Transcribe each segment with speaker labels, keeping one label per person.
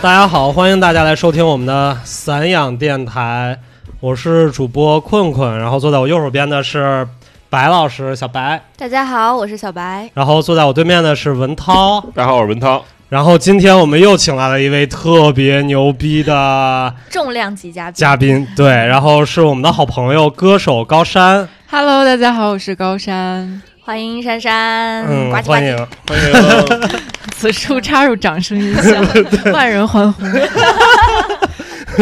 Speaker 1: 大家好，欢迎大家来收听我们的散养电台，我是主播困困，然后坐在我右手边的是白老师小白，
Speaker 2: 大家好，我是小白。
Speaker 1: 然后坐在我对面的是文涛，
Speaker 3: 大家好，我是文涛。
Speaker 1: 然后今天我们又请来了一位特别牛逼的
Speaker 2: 重量级嘉宾，
Speaker 1: 嘉宾，对，然后是我们的好朋友歌手高山，
Speaker 4: Hello，大家好，我是高山。
Speaker 2: 欢迎珊珊，
Speaker 1: 嗯
Speaker 2: 呱，唧呱
Speaker 1: 欢
Speaker 2: 唧。
Speaker 1: 迎。
Speaker 3: 欢迎，
Speaker 4: 此处插入掌声音 响，万人欢呼。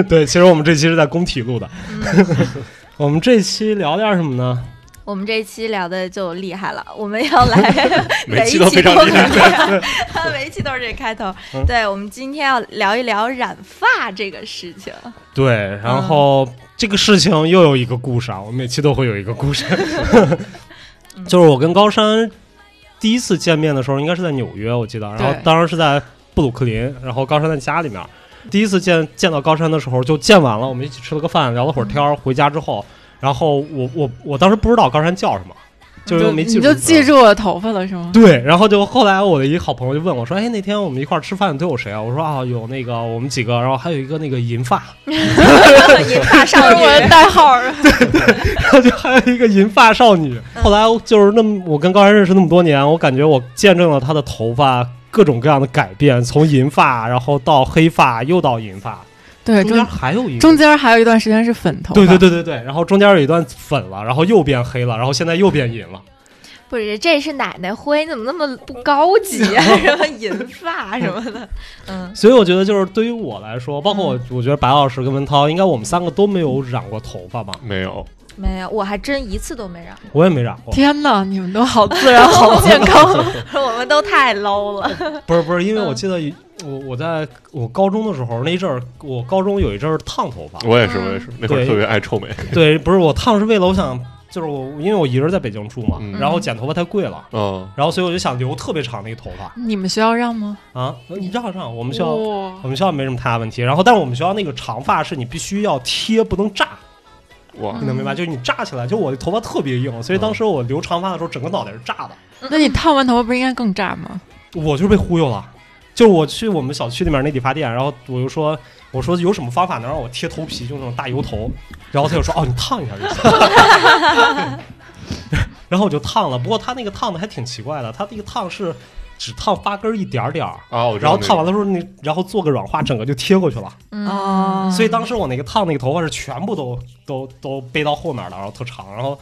Speaker 1: 对，其实我们这期是在工体录的。
Speaker 2: 嗯
Speaker 1: 我们这期聊点什么呢？
Speaker 2: 我们这一期聊的就厉害了，我们要来
Speaker 3: 每期
Speaker 2: 一期
Speaker 3: 都非常
Speaker 2: 都
Speaker 3: 厉
Speaker 2: 是
Speaker 3: 害
Speaker 2: 这样， 每一期都是这开头。
Speaker 1: 嗯
Speaker 2: 对，我们今天要聊一聊染发这个事情。
Speaker 1: 对，然后、
Speaker 4: 嗯
Speaker 1: 这个事情又有一个故事啊，我每期都会有一个故事。
Speaker 4: 嗯
Speaker 1: 就是我跟高山第一次见面的时候，应该是在纽约，我记得，然后
Speaker 4: 对
Speaker 1: 当时是在布鲁克林，然后高山在家里面。第一次见见到高山的时候，就见完了，我们一起吃了个饭，聊了会儿天儿。回家之后，然后我我我当时不知道高山叫什么，就是没记
Speaker 4: 嗯你
Speaker 1: 住，
Speaker 4: 就记住我的头发了是吗？
Speaker 1: 对，然后就后来我的一个好朋友就问我说：“哎，那天我们一块儿吃饭都有谁啊？”我说：“啊，有那个我们几个，然后还有一个那个银发，
Speaker 2: 银发
Speaker 4: 这
Speaker 2: 少
Speaker 4: 是我的
Speaker 2: 女，
Speaker 4: 代号。
Speaker 1: 然后就还有一个银发少女。”
Speaker 4: 嗯
Speaker 1: 后来就是那么，我跟高然认识那么多年，我感觉我见证了她的头发各种各样的改变，从银发，然后到黑发，又到银发，
Speaker 4: 对，
Speaker 1: 中间
Speaker 4: 中
Speaker 1: 还有一个
Speaker 4: 中间还有一段时间是粉头发。
Speaker 1: 对对对对对，然后中间有一段粉了，然后又变黑了，然后现在又变银了。
Speaker 2: 不是，这是奶奶灰，你怎么那么不高级啊？什么银发什么的，嗯，
Speaker 1: 所以我觉得，就是对于我来说，包
Speaker 4: 嗯
Speaker 1: 括我，我觉得白老师跟文涛，应该我们三个都没有染过头发吧？
Speaker 3: 没有，
Speaker 2: 没有，我还真一次都没染，
Speaker 1: 我也没染过。
Speaker 4: 天哪，你们都好 自 然，好健康。
Speaker 2: 我们都太 low 了。
Speaker 1: 不是不是，因为我
Speaker 2: 嗯
Speaker 1: 记得一我我在我高中的时候那一阵儿，我高中有一阵儿烫头发。
Speaker 3: 我也是，
Speaker 2: 嗯
Speaker 3: 我也是，那会儿特别爱臭美。
Speaker 1: 对，不是我烫是为了我想，就是我因为我一个人在北京住嘛，
Speaker 3: 嗯
Speaker 1: 然后剪头发太贵了，
Speaker 3: 嗯，
Speaker 1: 然后所以我就想留特别长的一头发
Speaker 4: 你们学校让吗？
Speaker 1: 啊。你让让，我
Speaker 4: 我
Speaker 1: 们学校、
Speaker 4: 哇
Speaker 1: 我们学校没什么太大问题。然后，但是我们学校那个长发是你必须要贴，不能炸，
Speaker 3: 嗯哇
Speaker 1: 你，能明白？就是你炸起来，就我的头发特别硬，所以当时我留长发的时候，整个脑袋是炸的。
Speaker 4: 那你烫完头发不是应该更炸吗？
Speaker 1: 我就是被忽悠了。就是我去我们小区里面那理发店，然后我就说，我说有什么方法能让我贴头皮，就那种大油头，然后他就说，哦，你烫一下就行。 然后我就烫了，不过他那个烫的还挺奇怪的，他那个烫是只烫发根儿一点儿点儿，
Speaker 3: 啊，我知
Speaker 1: 然后
Speaker 3: 道那个
Speaker 1: 烫完了之后，你然后做个软化，整个就贴过去了。
Speaker 2: 嗯
Speaker 4: 哦
Speaker 1: 所以当时我那个烫那个头发是全部都都都背到后面了，然后特长，然后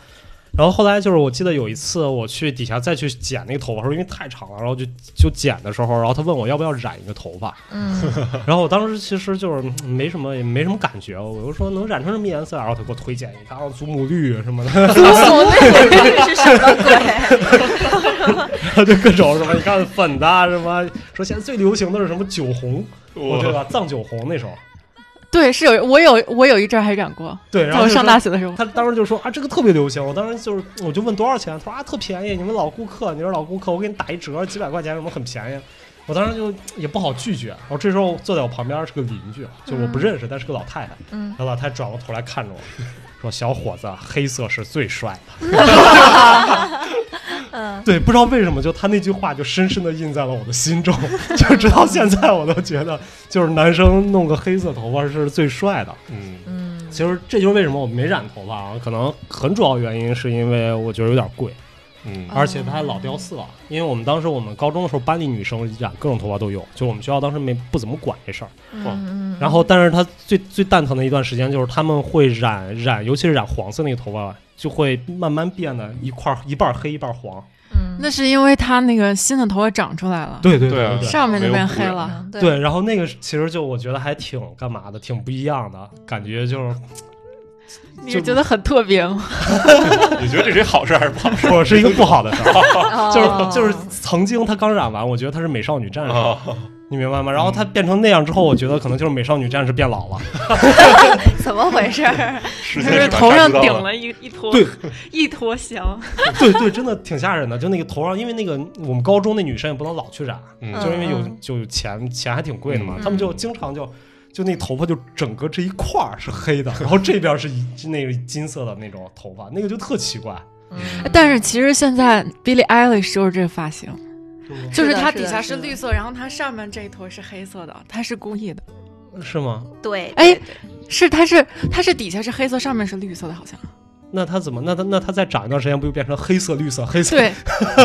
Speaker 1: 然后后来就是我记得有一次我去底下再去剪那个头发时候，因为太长了，然后就就剪的时候，然后他问我要不要染一个头发，
Speaker 2: 嗯，
Speaker 1: 然后我当时其实就是嗯没什么也没什么感觉，我就说能染成什么颜色，然后他给我推荐一个啊祖母绿什么的，
Speaker 2: 我那是什么鬼？
Speaker 1: 然后就各种什么你看粉的啊什么，说现在最流行的是什么酒红，我对
Speaker 3: 我
Speaker 1: 吧？藏酒红那时候，
Speaker 4: 对，是有我有我有一阵儿还染过，
Speaker 1: 对，然
Speaker 4: 在
Speaker 1: 后
Speaker 4: 我
Speaker 1: 就
Speaker 4: 上
Speaker 1: 说
Speaker 4: 大学的时候。
Speaker 1: 他当时就说啊，这个特别流行。我当时就是，我就问多少钱，他说啊，特便宜，你们老顾客，你是老顾客，我给你打一折，几百块钱，什么很便宜。我当时就也不好拒绝。然后这时候坐在我旁边是个邻居，就我不认识，但是个老太太。
Speaker 2: 嗯，
Speaker 1: 然后老太太转过头来看着我，说：“小伙子，黑色是最帅的。
Speaker 2: 嗯”，
Speaker 1: 对，不知道为什么，就他那句话就深深的印在了我的心中， 就直到现在我都觉得，就是男生弄个黑色头发是最帅的。
Speaker 3: 嗯，
Speaker 2: 嗯，
Speaker 1: 其实这就是为什么我没染头发啊，可能很主要原因是因为我觉得有点贵，
Speaker 3: 嗯，
Speaker 1: 而且它还老掉色了。因为我们当时我们高中的时候，班里女生染各种头发都有，就我们学校当时没不怎么管这事儿。
Speaker 2: 嗯
Speaker 1: 然后，但是她最最蛋疼的一段时间就是他们会染染，尤其是染黄色那个头发，就会慢慢变得一块儿一半儿黑一半儿黄。
Speaker 2: 嗯，
Speaker 4: 那是因为他那个新的头发长出来了，
Speaker 1: 对对
Speaker 3: 对啊
Speaker 1: 对
Speaker 4: 上面那
Speaker 3: 没有
Speaker 4: 边
Speaker 3: 补
Speaker 4: 黑
Speaker 3: 染
Speaker 4: 了。
Speaker 2: 对
Speaker 1: 对，然后那个其实就我觉得还挺干嘛的，挺不一样的感觉，就是
Speaker 4: 你
Speaker 1: 就是
Speaker 4: 觉得很特别吗？
Speaker 3: 你觉得这是好事还是不好 事
Speaker 1: 我是一个不好的事儿。 就是
Speaker 2: 哦
Speaker 1: 就是曾经她刚染完，我觉得她是美少女战士，
Speaker 3: 啊？
Speaker 1: 你明白吗？然后她变成那样之后，我觉得可能就是美少女战士变老了。
Speaker 2: 怎么回事儿？
Speaker 3: 时
Speaker 4: 就
Speaker 3: 间
Speaker 4: 是
Speaker 3: 把它
Speaker 4: 头上
Speaker 3: 知道
Speaker 4: 顶，了一一坨
Speaker 1: 对
Speaker 4: 一坨翔，
Speaker 1: 对 对，真的挺吓人的。就那个头上，因为那个我们高中那女生也不能老去染，
Speaker 3: 嗯
Speaker 1: 就是因为有
Speaker 2: 嗯
Speaker 1: 就有钱钱还挺贵的嘛，
Speaker 2: 嗯
Speaker 1: 他们就经常就。就那头发就整个这一块儿是黑 的，然后这边是一那个金色的那种头发，那个就特奇怪。
Speaker 2: 嗯
Speaker 4: 哎但是其实现在 Billie Eilish 就是这个发型，
Speaker 1: 嗯
Speaker 4: 就是
Speaker 2: 是的
Speaker 4: 它
Speaker 2: 是
Speaker 4: 底
Speaker 2: 的
Speaker 4: 下
Speaker 2: 是
Speaker 4: 是
Speaker 2: 的
Speaker 4: 绿色，然后它上面这一坨是黑色的，它是故意的，
Speaker 1: 是吗？
Speaker 2: 对，
Speaker 4: 哎
Speaker 2: 对，对
Speaker 4: 是它是它是底下是黑色，上面是绿色的，好像。
Speaker 1: 那他怎么？那他那他再长一段时间，不就变成黑色、绿色、黑色？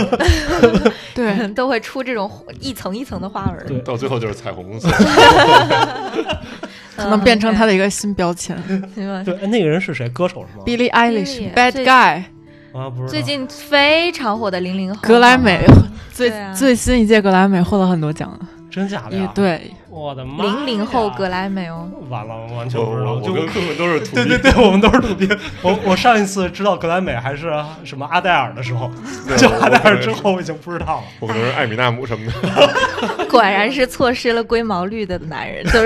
Speaker 4: 对，对，
Speaker 2: 都会出这种一层一层的花纹，
Speaker 1: 对
Speaker 3: 到最后就是彩虹色，
Speaker 4: 可能变成它
Speaker 2: 的
Speaker 4: 的一个新标签。
Speaker 2: 嗯
Speaker 1: 对，哎那个人是谁？歌手是吗？
Speaker 4: Billie
Speaker 2: Billie，
Speaker 4: Eilish，Bad
Speaker 2: 最
Speaker 4: Guy，
Speaker 1: 啊，不是。
Speaker 2: 最近非常火的零零后
Speaker 4: 格莱美最
Speaker 2: 对啊
Speaker 4: 最新一届格莱美获了很多奖了。
Speaker 1: 真假的
Speaker 4: 也
Speaker 1: 呀？，
Speaker 4: 嗯对，啊
Speaker 1: 我的妈！
Speaker 2: 零零后格。莱美哦，
Speaker 1: 完了，我完全
Speaker 3: 我
Speaker 1: 不知道。
Speaker 3: 我我
Speaker 1: 就
Speaker 3: 跟坤坤都是土
Speaker 1: 对对
Speaker 3: 逼，
Speaker 1: 对，我们都是土鳖。我我上一次知道格莱美还是什么阿黛尔的时候，
Speaker 3: 对
Speaker 1: 就
Speaker 3: 我
Speaker 1: 阿黛
Speaker 3: 可
Speaker 1: 尔
Speaker 3: 能
Speaker 1: 之
Speaker 3: 是
Speaker 1: 后我已经不知道了。
Speaker 3: 我可能是艾米纳姆什么的，
Speaker 2: 果然是错失了龟毛绿的男人， 就是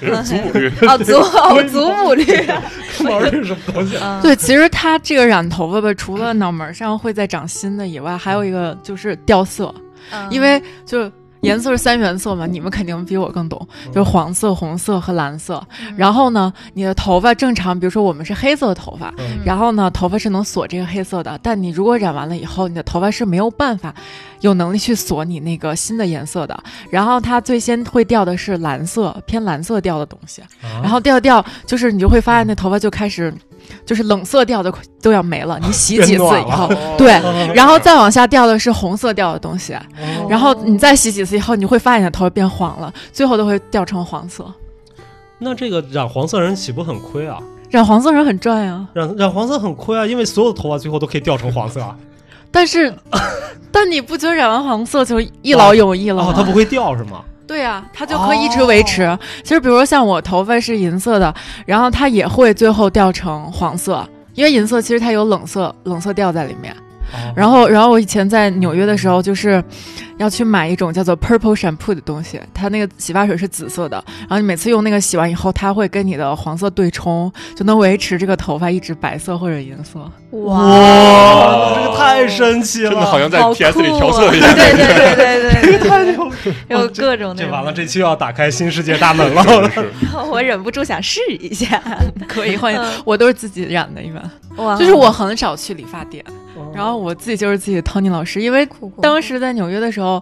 Speaker 3: 人是祖母绿，
Speaker 2: 哦祖哦祖母绿，
Speaker 1: 不知道是什么东西？啊
Speaker 2: 嗯
Speaker 4: 对，其实它这个染头发吧，除了脑门上会再长新的以外，还有一个就是掉色，
Speaker 2: 嗯
Speaker 4: 因为就。颜色是三原色嘛，你们肯定比我更懂，
Speaker 1: 嗯
Speaker 4: 就是黄色、红色和蓝色。然后呢，你的头发正常，比如说我们是黑色的头发，
Speaker 1: 嗯
Speaker 4: 然后呢，头发是能锁这个黑色的，但你如果染完了以后，你的头发是没有办法有能力去锁你那个新的颜色的。然后它最先会掉的是蓝色，偏蓝色调的东西，
Speaker 1: 啊
Speaker 4: 然后掉掉就是你就会发现那头发就开始，就是冷色调的都要没了，你洗
Speaker 1: 变
Speaker 4: 几次
Speaker 1: 暖
Speaker 4: 以后
Speaker 1: 了，
Speaker 4: 对。
Speaker 3: 嗯
Speaker 4: 然后再往下掉的是红色调的东西，
Speaker 1: 哦
Speaker 4: 然后你再洗几次以后，你会发现你的头发变黄了，最后都会掉成黄色。
Speaker 1: 那这个染黄色人岂不很亏啊？
Speaker 4: 染黄色人很赚呀、
Speaker 1: 染染黄色很亏啊，因为所有的头发最后都可以掉成黄色啊。
Speaker 4: 但是， 但你不觉得染完黄色就一劳永逸了吗？
Speaker 1: 哦，它不会掉是吗？
Speaker 4: 对啊，它就可以一直维持。其实，比如说像我头发是银色的，然后它也会最后掉成黄色，因为银色其实它有冷色冷色调在里面。然后，然后我以前在纽约的时候，就是要去买一种叫做 purple shampoo 的东西，它那个洗发水是紫色的，然后你每次用那个洗完以后，它会跟你的黄色对冲，就能维持这个头发一直白色或者银色。哦
Speaker 1: 哇，这个太神奇了，
Speaker 3: 真的好像在
Speaker 2: 好酷
Speaker 3: PS 里调
Speaker 2: 啊
Speaker 3: 色一样。
Speaker 2: 对对对对对对对，
Speaker 1: 太牛！
Speaker 2: 有各种那
Speaker 1: 这
Speaker 2: 种
Speaker 1: 完了，这期又要打开新世界大门
Speaker 3: 真的
Speaker 1: 了。
Speaker 3: 是，
Speaker 2: 我忍不住想试一下，
Speaker 4: 可以换嗯一，
Speaker 2: 嗯
Speaker 4: 我都是自己染的，一般
Speaker 2: 哇
Speaker 4: 就是我很少去理发
Speaker 1: 哦
Speaker 4: 店， 然后我自己就是自己 Tony 老师，因为
Speaker 2: 酷酷
Speaker 4: 当时在纽约的时候，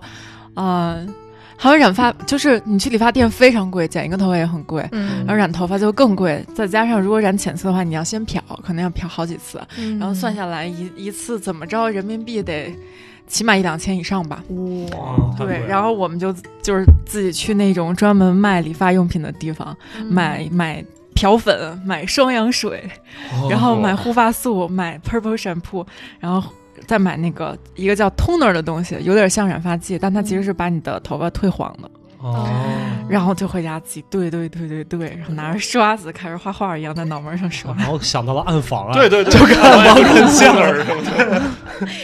Speaker 4: 嗯、还有染发，就是你去理发店非常贵，剪一个头发也很贵，
Speaker 2: 嗯
Speaker 4: 然后染头发就更贵，再加上如果染浅色的话，你要先漂，可能要漂好几次，
Speaker 2: 嗯
Speaker 4: 然后算下来一一次怎么着人民币得起码一两千以上吧。
Speaker 1: 哇，哦太
Speaker 4: 对
Speaker 1: 贵，了
Speaker 4: 然后我们就就是自己去那种专门卖理发用品的地方买买漂粉、买双氧水，
Speaker 1: 哦
Speaker 4: 然后买护发素、买 purple shampoo，然后再买那个一个叫 toner 的东西，有点像染发剂，但它其实是把你的头发褪黄的。
Speaker 1: 哦，
Speaker 4: 然后就回家自己对对对对对，然后拿着刷子开始画画一样在脑门上刷。
Speaker 1: 然后想到了暗访啊，
Speaker 3: 对对嗯对，就跟王人像儿什么的。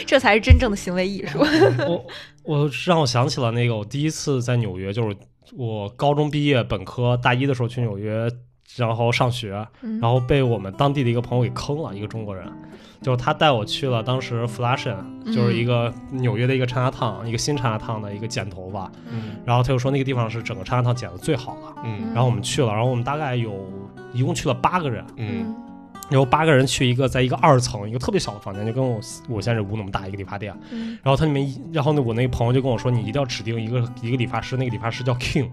Speaker 2: 这才是真正的行为艺术。
Speaker 1: 我我让我想起了那个我第一次在纽约，就是我高中毕业本科大一的时候去纽约，然后上学，
Speaker 2: 嗯
Speaker 1: 然后被我们当地的一个朋友给坑了，一个中国人，就是他带我去了当时 Flushing，就是一个纽约的一个 China Town，一个新 China Town 的一个剪头发，
Speaker 3: 嗯
Speaker 1: 然后他就说那个地方是整个 China Town 剪的最好了，
Speaker 3: 嗯
Speaker 1: 然后我们去了，然后我们大概有一共去了八个人，
Speaker 3: 嗯
Speaker 1: 然后八个人去一个在一个二层一个特别小的房间，就跟我我现在这屋那么大一个理发店。
Speaker 2: 嗯
Speaker 1: 然后它里面一，然后呢，我那个朋友就跟我说，你一定要指定一个一个理发师，那个理发师叫 King，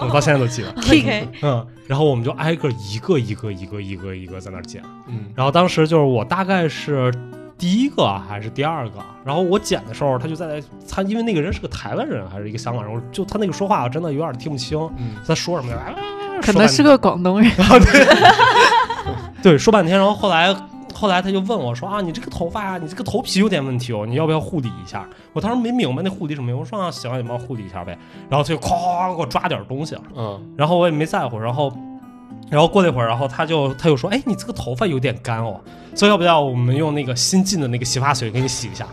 Speaker 1: 我 到现在都记得。
Speaker 2: ，K
Speaker 1: 嗯，然后我们就挨个一个一个一个一个一个在那儿剪。
Speaker 3: 嗯，
Speaker 1: 然后当时就是我大概是第一个啊还是第二个，然后我剪的时候，他就在他因为那个人是个台湾人还是一个香港人，我就他那个说话啊我真的有点听不清，
Speaker 3: 嗯
Speaker 1: 他说什么哎呀？
Speaker 4: 可能是个广东人，
Speaker 1: 对，说半天，然后后来后来他就问我说啊，你这个头发呀、你这个头皮有点问题哦，你要不要护理一下？我当时没明白那护理什么用，我说啊，行啊，你帮我护理一下呗。然后他就哐哐给我抓点东西，
Speaker 3: 嗯
Speaker 1: 然后我也没在乎，然后。然后过了一会儿，然后他就他就说：“哎，你这个头发有点干哦，所以要不要我们用那个新进的那个洗发水给你洗一下？”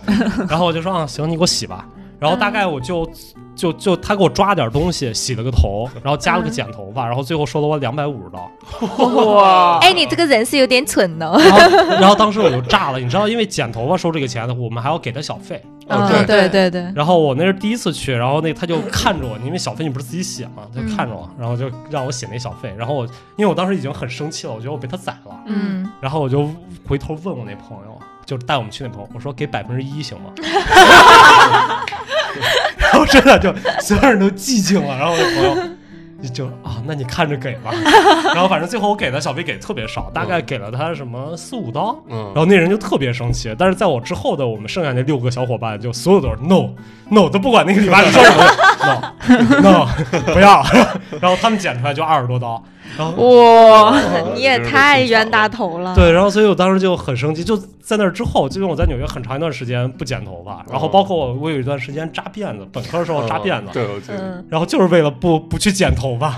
Speaker 1: 然后我就说：“啊，行，你给我洗吧。”然后大概我就就就他给我抓点东西，洗了个头，然后加了个剪头发，然后最后收了我两百五十刀。
Speaker 4: 哇！
Speaker 2: 哎，你这个人是有点蠢哦呢。
Speaker 1: 然后，然后当时我就炸了，你知道，因为剪头发收这个钱的，我们还要给他小费。
Speaker 3: 哦
Speaker 2: 嗯
Speaker 3: 对，
Speaker 2: 对对对，
Speaker 1: 然后我那是第一次去，然后那他就看着我，因为小费你不是自己写嘛，他就看着我，然后就让我写那小费。然后我因为我当时已经很生气了，我觉得我被他宰了，
Speaker 2: 嗯，
Speaker 1: 然后我就回头问我那朋友，就带我们去那朋友，我说给百分之一行吗？然后真的就所有人都寂静了，然后我那朋友就啊，那你看着给吧。然后反正最后我给的小费给特别少，大概给了他什么四五刀。
Speaker 3: 嗯
Speaker 1: 然，后那人就特别生气，但是在我之后的我们剩下那六个小伙伴，就所有都是 no no，都不管那个理发师说什么 no no 不要，然后他们剪出来就二十多刀，然后
Speaker 4: 哇，
Speaker 2: 你也太冤大头
Speaker 4: 嗯
Speaker 2: 了。
Speaker 1: 对，然后所以我当时就很生气，就在那之后，就因为我在纽约很长一段时间不剪头发，然后包括我我有一段时间扎辫子，本科的时候扎辫子，
Speaker 3: 嗯对，我记得。
Speaker 2: 嗯
Speaker 1: 然后就是为了不不去剪头发，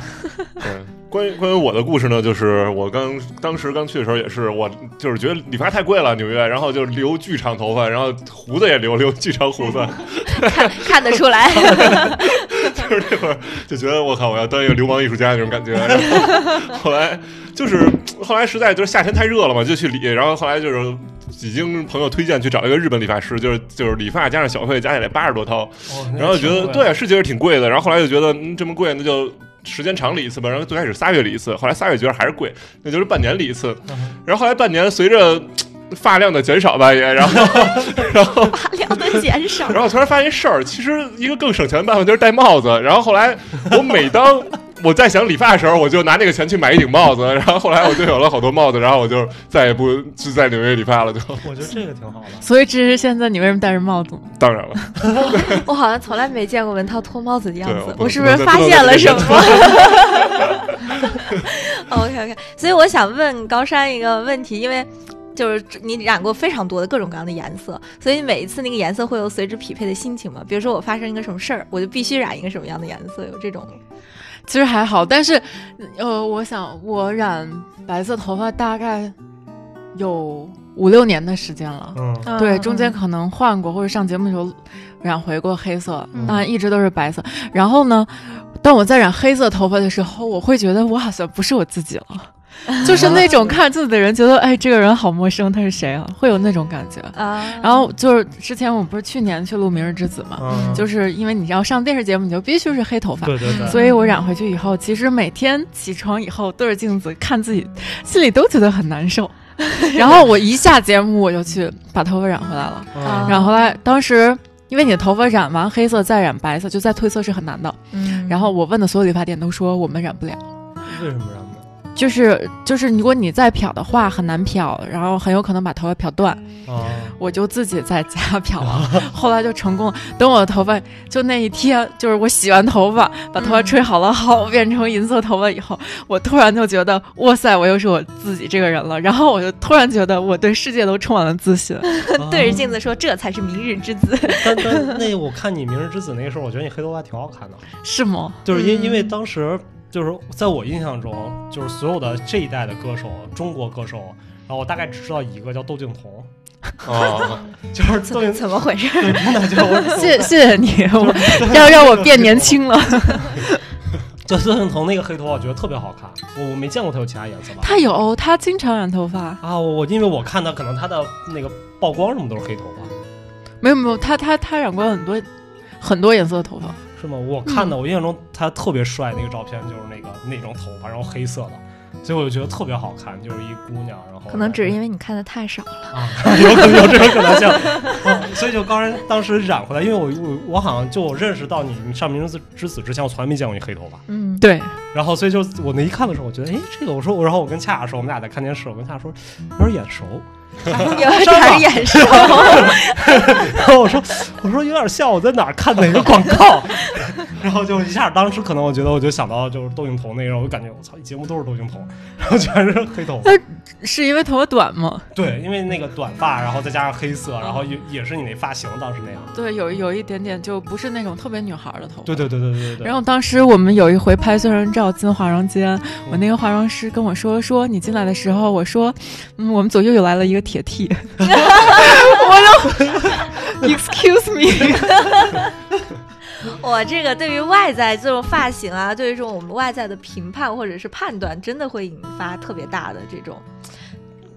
Speaker 3: 对， 关于关于我的故事呢，就是我刚当时刚去的时候也是，我就是觉得理发太贵了，纽约，然后就留巨长头发，然后胡子也留留巨长胡子，
Speaker 2: 看看得出来，
Speaker 3: 就是那会儿就觉得我靠，我要当一个流氓艺术家那种感觉。然后后来就是后来实在就是夏天太热了嘛，就去理，然后后来就是。几经朋友推荐去找一个日本理发师，就是就是理发加上小费加起来八十多刀，
Speaker 1: 哦
Speaker 3: 然后觉得对是觉得挺贵的，然后后来就觉得、嗯、这么贵，那就时间长理一次吧。然后最开始仨月理一次，后来仨月觉得还是贵，那就是半年理一次。然后后来半年随着发量的减少吧也，然后然后
Speaker 2: 发量的减少。
Speaker 3: 然后我突然发现一事儿，其实一个更省钱的办法就是戴帽子。然后后来我每当我在想理发的时候，我就拿那个钱去买一顶帽子。然后后来我就有了好多帽子，然后我就再也不就在纽约理发了。就
Speaker 1: 我觉得这个挺好的，
Speaker 4: 所以这是现在你为什么戴着帽子吗？
Speaker 3: 当然了，
Speaker 2: 我好像从来没见过文涛脱帽子的样
Speaker 3: 对
Speaker 2: 子
Speaker 3: 我，不
Speaker 2: 我是不是发现了什么 ？OK OK，所以我想问高山一个问题，因为就是你染过非常多的各种各样的颜色，所以每一次那个颜色会有随之匹配的心情嘛？比如说我发生一个什么事儿，我就必须染一个什么样的颜色，有这 种
Speaker 4: 其实还好，但是，呃，我想我染白色头发大概有五六年的时间了。
Speaker 1: 嗯，
Speaker 4: 对，中间可能换过，或者上节目的时候染回过黑色，
Speaker 2: 嗯
Speaker 4: 但一直都是白色。然后呢，当我在染黑色头发的时候，我会觉得我好像不是我自己了，就是那种看自己的人觉得，哎，这个人好陌生，他是谁啊？会有那种感觉。
Speaker 2: 啊，
Speaker 4: 然后就是之前我不是去年去录《明日之子》嘛，
Speaker 1: 嗯
Speaker 4: 就是因为你要上电视节目，你就必须是黑头发。
Speaker 1: 对对对，
Speaker 4: 所以我染回去以后，其实每天起床以后对着镜子看自己，心里都觉得很难受。然后我一下节目我就去把头发染回来了，
Speaker 1: 嗯
Speaker 4: 染回来当时。因为你的头发染完黑色再染白色，就再褪色是很难的。
Speaker 2: 嗯
Speaker 4: 然后我问的所有理发店都说我们染不了，
Speaker 1: 为什么染不 了
Speaker 4: 就是就是如果你再漂的话很难漂，然后很有可能把头发漂断。
Speaker 1: 啊？
Speaker 4: 我就自己在家漂了， 后来就成功了。等我的头发就那一天，就是我洗完头发，把头发吹好了好，变成银色头发以后，我突然就觉得，哇塞，我又是我自己这个人了。然后我就突然觉得，我对世界都充满了自 信。
Speaker 1: 嗯
Speaker 2: 对着镜子说这才是明日之 子，
Speaker 1: 但但那我看你《明日之子》那个时候，我觉得你黑头发挺好看的，
Speaker 4: 是吗？
Speaker 1: 就是因
Speaker 2: 嗯
Speaker 1: 因为当时就是在我印象中，就是所有的这一代的歌手，中国歌手，然后我大概只知道一个叫窦靖童，
Speaker 3: 哦，
Speaker 1: 就是
Speaker 2: 怎
Speaker 1: 窦
Speaker 2: 么
Speaker 1: 靖童，
Speaker 2: 怎么回事？
Speaker 1: 对真的就是我
Speaker 4: 谢谢谢你，我要让我变年。轻了。
Speaker 1: 就窦靖童那个黑头发，我觉得特别好看，我我没见过他有其他颜色吧？
Speaker 4: 他有，哦他经常染头发。
Speaker 1: 啊，我我因为我看他可能他的那个曝光什么都是黑头发，
Speaker 4: 没有没有，他他他染过很多很多颜色的头发。
Speaker 1: 是吗？我看的
Speaker 2: 嗯
Speaker 1: 我印象中他特别帅那个照片，就是那个那种头发，然后黑色的，所以我就觉得特别好看，就是一姑娘，然后
Speaker 2: 可能只是因为你看的太少了。
Speaker 1: 啊， 有可能有这种可能性，嗯所以就高然当时染回来，因为我我我好像就我认识到你你上《明日之子》之前，我从来没见过你黑头发，
Speaker 2: 嗯，
Speaker 4: 对，
Speaker 1: 然后所以就我那一看的时候，我觉得哎这个我说我，然后我跟恰恰说，我们俩在看电视，我跟恰恰说有点眼熟， 真
Speaker 2: 有
Speaker 1: 的
Speaker 2: 点眼 熟。
Speaker 1: 然后我说我说有点像我在哪儿看哪个广告，然后就一下当时可能我觉得我就想到就是窦靖童那个，我就感觉我操，一节目都是窦靖童，然后全是黑头发，
Speaker 4: 是因为头发短吗？
Speaker 1: 对，因为那个短发，然后再加上黑色，然后也也是你那发型当时那样，
Speaker 4: 对，有有一点点，就不是那种特别女孩儿的头发。
Speaker 1: 对对对对对对对，
Speaker 4: 然后当时我们有一回拍宣传照进化妆间，我那个化妆师跟我说说你进来的时候，我说，嗯，我们左右又来了一个铁 T，我就 excuse me，
Speaker 2: 我这个对于外在这种发型啊，对于这种我们外在的评判或者是判断，真的会引发特别大的这种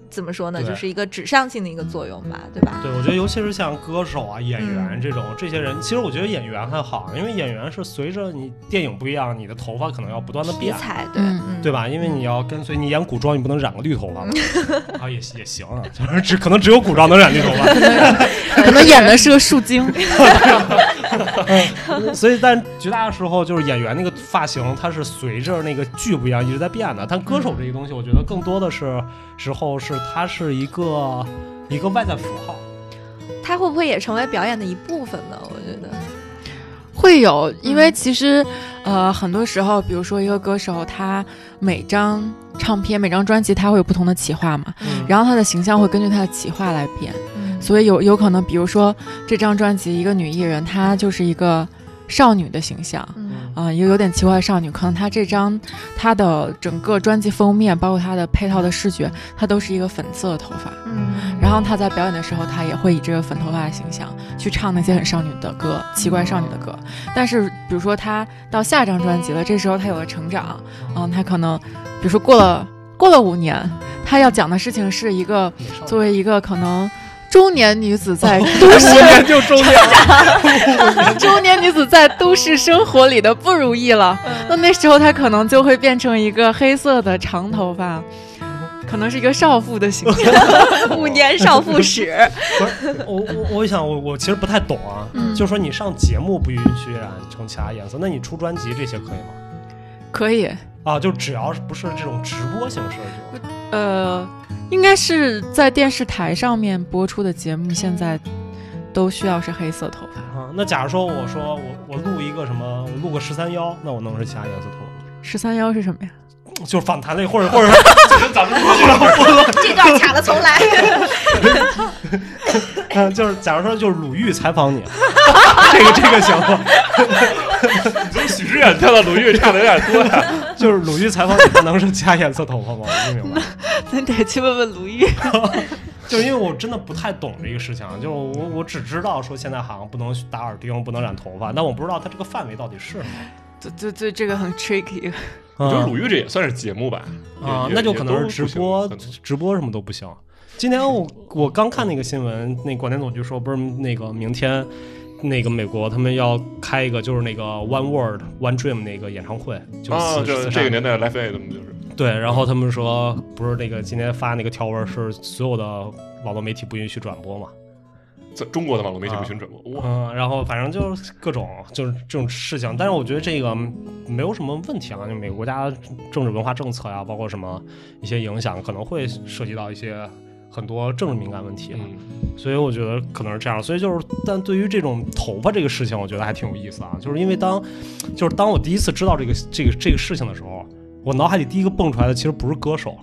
Speaker 2: 怎么说呢，
Speaker 1: 对
Speaker 2: 就是一个指向性的一个作用吧，对吧？
Speaker 1: 对，我觉得尤其是像歌手啊、演员
Speaker 2: 嗯
Speaker 1: 这种、这些人，其实我觉得演员还好，因为演员是随着你电影不一样，你的头发可能要不断的
Speaker 2: 题
Speaker 1: 变，
Speaker 2: 材对，
Speaker 4: 嗯
Speaker 2: 嗯
Speaker 1: 对吧？因为你要跟随你演古装，你不能染个绿头发嘛，
Speaker 4: 嗯
Speaker 1: 啊也也行啊，就是只可能只有古装能染绿头发，
Speaker 4: 可能演的是个树精，
Speaker 1: 所以但绝大多数时候就是演员那个发型，它是随着那个剧不一样一直在变的。但歌手这个东西，我觉得更多的是时候是它是一个一个外在符号。
Speaker 2: 它会不会也成为表演的一部分呢？我觉得，
Speaker 4: 会有，因为其实，呃，很多时候，比如说一个歌手，他每张唱片、每张专辑，他会有不同的企划嘛，
Speaker 1: 嗯
Speaker 4: 然后他的形象会根据他的企划来变，
Speaker 2: 嗯
Speaker 4: 所以有有可能，比如说这张专辑，一个女艺人，她就是一个少女的形象。
Speaker 2: 嗯
Speaker 4: 啊、一个有点奇怪的少女，可能她这张她的整个专辑封面，包括她的配套的视觉，她都是一个粉色的头发。
Speaker 2: 嗯
Speaker 4: 然后她在表演的时候，她也会以这个粉头发的形象去唱那些很少女的歌，奇怪少女的歌。但是，比如说她到下张专辑了，这时候她有了成长，嗯，她可能，比如说过了过了五年，她要讲的事情是一个
Speaker 1: 美少女
Speaker 4: 作为一个可能中年女子在都市
Speaker 1: 五年就中年了，
Speaker 4: 中年女子在都市生活里的不如意了。那那时候她可能就会变成一个黑色的长头发，可能是一个少妇的形 象。
Speaker 2: 嗯五年少妇史，
Speaker 1: 我我我想我我其实不太懂啊，
Speaker 4: 嗯
Speaker 1: 就说你上节目不允许染成其他颜色，那你出专辑这些可以吗？
Speaker 4: 可以，
Speaker 1: 啊，就只要是不是这种直播形式的这种，
Speaker 4: 呃，应该是在电视台上面播出的节目，现在都需要是黑色头发。
Speaker 1: 啊，那假如说我说我我录一个什么，我录个十三幺，那我弄成其他颜色头发
Speaker 4: 十三幺是什么呀？
Speaker 1: 吗，就是反弹类，或者或者 是
Speaker 3: 咱们录这 个
Speaker 2: 这段卡了重来。
Speaker 1: 嗯就是假如说就是鲁豫采访你， 这个这个行吗？
Speaker 3: 你从许志远跳到鲁豫差的有点多呀。
Speaker 1: 就是鲁豫采访你，不能是其他颜色头发吗？我不明白。
Speaker 4: 咱得去问问卢玉。
Speaker 1: 就是因为我真的不太懂这个事情，啊就是我我只知道说现在好像不能打耳钉，不能染头发，但我不知道它这个范围到底是什么。
Speaker 4: 对对对，这个很 tricky。
Speaker 1: 我
Speaker 3: 我觉得鲁豫这也算是节目吧？
Speaker 1: 啊，
Speaker 3: 也
Speaker 1: 那就
Speaker 3: 也
Speaker 1: 可能
Speaker 3: 都
Speaker 1: 是
Speaker 3: 不
Speaker 1: 直
Speaker 3: 行
Speaker 1: 播
Speaker 3: 可能，
Speaker 1: 直播什么都不行。今天我我刚看那个新闻，那广电总局说不是那个明天，那个美国他们要开一个就是那个 One World One Dream 那个演唱会，就
Speaker 3: 啊，
Speaker 1: 是
Speaker 3: 这
Speaker 1: 四
Speaker 3: 这
Speaker 1: 个
Speaker 3: 个年代 Life Aid 嘛就是。
Speaker 1: 对，然后他们说不是那个今天发那个条文是所有的网络媒体不允许转播嘛，
Speaker 3: 在中国的网络媒体不行转播，哇，
Speaker 1: 嗯，然后反正就是各种就是这种事情，但是我觉得这个没有什么问题啊，就每个国家政治文化政策呀、包括什么一些影响，可能会涉及到一些很多政治敏感问题，啊
Speaker 3: 嗯，
Speaker 1: 所以我觉得可能是这样。所以就是，但对于这种头发这个事情，我觉得还挺有意思啊，就是因为当就是当我第一次知道这个这个这个事情的时候，我脑海里第一个蹦出来的其实不是歌手。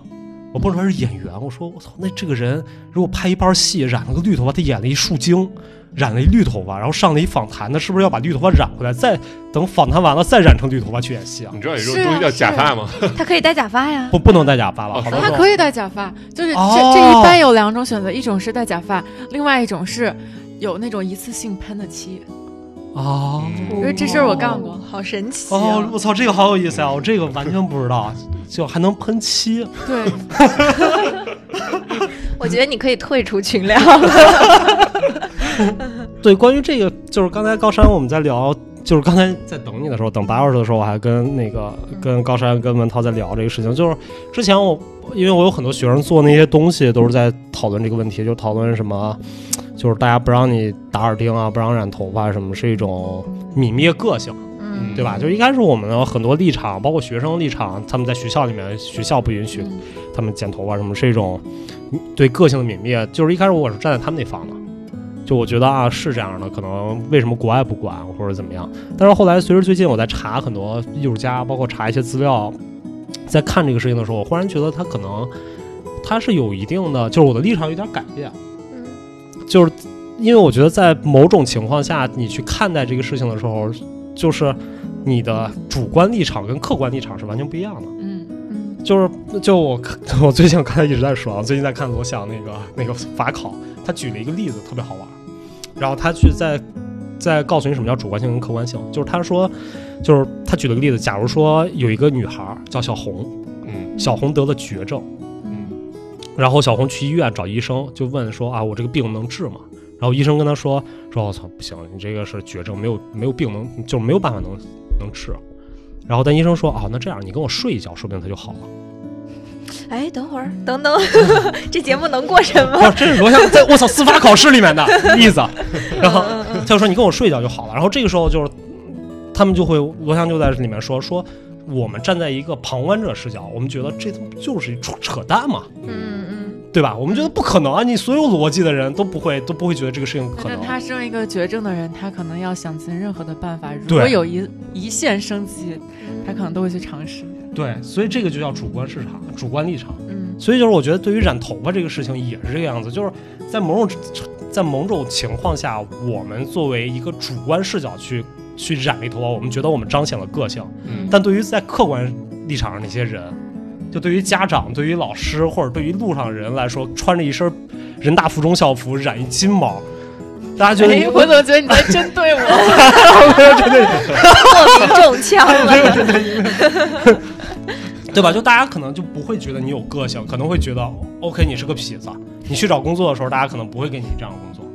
Speaker 1: 我蹦出来是演员，我说我操，那这个人如果拍一半戏染了个绿头发，他演了一树精，染了一绿头发，然后上了一访谈，那是不是要把绿头发染回来，再等访谈完了再染成绿头发去演戏啊？
Speaker 3: 你知道有一种
Speaker 4: 是啊
Speaker 3: 东西叫假
Speaker 4: 是
Speaker 3: 发吗？
Speaker 2: 他可以戴假发呀，
Speaker 1: 不，不能戴假发了，
Speaker 3: 哦
Speaker 1: 好多
Speaker 4: 他
Speaker 1: 时候
Speaker 4: 可以戴假发，就是这、
Speaker 1: 哦
Speaker 4: 这一般有两种选择，一种是戴假发，另外一种是有那种一次性喷的漆。
Speaker 1: 啊。
Speaker 3: 嗯
Speaker 4: 因为这事儿我干过，
Speaker 2: 好神奇啊
Speaker 1: 哦，我操，这个好有意思啊！我这个完全不知道，啊就还能喷漆，
Speaker 4: 对，
Speaker 2: 我觉得你可以退出群聊。
Speaker 1: 对，关于这个，就是刚才高山我们在聊，就是刚才在等你的时候，等白老师的时候，我还跟那个跟高山跟文涛在聊这个事情。就是之前我因为我有很多学生做那些东西，都是在讨论这个问题，就讨论什么，就是大家不让你打耳钉啊，不让染头发什么，是一种泯灭个性。
Speaker 2: 嗯
Speaker 1: 对吧？就是一开始我们的很多立场，包括学生立场，他们在学校里面，学校不允许
Speaker 4: 嗯
Speaker 1: 他们剪头啊发什么，是一种对个性的泯灭。就是一开始我是站在他们那方的，就我觉得啊是这样的，可能为什么国外不管或者怎么样？但是后来随着最近我在查很多艺术家，包括查一些资料，在看这个事情的时候，我忽然觉得他可能他是有一定的，就是我的立场有点改变。
Speaker 2: 嗯
Speaker 1: 就是因为我觉得在某种情况下，你去看待这个事情的时候，就是你的主观立场跟客观立场是完全不一样的。
Speaker 4: 嗯
Speaker 2: 嗯
Speaker 1: 就是就我 我最近刚才一直在说啊，最近在看罗翔那个那个法考，他举了一个例子特别好玩，然后他去在在告诉你什么叫主观性跟客观性，就是他说就是他举了个例子，假如说有一个女孩儿叫小红，
Speaker 3: 嗯
Speaker 1: 小红得了绝症。
Speaker 3: 嗯
Speaker 1: 然后小红去医院找医生，就问说啊，我这个病能治吗？然后医生跟他说说我操、不行，你这个是绝症，没有没有病能就是没有办法能能治。然后但医生说啊，那这样你跟我睡一觉，说不定他就好了。
Speaker 2: 哎，等会儿，等等，
Speaker 1: 嗯
Speaker 2: 这节目能过审吗？
Speaker 1: 哇，这是罗翔在我操司法考试里面的意 思。然
Speaker 2: 嗯
Speaker 1: 后他就说你跟我睡一觉就好了。然后这个时候就是他们就会罗翔就在里面说说我们站在一个旁观者视角，我们觉得这他妈就是一扯扯淡嘛，
Speaker 4: 嗯嗯，
Speaker 1: 对吧？我们觉得不可能啊！你所有逻辑的人都不会都不会觉得这个事情可
Speaker 4: 反正
Speaker 1: 能。
Speaker 4: 他身为一个绝症的人，他可能要想尽任何的办法，如
Speaker 1: 对
Speaker 4: 果有一一线生机，他可能都会去尝试。
Speaker 1: 对，所以这个就叫主观市场、主观立场。
Speaker 4: 嗯，
Speaker 1: 所以就是我觉得对于染头发这个事情也是这个样子，就是在某种在某种情况下，我们作为一个主观视角去去染这头发，我们觉得我们彰显了个性，
Speaker 3: 嗯
Speaker 1: 但对于在客观立场上那些人，就对于家长、对于老师或者对于路上人来说，穿着一身人大附中校服染一金毛，大家觉得你、
Speaker 4: 哎，我怎么觉得你在针对 我？
Speaker 2: 莫名中枪 了。
Speaker 1: 对吧？就大家可能就不会觉得你有个性，可能会觉得 OK 你是个痞子，你去找工作的时候，大家可能不会给你这样的工作，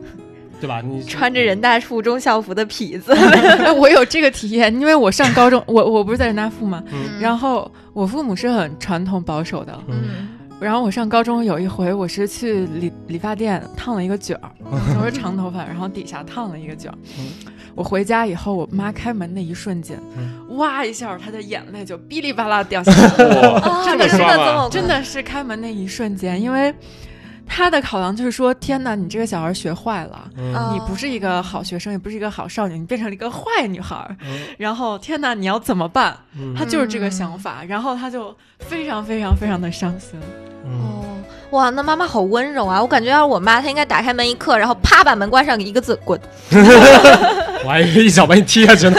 Speaker 1: 对吧？你
Speaker 2: 穿着人大附中校服的痞子，
Speaker 4: 哎，我有这个体验，因为我上高中，我我不是在人大附吗？
Speaker 1: 嗯
Speaker 4: 然后我父母是很传统保守的，
Speaker 2: 嗯，
Speaker 4: 然后我上高中有一回，我是去理理发店烫了一个卷儿，我是长头发，然后底下烫了一个卷儿
Speaker 1: 嗯。
Speaker 4: 我回家以后，我妈开门那一瞬间，
Speaker 1: 嗯
Speaker 4: 哇一下，她的眼泪就哔哩吧啦掉下来。
Speaker 3: 哇，
Speaker 2: 啊，
Speaker 4: 这么
Speaker 2: 真
Speaker 3: 说
Speaker 2: 的
Speaker 3: 吧
Speaker 2: 这么
Speaker 4: 真的是开门那一瞬间，因为她的考量就是说，天哪，你这个小孩学坏了。
Speaker 1: 嗯
Speaker 2: 啊
Speaker 4: 你不是一个好学生，也不是一个好少女，你变成了一个坏女孩儿。
Speaker 1: 嗯
Speaker 4: 然后，天哪，你要怎么办？
Speaker 1: 嗯
Speaker 2: 哦
Speaker 4: 她就是这个想法，然后她就非常非常非常的伤心。
Speaker 1: 嗯，
Speaker 2: 哦，哇，那妈妈好温柔啊！我感觉要是我妈，她应该打开门一刻，然后啪把门关上，一个字滚。
Speaker 1: 我还以为一脚把你踢下去呢。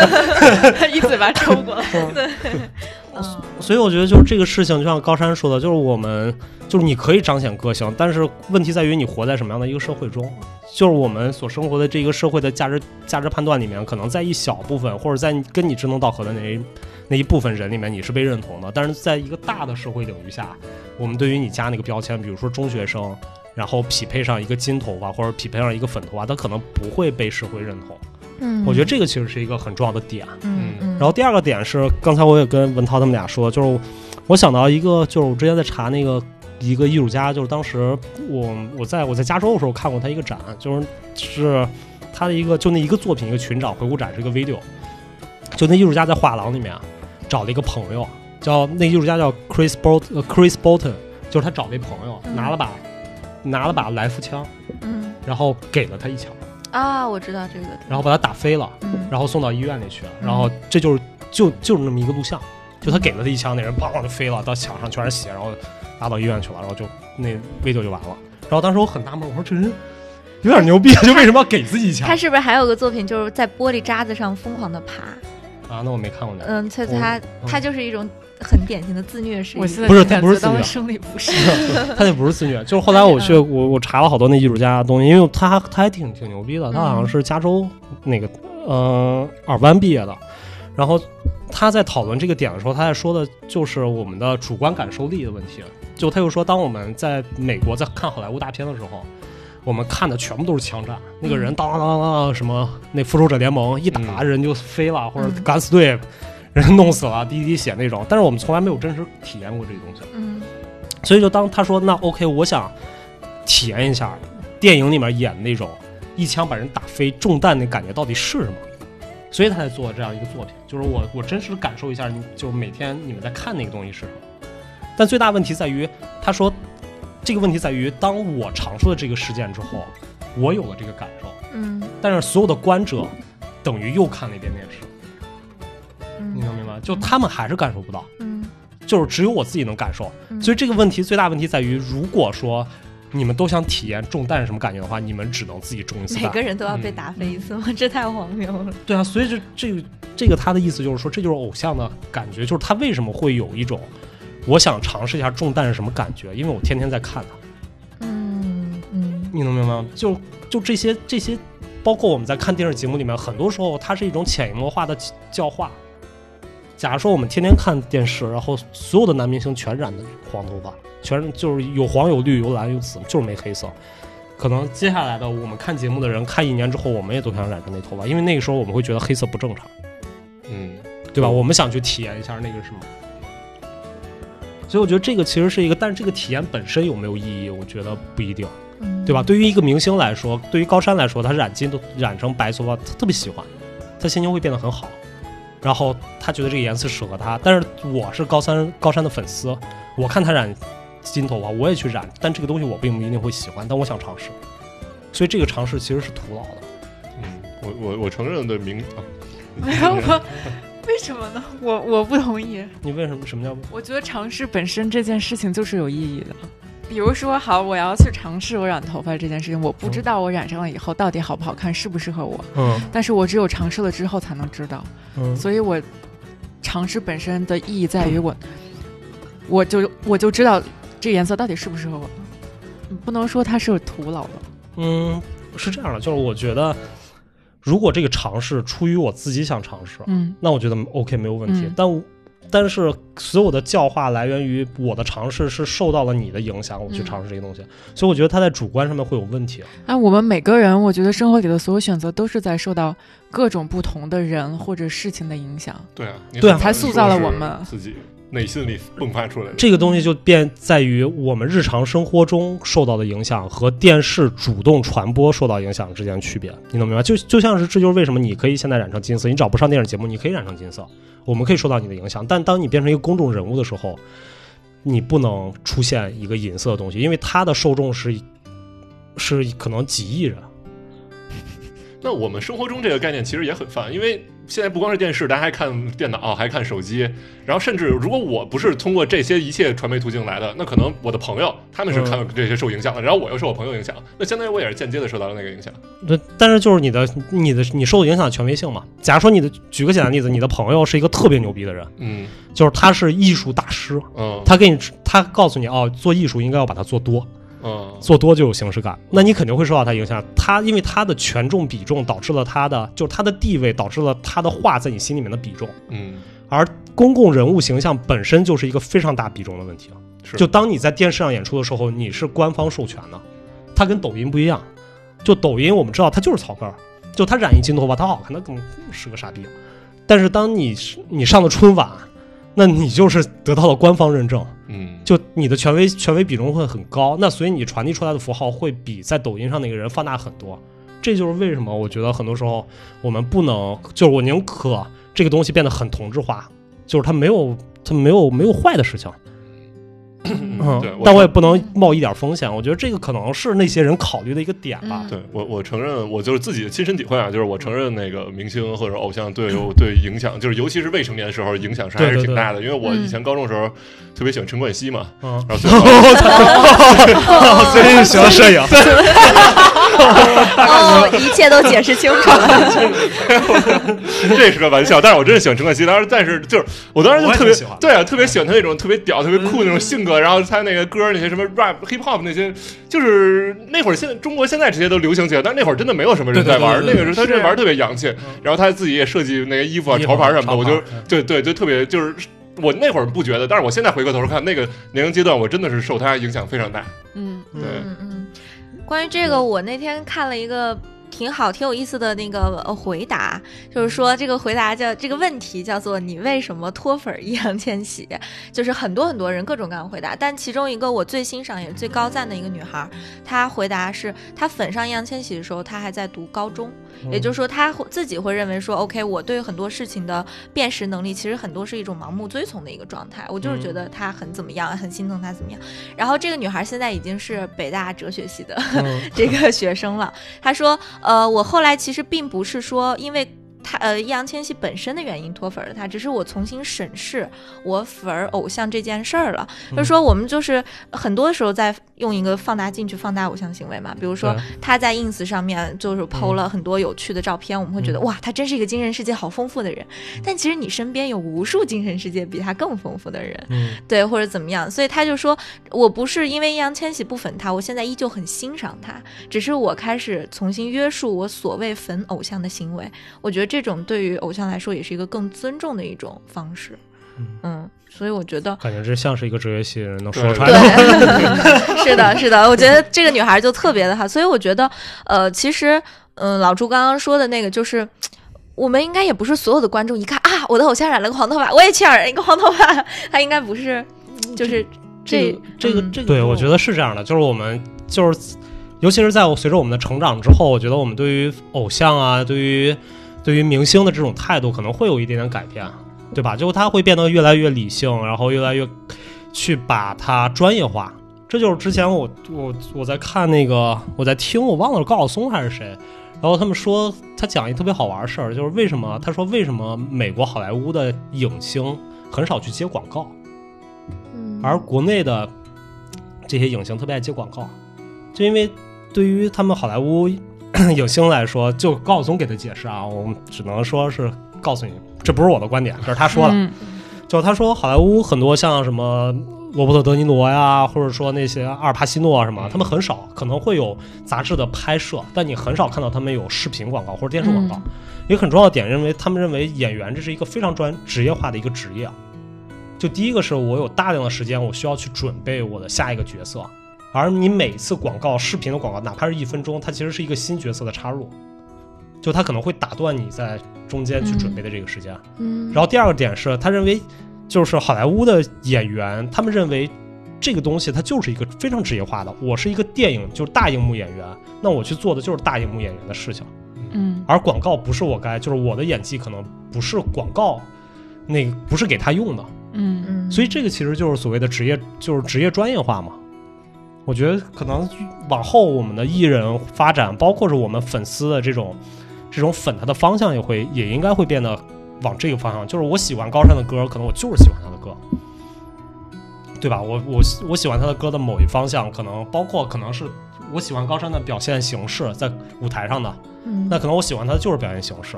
Speaker 4: 他 一嘴巴抽过 来。
Speaker 2: 嗯
Speaker 1: 所以我觉得就是这个事情，就像高山说的，就是我们就是你可以彰显个性，但是问题在于你活在什么样的一个社会中。就是我们所生活的这个社会的价值价值判断里面，可能在一小部分，或者在跟你志同道合的那一那一部分人里面，你是被认同的。但是在一个大的社会领域下，我们对于你加那个标签，比如说中学生，然后匹配上一个金头发或者匹配上一个粉头发，啊他可能不会被社会认同。
Speaker 2: 嗯
Speaker 1: 我觉得这个其实是一个很重要的点。
Speaker 2: 嗯嗯，
Speaker 1: 然后第二个点是，刚才我也跟文涛他们俩说，就是我想到一个，就是我之前在查那个一个艺术家，就是当时我我在我在加州的时候看过他一个展，就是是他的一个就那一个作品一个群展回顾展是一个 video，就那艺术家在画廊里面找了一个朋友，叫那个艺术家叫 Chris Bol Chris Bolton，就是他找了一朋友拿了把拿了把来福枪，
Speaker 2: 嗯
Speaker 1: 然后给了他一枪，
Speaker 2: 啊，我知道这个，
Speaker 1: 然后把他打飞了。
Speaker 4: 嗯
Speaker 1: 然后送到医院里去，然后这就是就就是那么一个录像，就他给了他一枪，那人砰就飞了，到墙上全是血，然后拉到医院去了，然后就那 video 就完了。然后当时我很纳闷，我说这人有点牛逼，啊就为什么要给自己一枪
Speaker 2: 他是不是还有个作品就是在玻璃渣子上疯狂的爬？
Speaker 1: 啊？那我没看过那个，
Speaker 2: 嗯，他
Speaker 1: 我
Speaker 2: 他他就是一种很典型的自虐式。
Speaker 4: 我现在
Speaker 1: 不是
Speaker 4: 感
Speaker 1: 不是
Speaker 4: 觉到
Speaker 1: 自虐
Speaker 4: 了生 理不适。
Speaker 1: 他那不是自虐，就是后来我去我我查了好多那艺术家的东西，因为他他还挺挺牛逼的，他好像是嗯加州那个呃尔湾毕业的，然后他在讨论这个点的时候，他在说的就是我们的主观感受力的问题。就他又说，当我们在美国在看好莱坞大片的时候，我们看的全部都是枪战，那个人当当当当什么那复仇者联盟一打
Speaker 3: 嗯
Speaker 1: 人就飞了，或者
Speaker 4: 嗯
Speaker 1: 敢死队人弄死了，滴滴血那种，但是我们从来没有真实体验过这个东西。
Speaker 2: 嗯
Speaker 1: 所以就当他说那 OK，我想体验一下电影里面演的那种一枪把人打飞中弹的感觉到底是什么，所以他才做这样一个作品，就是我我真实地感受一下，你就是每天你们在看那个东西是什么。但最大问题在于，他说这个问题在于，当我尝试了这个事件之后，我有了这个感受，
Speaker 2: 嗯
Speaker 1: 但是所有的观者等于又看了一遍电视，你
Speaker 2: 嗯
Speaker 1: 能明白吗？就他们还是感受不到。
Speaker 2: 嗯
Speaker 1: 就是只有我自己能感受。
Speaker 2: 嗯
Speaker 1: 所以这个问题最大问题在于，如果说你们都想体验中弹是什么感觉的话，你们只能自己中一次
Speaker 2: 每
Speaker 1: 弹
Speaker 2: 个。人都要被
Speaker 1: 嗯
Speaker 2: 打飞一次吗？ 这太荒谬了。
Speaker 1: 对啊，所以这这个这个他的意思就是说，这就是偶像的感觉，就是他为什么会有一种我想尝试一下中弹是什么感觉，因为我天天在看啊它，
Speaker 2: 嗯嗯
Speaker 1: 你能明白吗？就就这些这些，包括我们在看电视节目里面，很多时候它是一种潜移默化的教化。假如说我们天天看电视，然后所有的男明星全染的黄头发，全就是有黄有绿有蓝有紫，就是没黑色。可能接下来的我们看节目的人，看一年之后，我们也都想染成那头发，因为那个时候我们会觉得黑色不正常，
Speaker 3: 嗯，
Speaker 1: 对吧？我们想去体验一下那个什么。所以我觉得这个其实是一个，但是这个体验本身有没有意义，我觉得不一定。
Speaker 2: 嗯
Speaker 1: 对吧？对于一个明星来说，对于高山来说，他染金都染成白头发，他特别喜欢，他心情会变得很好，然后他觉得这个颜色适合他。但是我是高山高山的粉丝，我看他染金头发，啊我也去染，但这个东西我并不一定会喜欢，但我想尝试，所以这个尝试其实是徒劳的。
Speaker 3: 嗯，我我我承认对明，啊
Speaker 4: 没有我，为什么呢？我我不同意。
Speaker 1: 你为什么什么叫
Speaker 4: 我觉得尝试本身这件事情就是有意义的。比如说，好，我要去尝试我染头发这件事情，我不知道我染上了以后到底好不好看，适不适合我，
Speaker 1: 嗯
Speaker 4: 但是我只有尝试了之后才能知道。
Speaker 1: 嗯
Speaker 4: 所以我尝试本身的意义在于我，我就我就知道这颜色到底适不适合我，嗯不能说它是徒劳的。
Speaker 1: 嗯，是这样的，就是我觉得，如果这个尝试出于我自己想尝试，
Speaker 4: 嗯
Speaker 1: 那我觉得 OK 没有问题。
Speaker 4: 嗯
Speaker 1: 但我但是所有的教化来源于我的尝试是受到了你的影响，我去
Speaker 4: 嗯
Speaker 1: 尝试这些东西，所以我觉得他在主观上面会有问题。
Speaker 4: 那我们每个人，我觉得生活里的所有选择都是在受到各种不同的人或者事情的影响。
Speaker 3: 对啊，你
Speaker 1: 对啊
Speaker 3: 很难
Speaker 4: 才塑造了
Speaker 3: 说是
Speaker 4: 我们
Speaker 3: 自己内心里迸发出来的。
Speaker 1: 这个东西就变在于我们日常生活中受到的影响和电视主动传播受到影响之间的区别，你能明白？就就像是这就是为什么你可以现在染成金色，你找不上电视节目，你可以染成金色，我们可以受到你的影响。但当你变成一个公众人物的时候，你不能出现一个银色的东西，因为它的受众是是可能几亿人。
Speaker 3: 那我们生活中这个概念其实也很泛，因为现在不光是电视，大家还看电脑，还看手机，然后甚至如果我不是通过这些一切传媒途径来的，那可能我的朋友他们是看这些受影响的，然后我又受我朋友影响，那相当于我也是间接的受到了那个影响。
Speaker 1: 对，但是就是你的你的你受影响的权威性嘛。假如说你的举个简单例子，你的朋友是一个特别牛逼的人，
Speaker 3: 嗯
Speaker 1: 就是他是艺术大师，
Speaker 3: 嗯
Speaker 1: 他给你，他告诉你哦，做艺术应该要把它做多，
Speaker 3: 嗯
Speaker 1: 做多就有形式感。那你肯定会受到他影响。他因为他的权重比重导致了他的，就是他的地位导致了他的话在你心里面的比重。
Speaker 3: 嗯，
Speaker 1: 而公共人物形象本身就是一个非常大比重的问题。
Speaker 3: 是
Speaker 1: 就当你在电视上演出的时候，你是官方授权的，它跟抖音不一样。就抖音我们知道它就是草根儿，就他染一金头发，他好看，他更是个傻逼。但是当你是你上了春晚，那你就是得到了官方认证。
Speaker 3: 嗯
Speaker 1: 就你的权威权威比重会很高，那所以你传递出来的符号会比在抖音上那个人放大很多。这就是为什么我觉得很多时候我们不能，就是我宁可这个东西变得很同质化，就是它没有它没有没有坏的事情，嗯
Speaker 3: 对，
Speaker 1: 但我也不能冒一点风险。我觉得这个可能是那些人考虑的一个点吧。
Speaker 3: 对我，我承认，我就是自己的亲身体会啊，就是我承认那个明星或者偶像对我对影响，就是尤其是未成年时候影响是还
Speaker 1: 对
Speaker 3: 是
Speaker 1: 对
Speaker 3: 挺
Speaker 1: 对
Speaker 3: 大的。因为我以
Speaker 4: 嗯
Speaker 3: 前高中的时候特别喜欢陈冠希嘛，
Speaker 1: 嗯，啊
Speaker 3: 然后所以我 啊
Speaker 1: 所以喜欢摄影，
Speaker 2: 哦，一切都解释清楚了。
Speaker 3: 这是个玩笑，但是我真是喜欢陈冠希。当时，但是就是我当时就特
Speaker 1: 我也
Speaker 3: 别
Speaker 1: 挺喜欢嗯
Speaker 3: 对啊，特别喜欢他那种特别屌、特别酷那种性格，然后他那个歌那些什么 rap、hip hop 那些，就是那会儿现在中国现在这些都流行起来，但是那会儿真的没有什么人在玩，
Speaker 1: 对对对
Speaker 3: 那
Speaker 1: 对
Speaker 3: 个时候他真玩得特别洋气，然后他自己也设计那个衣服啊、
Speaker 1: 衣服
Speaker 3: 潮牌什么的，我就
Speaker 1: 潮牌嗯
Speaker 3: 对对，就特别就是。我那会儿不觉得，但是我现在回过头看那个年龄阶段，我真的是受他影响非常大。
Speaker 4: 嗯
Speaker 3: 对，
Speaker 2: 嗯嗯，关于这个，我那天看了一个挺好、挺有意思的那个呃回答，就是说这个回答叫这个问题叫做“你为什么脱粉易烊千玺”， 就是很多很多人各种各样的回答，但其中一个我最欣赏也是最高赞的一个女孩，她回答是她粉上易烊千玺的时候，她还在读高中，
Speaker 1: 啊嗯
Speaker 2: 也就是说她会自己会认为说，OK，我对很多事情的辨识能力其实很多是一种盲目追从的一个状态，我就是觉得他很怎么样，很心疼他怎么样。然后这个女孩现在已经是北大哲学系的
Speaker 1: 嗯
Speaker 2: 这个学生了。她说：“呃，我后来其实并不是说因为他呃易烊千玺本身的原因脱粉儿的他，只是我重新审视我粉儿偶像这件事儿了。
Speaker 1: 嗯
Speaker 2: 就是说，我们就是很多时候在用一个放大镜去放大偶像行为嘛，比如说
Speaker 1: 对
Speaker 2: 他在 ins 上面就是 PO
Speaker 1: 嗯
Speaker 2: 了很多有趣的照片，我们会觉得哇，他真是一个精神世界好丰富的人。但其实你身边有无数精神世界比他更丰富的人。
Speaker 1: 嗯
Speaker 2: 对，或者怎么样，所以他就说，我不是因为易烊千玺不粉他，我现在依旧很欣赏他，只是我开始重新约束我所谓粉偶像的行为。我觉得这种对于偶像来说也是一个更尊重的一种方式。
Speaker 1: 嗯
Speaker 2: 嗯，所以我 觉得
Speaker 1: 感觉这像是一个职业新人能
Speaker 3: 对
Speaker 1: 说出来的。
Speaker 2: 对，是的，是的，我觉得这个女孩就特别的好，所以我觉得，呃，其实，嗯、老朱刚刚说的那个就是。我们应该也不是所有的观众一看啊，我的偶像染了个黄头发，我也去染一个黄头发。他应该不是，就是
Speaker 1: 这个
Speaker 2: 这
Speaker 1: 这个
Speaker 2: 嗯
Speaker 1: 这个，对我觉得是这样的，就是我们就是，尤其是在我随着我们的成长之后，我觉得我们对于偶像啊，对于对于明星的这种态度可能会有一点点改变，啊对吧？就他会变得越来越理性，然后越来越去把它专业化。这就是之前我我我在看那个我在听我忘了是高晓松还是谁，然后他们说他讲一特别好玩的事儿，就是为什么他说为什么美国好莱坞的影星很少去接广告，
Speaker 2: 嗯
Speaker 1: 而国内的这些影星特别爱接广告，就因为对于他们好莱坞影星来说，就高晓松给的解释啊，我们只能说是告诉你，这不是我的观点，这是他说的。
Speaker 4: 嗯
Speaker 1: 就他说好莱坞很多像什么罗伯特·德尼罗呀，或者说那些阿尔帕西诺啊什么，他们很少可能会有杂志的拍摄，但你很少看到他们有视频广告或者电视广告。一个很重要的点，认为他们认为演员这是一个非常专职业化的一个职业。啊就第一个是我有大量的时间，我需要去准备我的下一个角色，而你每次广告视频的广告，哪怕是一分钟，它其实是一个新角色的插入，就它可能会打断你在中间去准备的这个时间。
Speaker 2: 嗯
Speaker 1: 然后第二个点是，他认为就是好莱坞的演员，他们认为这个东西它就是一个非常职业化的。我是一个电影，就是大荧幕演员，那我去做的就是大荧幕演员的事情。
Speaker 4: 嗯
Speaker 1: 而广告不是我该，就是我的演技可能不是广告那个不是给他用的，
Speaker 4: 嗯
Speaker 2: 嗯，
Speaker 1: 所以这个其实就是所谓的职业，就是职业专业化嘛。我觉得可能往后我们的艺人发展，包括是我们粉丝的这种这种粉他的方向，也会也应该会变得往这个方向。就是我喜欢高山的歌，可能我就是喜欢他的歌，对吧？我我喜我喜欢他的歌的某一方向，可能包括可能是我喜欢高山的表现形式，在舞台上的，
Speaker 2: 嗯
Speaker 1: 那可能我喜欢他的就是表现形式。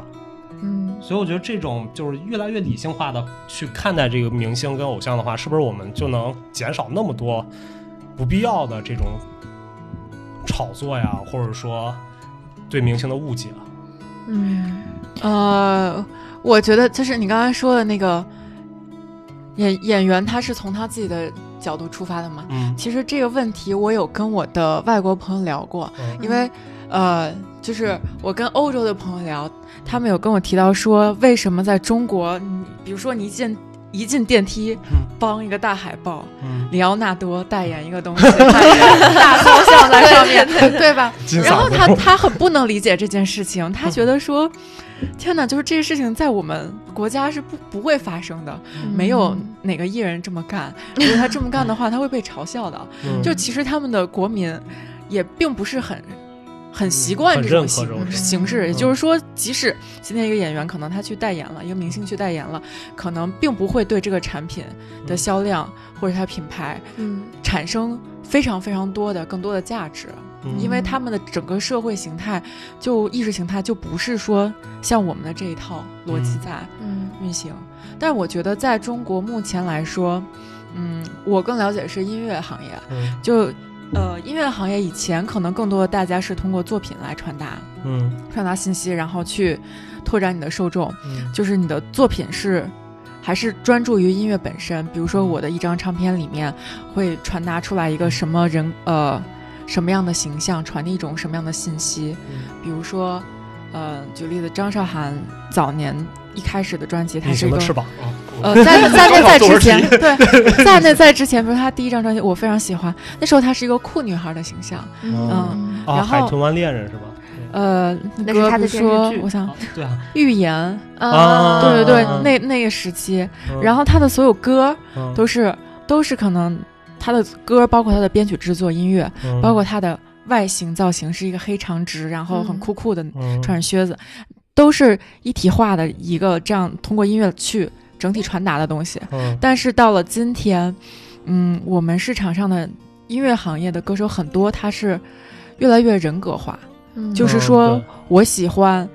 Speaker 2: 嗯
Speaker 1: 所以我觉得这种就是越来越理性化的去看待这个明星跟偶像的话，是不是我们就能减少那么多不必要的这种炒作呀，或者说对明星的误解？啊
Speaker 2: 嗯
Speaker 4: 呃，我觉得就是你刚才说的那个演演员，他是从他自己的角度出发的嘛。
Speaker 1: 嗯，
Speaker 4: 其实这个问题我有跟我的外国朋友聊过，因为呃，就是我跟欧洲的朋友聊，他们有跟我提到说，为什么在中国，你比如说你一进一进电梯
Speaker 1: 嗯，
Speaker 4: 帮一个大海报，
Speaker 1: 嗯，
Speaker 4: 里奥纳多代言一个东西，他有一个大雕像 在上面，对吧？
Speaker 1: 金
Speaker 4: 然后
Speaker 1: 嗓子
Speaker 4: 他他很不能理解这件事情，他觉得说，天哪，就是这个事情在我们国家是不不会发生的，没有哪个艺人这么干。如果他这么干的话，他会被嘲笑的。
Speaker 1: 嗯
Speaker 4: 就其实他们的国民也并不是很。很习惯
Speaker 1: 嗯很
Speaker 4: 这种
Speaker 1: 认可这种事
Speaker 4: 形形式，也
Speaker 1: 嗯
Speaker 4: 就是说，即使今天一个演员可能他去代言了，一个明星去代言了，可能并不会对这个产品的
Speaker 1: 嗯
Speaker 4: 销量或者它品牌
Speaker 2: 嗯
Speaker 4: 产生非常非常多的更多的价值。
Speaker 1: 嗯
Speaker 4: 因为他们的整个社会形态，就意识形态就不是说像我们的这一套逻辑在
Speaker 2: 嗯
Speaker 4: 运行。但我觉得在中国目前来说，嗯，我更了解是音乐行业，
Speaker 1: 嗯
Speaker 4: 就呃，音乐行业以前可能更多的大家是通过作品来传达
Speaker 1: 嗯
Speaker 4: 传达信息，然后去拓展你的受众，
Speaker 1: 嗯
Speaker 4: 就是你的作品是。还是专注于音乐本身，比如说我的一张唱片里面会传达出来一个什么人，呃，什么样的形象，传递一种什么样的信息，比如说，呃，举例子，张韶涵早年一开始的专辑，她
Speaker 1: 隐
Speaker 4: 是一
Speaker 1: 形
Speaker 4: 个
Speaker 1: 的翅膀，
Speaker 3: 哦
Speaker 4: 呃，在在那在之前，
Speaker 3: 张
Speaker 4: 对，在那在之前，比如她第一张专辑，我非常喜欢，那时候她是一个酷女孩的形象，
Speaker 2: 嗯
Speaker 1: 啊，
Speaker 4: 然后
Speaker 1: 海豚湾恋人是吧？
Speaker 4: 呃，
Speaker 2: 那是
Speaker 4: 歌
Speaker 2: 她的
Speaker 4: 不
Speaker 2: 电视
Speaker 4: 说
Speaker 2: 剧，哦
Speaker 4: 我想
Speaker 1: 对啊，
Speaker 4: 预言，嗯
Speaker 1: 啊嗯
Speaker 4: 对对对
Speaker 1: 啊，
Speaker 4: 那那个时期，然后她的所有歌
Speaker 1: 后
Speaker 4: 都是都是可能她的歌，包括她的编曲制作、音乐，
Speaker 1: 嗯
Speaker 4: 包括她的外形造型是一个黑长直，然后很
Speaker 2: 嗯
Speaker 4: 酷酷的穿着靴子，都是一体化的一个这样通过音乐去整体传达的东西。
Speaker 1: 嗯
Speaker 4: 但是到了今天，嗯，我们市场上的音乐行业的歌手很多，他是越来越人格化，
Speaker 2: 嗯
Speaker 4: 就是说我喜欢。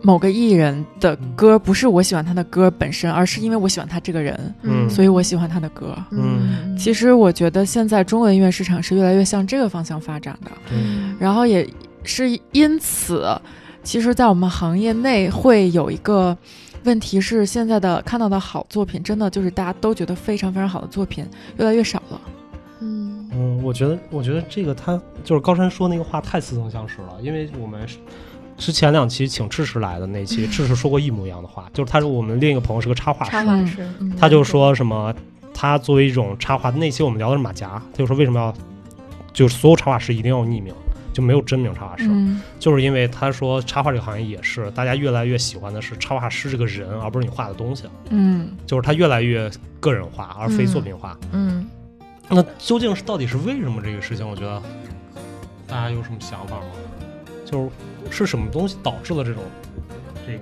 Speaker 4: 某个艺人的歌不是我喜欢他的歌本身，而是因为我喜欢他这个人，
Speaker 1: 嗯
Speaker 4: 所以我喜欢他的歌。
Speaker 1: 嗯
Speaker 4: 其实我觉得现在中文音乐市
Speaker 2: 嗯
Speaker 4: 场是越来越向这个方向发展的。
Speaker 1: 嗯
Speaker 4: 然后也是因此，其实，在我们行业内会有一个问题是，现在的看到的好作品，真的就是大家都觉得非常非常好的作品越来越少了。
Speaker 2: 嗯
Speaker 1: 嗯，我觉得，我觉得这个他就是高山说那个话太似曾相识了，因为我们是之前两期请赤石来的那期，赤石说过一模一样的话，就是他说我们另一个朋友是个插画
Speaker 2: 插
Speaker 1: 师，
Speaker 2: 画师，
Speaker 4: 嗯
Speaker 1: 他就说什么他作为一种插画，那期我们聊的是马甲，他就说为什么要就是所有插画师一定要匿名，就没有真名插画师，
Speaker 4: 嗯
Speaker 1: 就是因为他说插画这个行业也是大家越来越喜欢的是插画师这个人，而不是你画的东西，
Speaker 4: 嗯
Speaker 1: 就是他越来越个人化，而非
Speaker 4: 嗯
Speaker 1: 作品化。
Speaker 2: 嗯，
Speaker 1: 那究竟是到底是为什么这个事情？我觉得大家有什么想法吗？就是是什么东西导致了这种这个？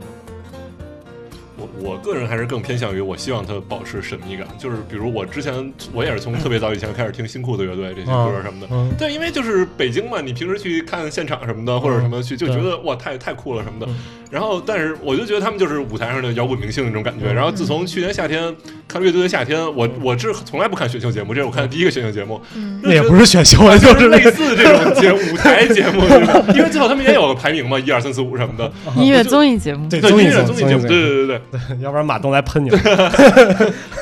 Speaker 3: 我我个人还是更偏向于，我希望它保持神秘感。就是比如我之前，我也是从特别早以前开始听新裤子乐队这些歌什么的。
Speaker 1: 嗯，
Speaker 3: 对，因为就是北京嘛，你平时去看现场什么的，或者什么去，就觉得哇，太太酷了什么的
Speaker 1: 嗯。
Speaker 3: 然后，但是我就觉得他们就是舞台上的摇滚明星那种感觉。
Speaker 1: 嗯
Speaker 3: 然后自从去年夏天看《乐队的夏天》，我我是从来不看选秀节目，这是我看的第一个选秀节目。
Speaker 2: 嗯
Speaker 1: 那也不是选秀啊，就
Speaker 3: 就是是类
Speaker 1: 那个
Speaker 3: 似这种 节目舞台节目，对吧因为最后他们也有个排名嘛，一二三四五什么的。
Speaker 4: 嗯音乐综艺节目，
Speaker 1: 对
Speaker 3: 对，
Speaker 1: 哎综
Speaker 3: 音
Speaker 1: 艺
Speaker 3: 乐
Speaker 1: 节
Speaker 3: 综
Speaker 1: 目
Speaker 3: 艺节目，
Speaker 1: 综
Speaker 3: 对
Speaker 1: 艺
Speaker 3: 对对对
Speaker 1: 要不然马东来喷你 了。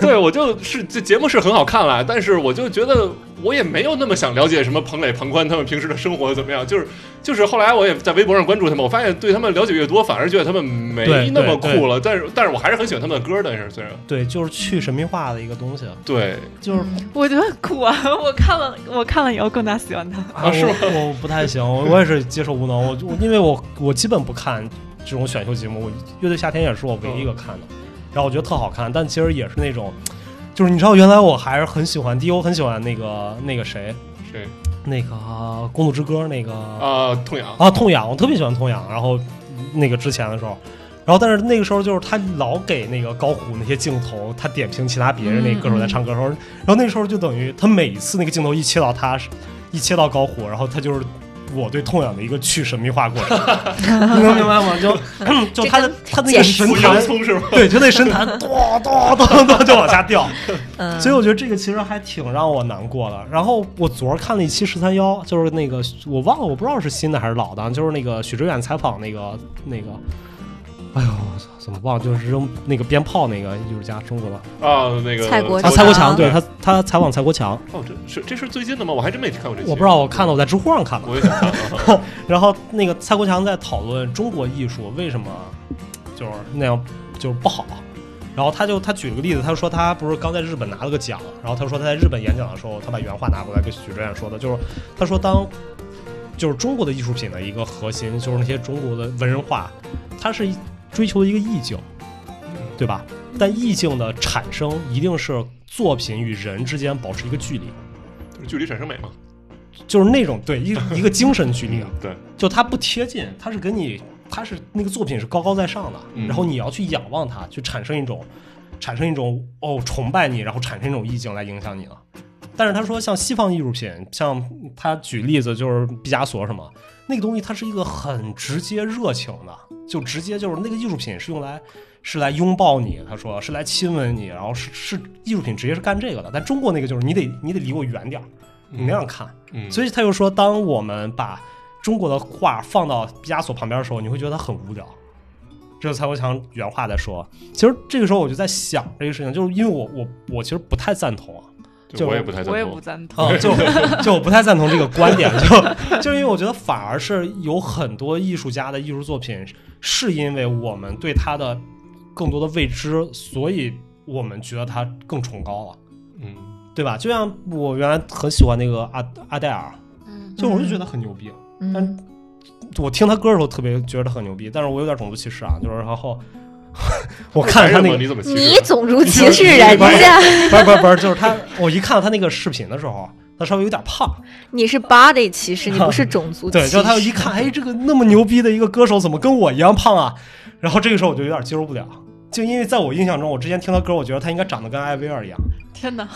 Speaker 3: 对，我就是这节目是很好看啦，但是我就觉得我也没有那么想了解什么彭磊、庞宽他们平时的生活怎么样，就是就是后来我也在微博上关注他们，我发现对他们了解越多，反而觉得他们
Speaker 1: 对
Speaker 3: 没那么
Speaker 1: 对
Speaker 3: 酷了，但是但是我还是很喜欢他们的歌，但是虽然
Speaker 1: 对，就是去神秘化的一个东西，
Speaker 3: 对
Speaker 1: 就是
Speaker 4: 我觉得 很酷啊！我看了，我看了以后更加喜欢他。
Speaker 1: 啊
Speaker 3: 是吗
Speaker 1: 我我不太行，我我也是接受无能。我我因为我我基本不看这种选秀节目，我乐队夏天也是我唯一一
Speaker 3: 嗯
Speaker 1: 个看的，然后我觉得特好看，但其实也是那种，就是你知道，原来我还是很喜欢，第一我很喜欢那个那个谁，
Speaker 3: 谁
Speaker 1: 那个《公主之歌》那个啊
Speaker 3: 啊，痛痒
Speaker 1: 痛痒，我特别喜欢痛痒。然后那个之前的时候，然后但是那个时候就是他老给那个高虎那些镜头，他点评其他别人那歌手在唱歌的时候，然后那个时候就等于他每一次那个镜头一切到他，一切到高虎，然后他就是。我对痛痒的一个去神秘化过 程，你能明白吗？就就他的他那个
Speaker 2: 简
Speaker 1: 神
Speaker 3: 不洋
Speaker 1: 坛，
Speaker 3: 葱是吗？
Speaker 1: 对，就那神坛，咚咚咚咚就往下掉，
Speaker 2: 嗯，
Speaker 1: 所以我觉得这个其实还挺让我难过的。然后我昨儿看了一期十三幺，就是那个我忘了，我不知道是新的还是老的，就是那个许知远采访那个那个，哎呦，我操，怎么忘了？就是扔那个鞭炮那个艺术家，中国的
Speaker 3: 啊，那个
Speaker 2: 蔡国
Speaker 1: 啊，
Speaker 2: 强
Speaker 1: 蔡国强，对他他采访蔡国强，
Speaker 3: 哦，这是这是最近的吗？我还真没看过这期，
Speaker 1: 我不知道，我看了，我在知乎上看的。
Speaker 3: 我也想看啊。
Speaker 1: 然后那个蔡国强在讨论中国艺术为什么就是那样就是不好，然后他就他举了个例子，他说他不是刚在日本拿了个奖，然后他说他在日本演讲的时候，他把原话拿过来跟许志远说的，就是他说当就是中国的艺术品的一个核心就是那些中国的文人画，它是追求一个意境，对吧？但意境的产生一定是作品与人之间保持一个距离，
Speaker 3: 就是距离产生美嘛，
Speaker 1: 就是那种对一一个精神距离啊。
Speaker 3: 嗯对，
Speaker 1: 就它不贴近，它是跟你，它是那个作品是高高在上的，
Speaker 3: 嗯
Speaker 1: 然后你要去仰望它，去产生一种，产生一种哦崇拜你，然后产生一种意境来影响你了。但是他说，像西方艺术品，像他举例子就是毕加索什么，那个东西它是一个很直接热情的，就直接就是那个艺术品是用来是来拥抱你，他说是来亲吻你，然后是是艺术品直接是干这个的。但中国那个就是你得你得离我远点儿，你那样看，
Speaker 3: 嗯，
Speaker 1: 所以他又说，当我们把中国的画放到毕加索旁边的时候，你会觉得它很无聊。这是蔡国强原话在说。其实这个时候我就在想这个事情，就是因为我我我其实不太赞同啊，
Speaker 3: 对
Speaker 1: 就
Speaker 3: 我也不太赞
Speaker 4: 我也
Speaker 3: 同
Speaker 4: 不。赞同。
Speaker 1: 啊、 就就我不太赞同这个观点， 就就因为我觉得反而是有很多艺术家的艺术作品，是因为我们对他的更多的未知，所以我们觉得他更崇高了，
Speaker 3: 嗯，
Speaker 1: 对吧？就像我原来很喜欢那个阿阿黛尔，
Speaker 2: 嗯
Speaker 1: 就我就觉得很牛逼，
Speaker 2: 嗯
Speaker 1: 我听他歌的时候特别觉得他很牛逼，但是我有点种族歧视啊，就是然后我看他那
Speaker 3: 还是吗
Speaker 1: 个
Speaker 3: 你怎么歧视
Speaker 2: 你种族歧视人
Speaker 1: 不是
Speaker 2: 家，
Speaker 1: 不是不是不是，就是他，我一看到他那个视频的时候，啊他稍微有点胖，
Speaker 2: 你是 body 歧视，你 不是种族歧
Speaker 1: 对，
Speaker 2: 视。
Speaker 1: 就是他一看，哎，这个那么牛逼的一个歌手怎么跟我一样胖啊？然后这个时候我就有点接受不了，就因为在我印象中，我之前听他歌，我觉得他应该长得跟艾薇儿一样，
Speaker 4: 天哪，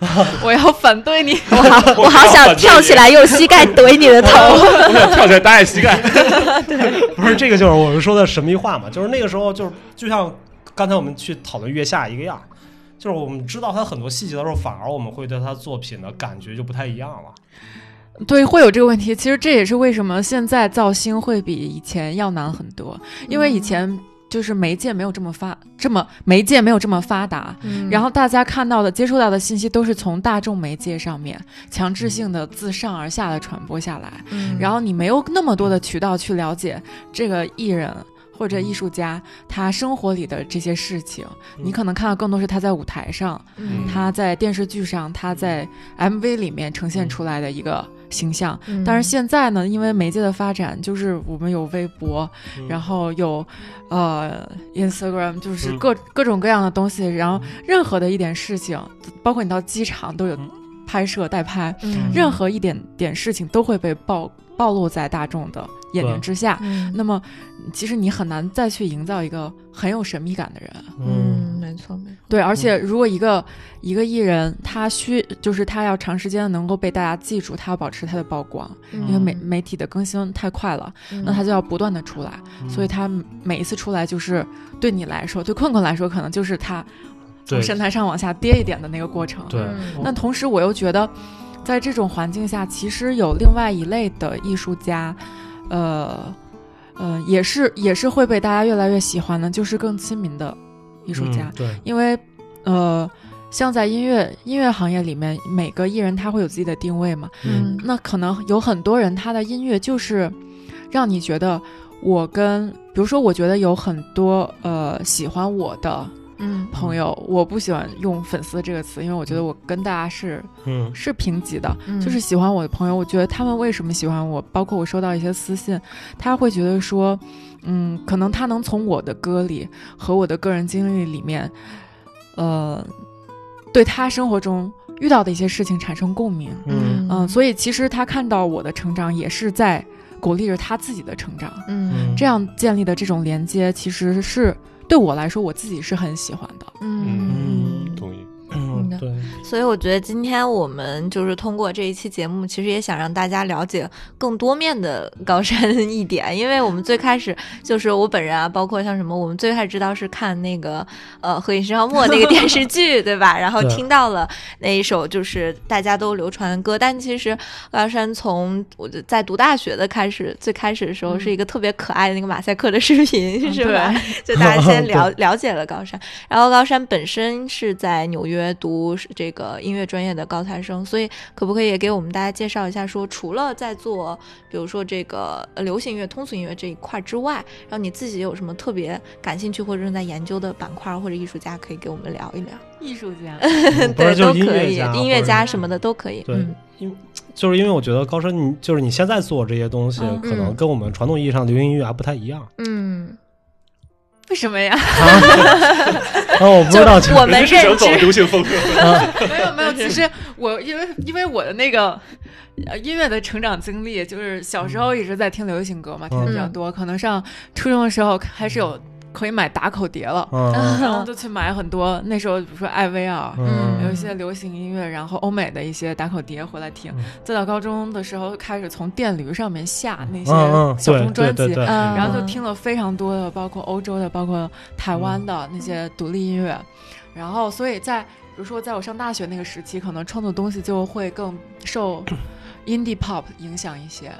Speaker 4: 我要反对你！
Speaker 2: 我好，我好想跳起来用膝盖怼你的头。
Speaker 3: 我想 跳起来打你膝盖。
Speaker 1: 不是这个就是我们说的神秘化嘛，就是那个时候就是就像刚才我们去讨论月下一个样，就是我们知道他很多细节的时候，反而我们会对他作品的感觉就不太一样了。
Speaker 4: 对，会有这个问题。其实这也是为什么现在造星会比以前要难很多，因
Speaker 2: 嗯
Speaker 4: 为以前就是媒介没有这么发，这么媒介没有这么发达，
Speaker 2: 嗯
Speaker 4: 然后大家看到的、接触到的信息都是从大众媒介上面强制性的自上而下的传播下来，
Speaker 2: 嗯
Speaker 4: 然后你没有那么多的渠道去了解这个艺人。或
Speaker 2: 嗯
Speaker 4: 者艺术家他生活里的这些事情，你可能看到更多是他在舞台上，
Speaker 2: 嗯
Speaker 4: 他在电视剧上，他在 MV 里面呈现出来的一个形象。
Speaker 2: 嗯
Speaker 4: 但是现在呢，因为媒介的发展，就是我们有微博，
Speaker 1: 嗯
Speaker 4: 然后有呃 Instagram，就是
Speaker 3: 嗯
Speaker 4: 各、各种各样的东西，然后任何的一点事情，包括你到机场都有
Speaker 1: 嗯
Speaker 4: 拍摄代拍，
Speaker 2: 嗯
Speaker 4: 任何一点点事情都会被暴暴露在大众的眼睛
Speaker 1: 对
Speaker 4: 之下。
Speaker 2: 嗯
Speaker 4: 那么，其实你很难再去营造一个很有神秘感的人。
Speaker 2: 嗯，没错没错，
Speaker 4: 对，而且如果一个、一个艺人，他需就是他要长时间的能够被大家记住，他要保持他的曝光，
Speaker 2: 嗯
Speaker 4: 因为媒
Speaker 1: 嗯
Speaker 4: 媒体的更新太快了，那他就要不断的出来，
Speaker 1: 嗯
Speaker 4: 所以他每一次出来就是对你来说，对困困来说，可能就是他
Speaker 1: 对
Speaker 4: 从神台上往下跌一点的那个过程。
Speaker 1: 对
Speaker 2: 嗯，
Speaker 4: 那同时我又觉得，在这种环境下，其实有另外一类的艺术家，呃。呃，也是也是会被大家越来越喜欢的，就是更亲民的艺
Speaker 1: 艺
Speaker 4: 术家。
Speaker 1: 嗯对，
Speaker 4: 因为呃，像在音乐音乐行业里面，每个艺人他会有自己的定位嘛。
Speaker 2: 嗯
Speaker 4: 那可能有很多人他的音乐就是让你觉得我跟，比如说，我觉得有很多呃喜欢我的
Speaker 2: 嗯
Speaker 4: 朋友，我不喜欢用粉丝这个词，因为我觉得我跟大家是
Speaker 1: 嗯
Speaker 4: 是平级的。
Speaker 2: 嗯
Speaker 4: 就是喜欢我的朋友，我觉得他们为什么喜欢我，包括我收到一些私信，他会觉得说，嗯，可能他能从我的歌里和我的个人经历里面，呃，对他生活中遇到的一些事情产生共鸣，
Speaker 1: 嗯
Speaker 4: 嗯、所以其实他看到我的成长，也是在鼓励着他自己的成长，
Speaker 2: 嗯
Speaker 4: 这样建立的这种连接，其实是对我来说，我自己是很喜欢的。
Speaker 2: 嗯
Speaker 3: 同意。
Speaker 1: 嗯
Speaker 2: 嗯
Speaker 1: 对，
Speaker 2: 所以我觉得今天我们就是通过这一期节目，其实也想让大家了解更多面的高山 一点，因为我们最开始就是我本人啊，包括像什么，我们最开始知道是看那个呃《何以笙箫默》那 个电视剧，对吧？然后
Speaker 1: 对
Speaker 2: 听到了那一首就是大家都流传的歌，但其实高山从我就在读大学的开始，最开始的时候
Speaker 4: 嗯
Speaker 2: 是一个特别可爱的那个马赛克的视频，是
Speaker 4: 对
Speaker 2: 吧？就 大家先了
Speaker 1: 对
Speaker 2: 了解了高山。然后高山本身是在纽约读这个音乐专业的高材生，所以可不可以也给我们大家介绍一下说，除了在做比如说这个呃流行音乐、通俗音乐这一块之外，然后你自己有什么特别感兴趣或者正在研究的板块或者艺术家，可以给我们聊一聊？
Speaker 4: 艺术家，
Speaker 1: 嗯不
Speaker 2: 对，
Speaker 1: 是就
Speaker 2: 都
Speaker 1: 是音
Speaker 2: 可
Speaker 1: 乐
Speaker 2: 以，
Speaker 1: 家，
Speaker 2: 音乐家什
Speaker 1: 么。
Speaker 2: 么的都可以。
Speaker 1: 对
Speaker 2: 嗯，
Speaker 1: 因为就是因为我觉得高深，你就是你现在做这些东西
Speaker 2: 嗯，
Speaker 1: 可能跟我们传统意义上流行音乐还不太一 样。
Speaker 2: 嗯，
Speaker 4: 为什么呀？
Speaker 1: 啊，我不知道，
Speaker 2: 嗯我们
Speaker 3: 人家是
Speaker 2: 认
Speaker 3: 想走
Speaker 2: 知
Speaker 3: 流行风格，
Speaker 4: 没有没有，其实我因为因为我的那个呃音乐的成长经历，就是小时候一直在听流行
Speaker 1: 嗯
Speaker 4: 歌嘛，听的比较多。可能上初中的时候还是有可以买打口碟了，
Speaker 1: 嗯
Speaker 4: 然后就去买很多。那时候比如说艾薇儿，
Speaker 1: 嗯
Speaker 4: 有一些流行音乐，然后欧美的一些打口碟回来听
Speaker 1: 嗯。
Speaker 4: 再到高中的时候，开始从电驴上面下那
Speaker 1: 嗯
Speaker 4: 些
Speaker 1: 嗯，
Speaker 4: 小
Speaker 1: 对
Speaker 4: 众专
Speaker 1: 对
Speaker 4: 辑
Speaker 1: 对，对，
Speaker 2: 嗯
Speaker 4: 然后就听了非常多的，包括欧洲的，包括台
Speaker 1: 嗯
Speaker 4: 湾的那些独立音乐，然后所以在比如说在我上大学那个时期，可能创作东西就会更 受 indie pop 影响一些，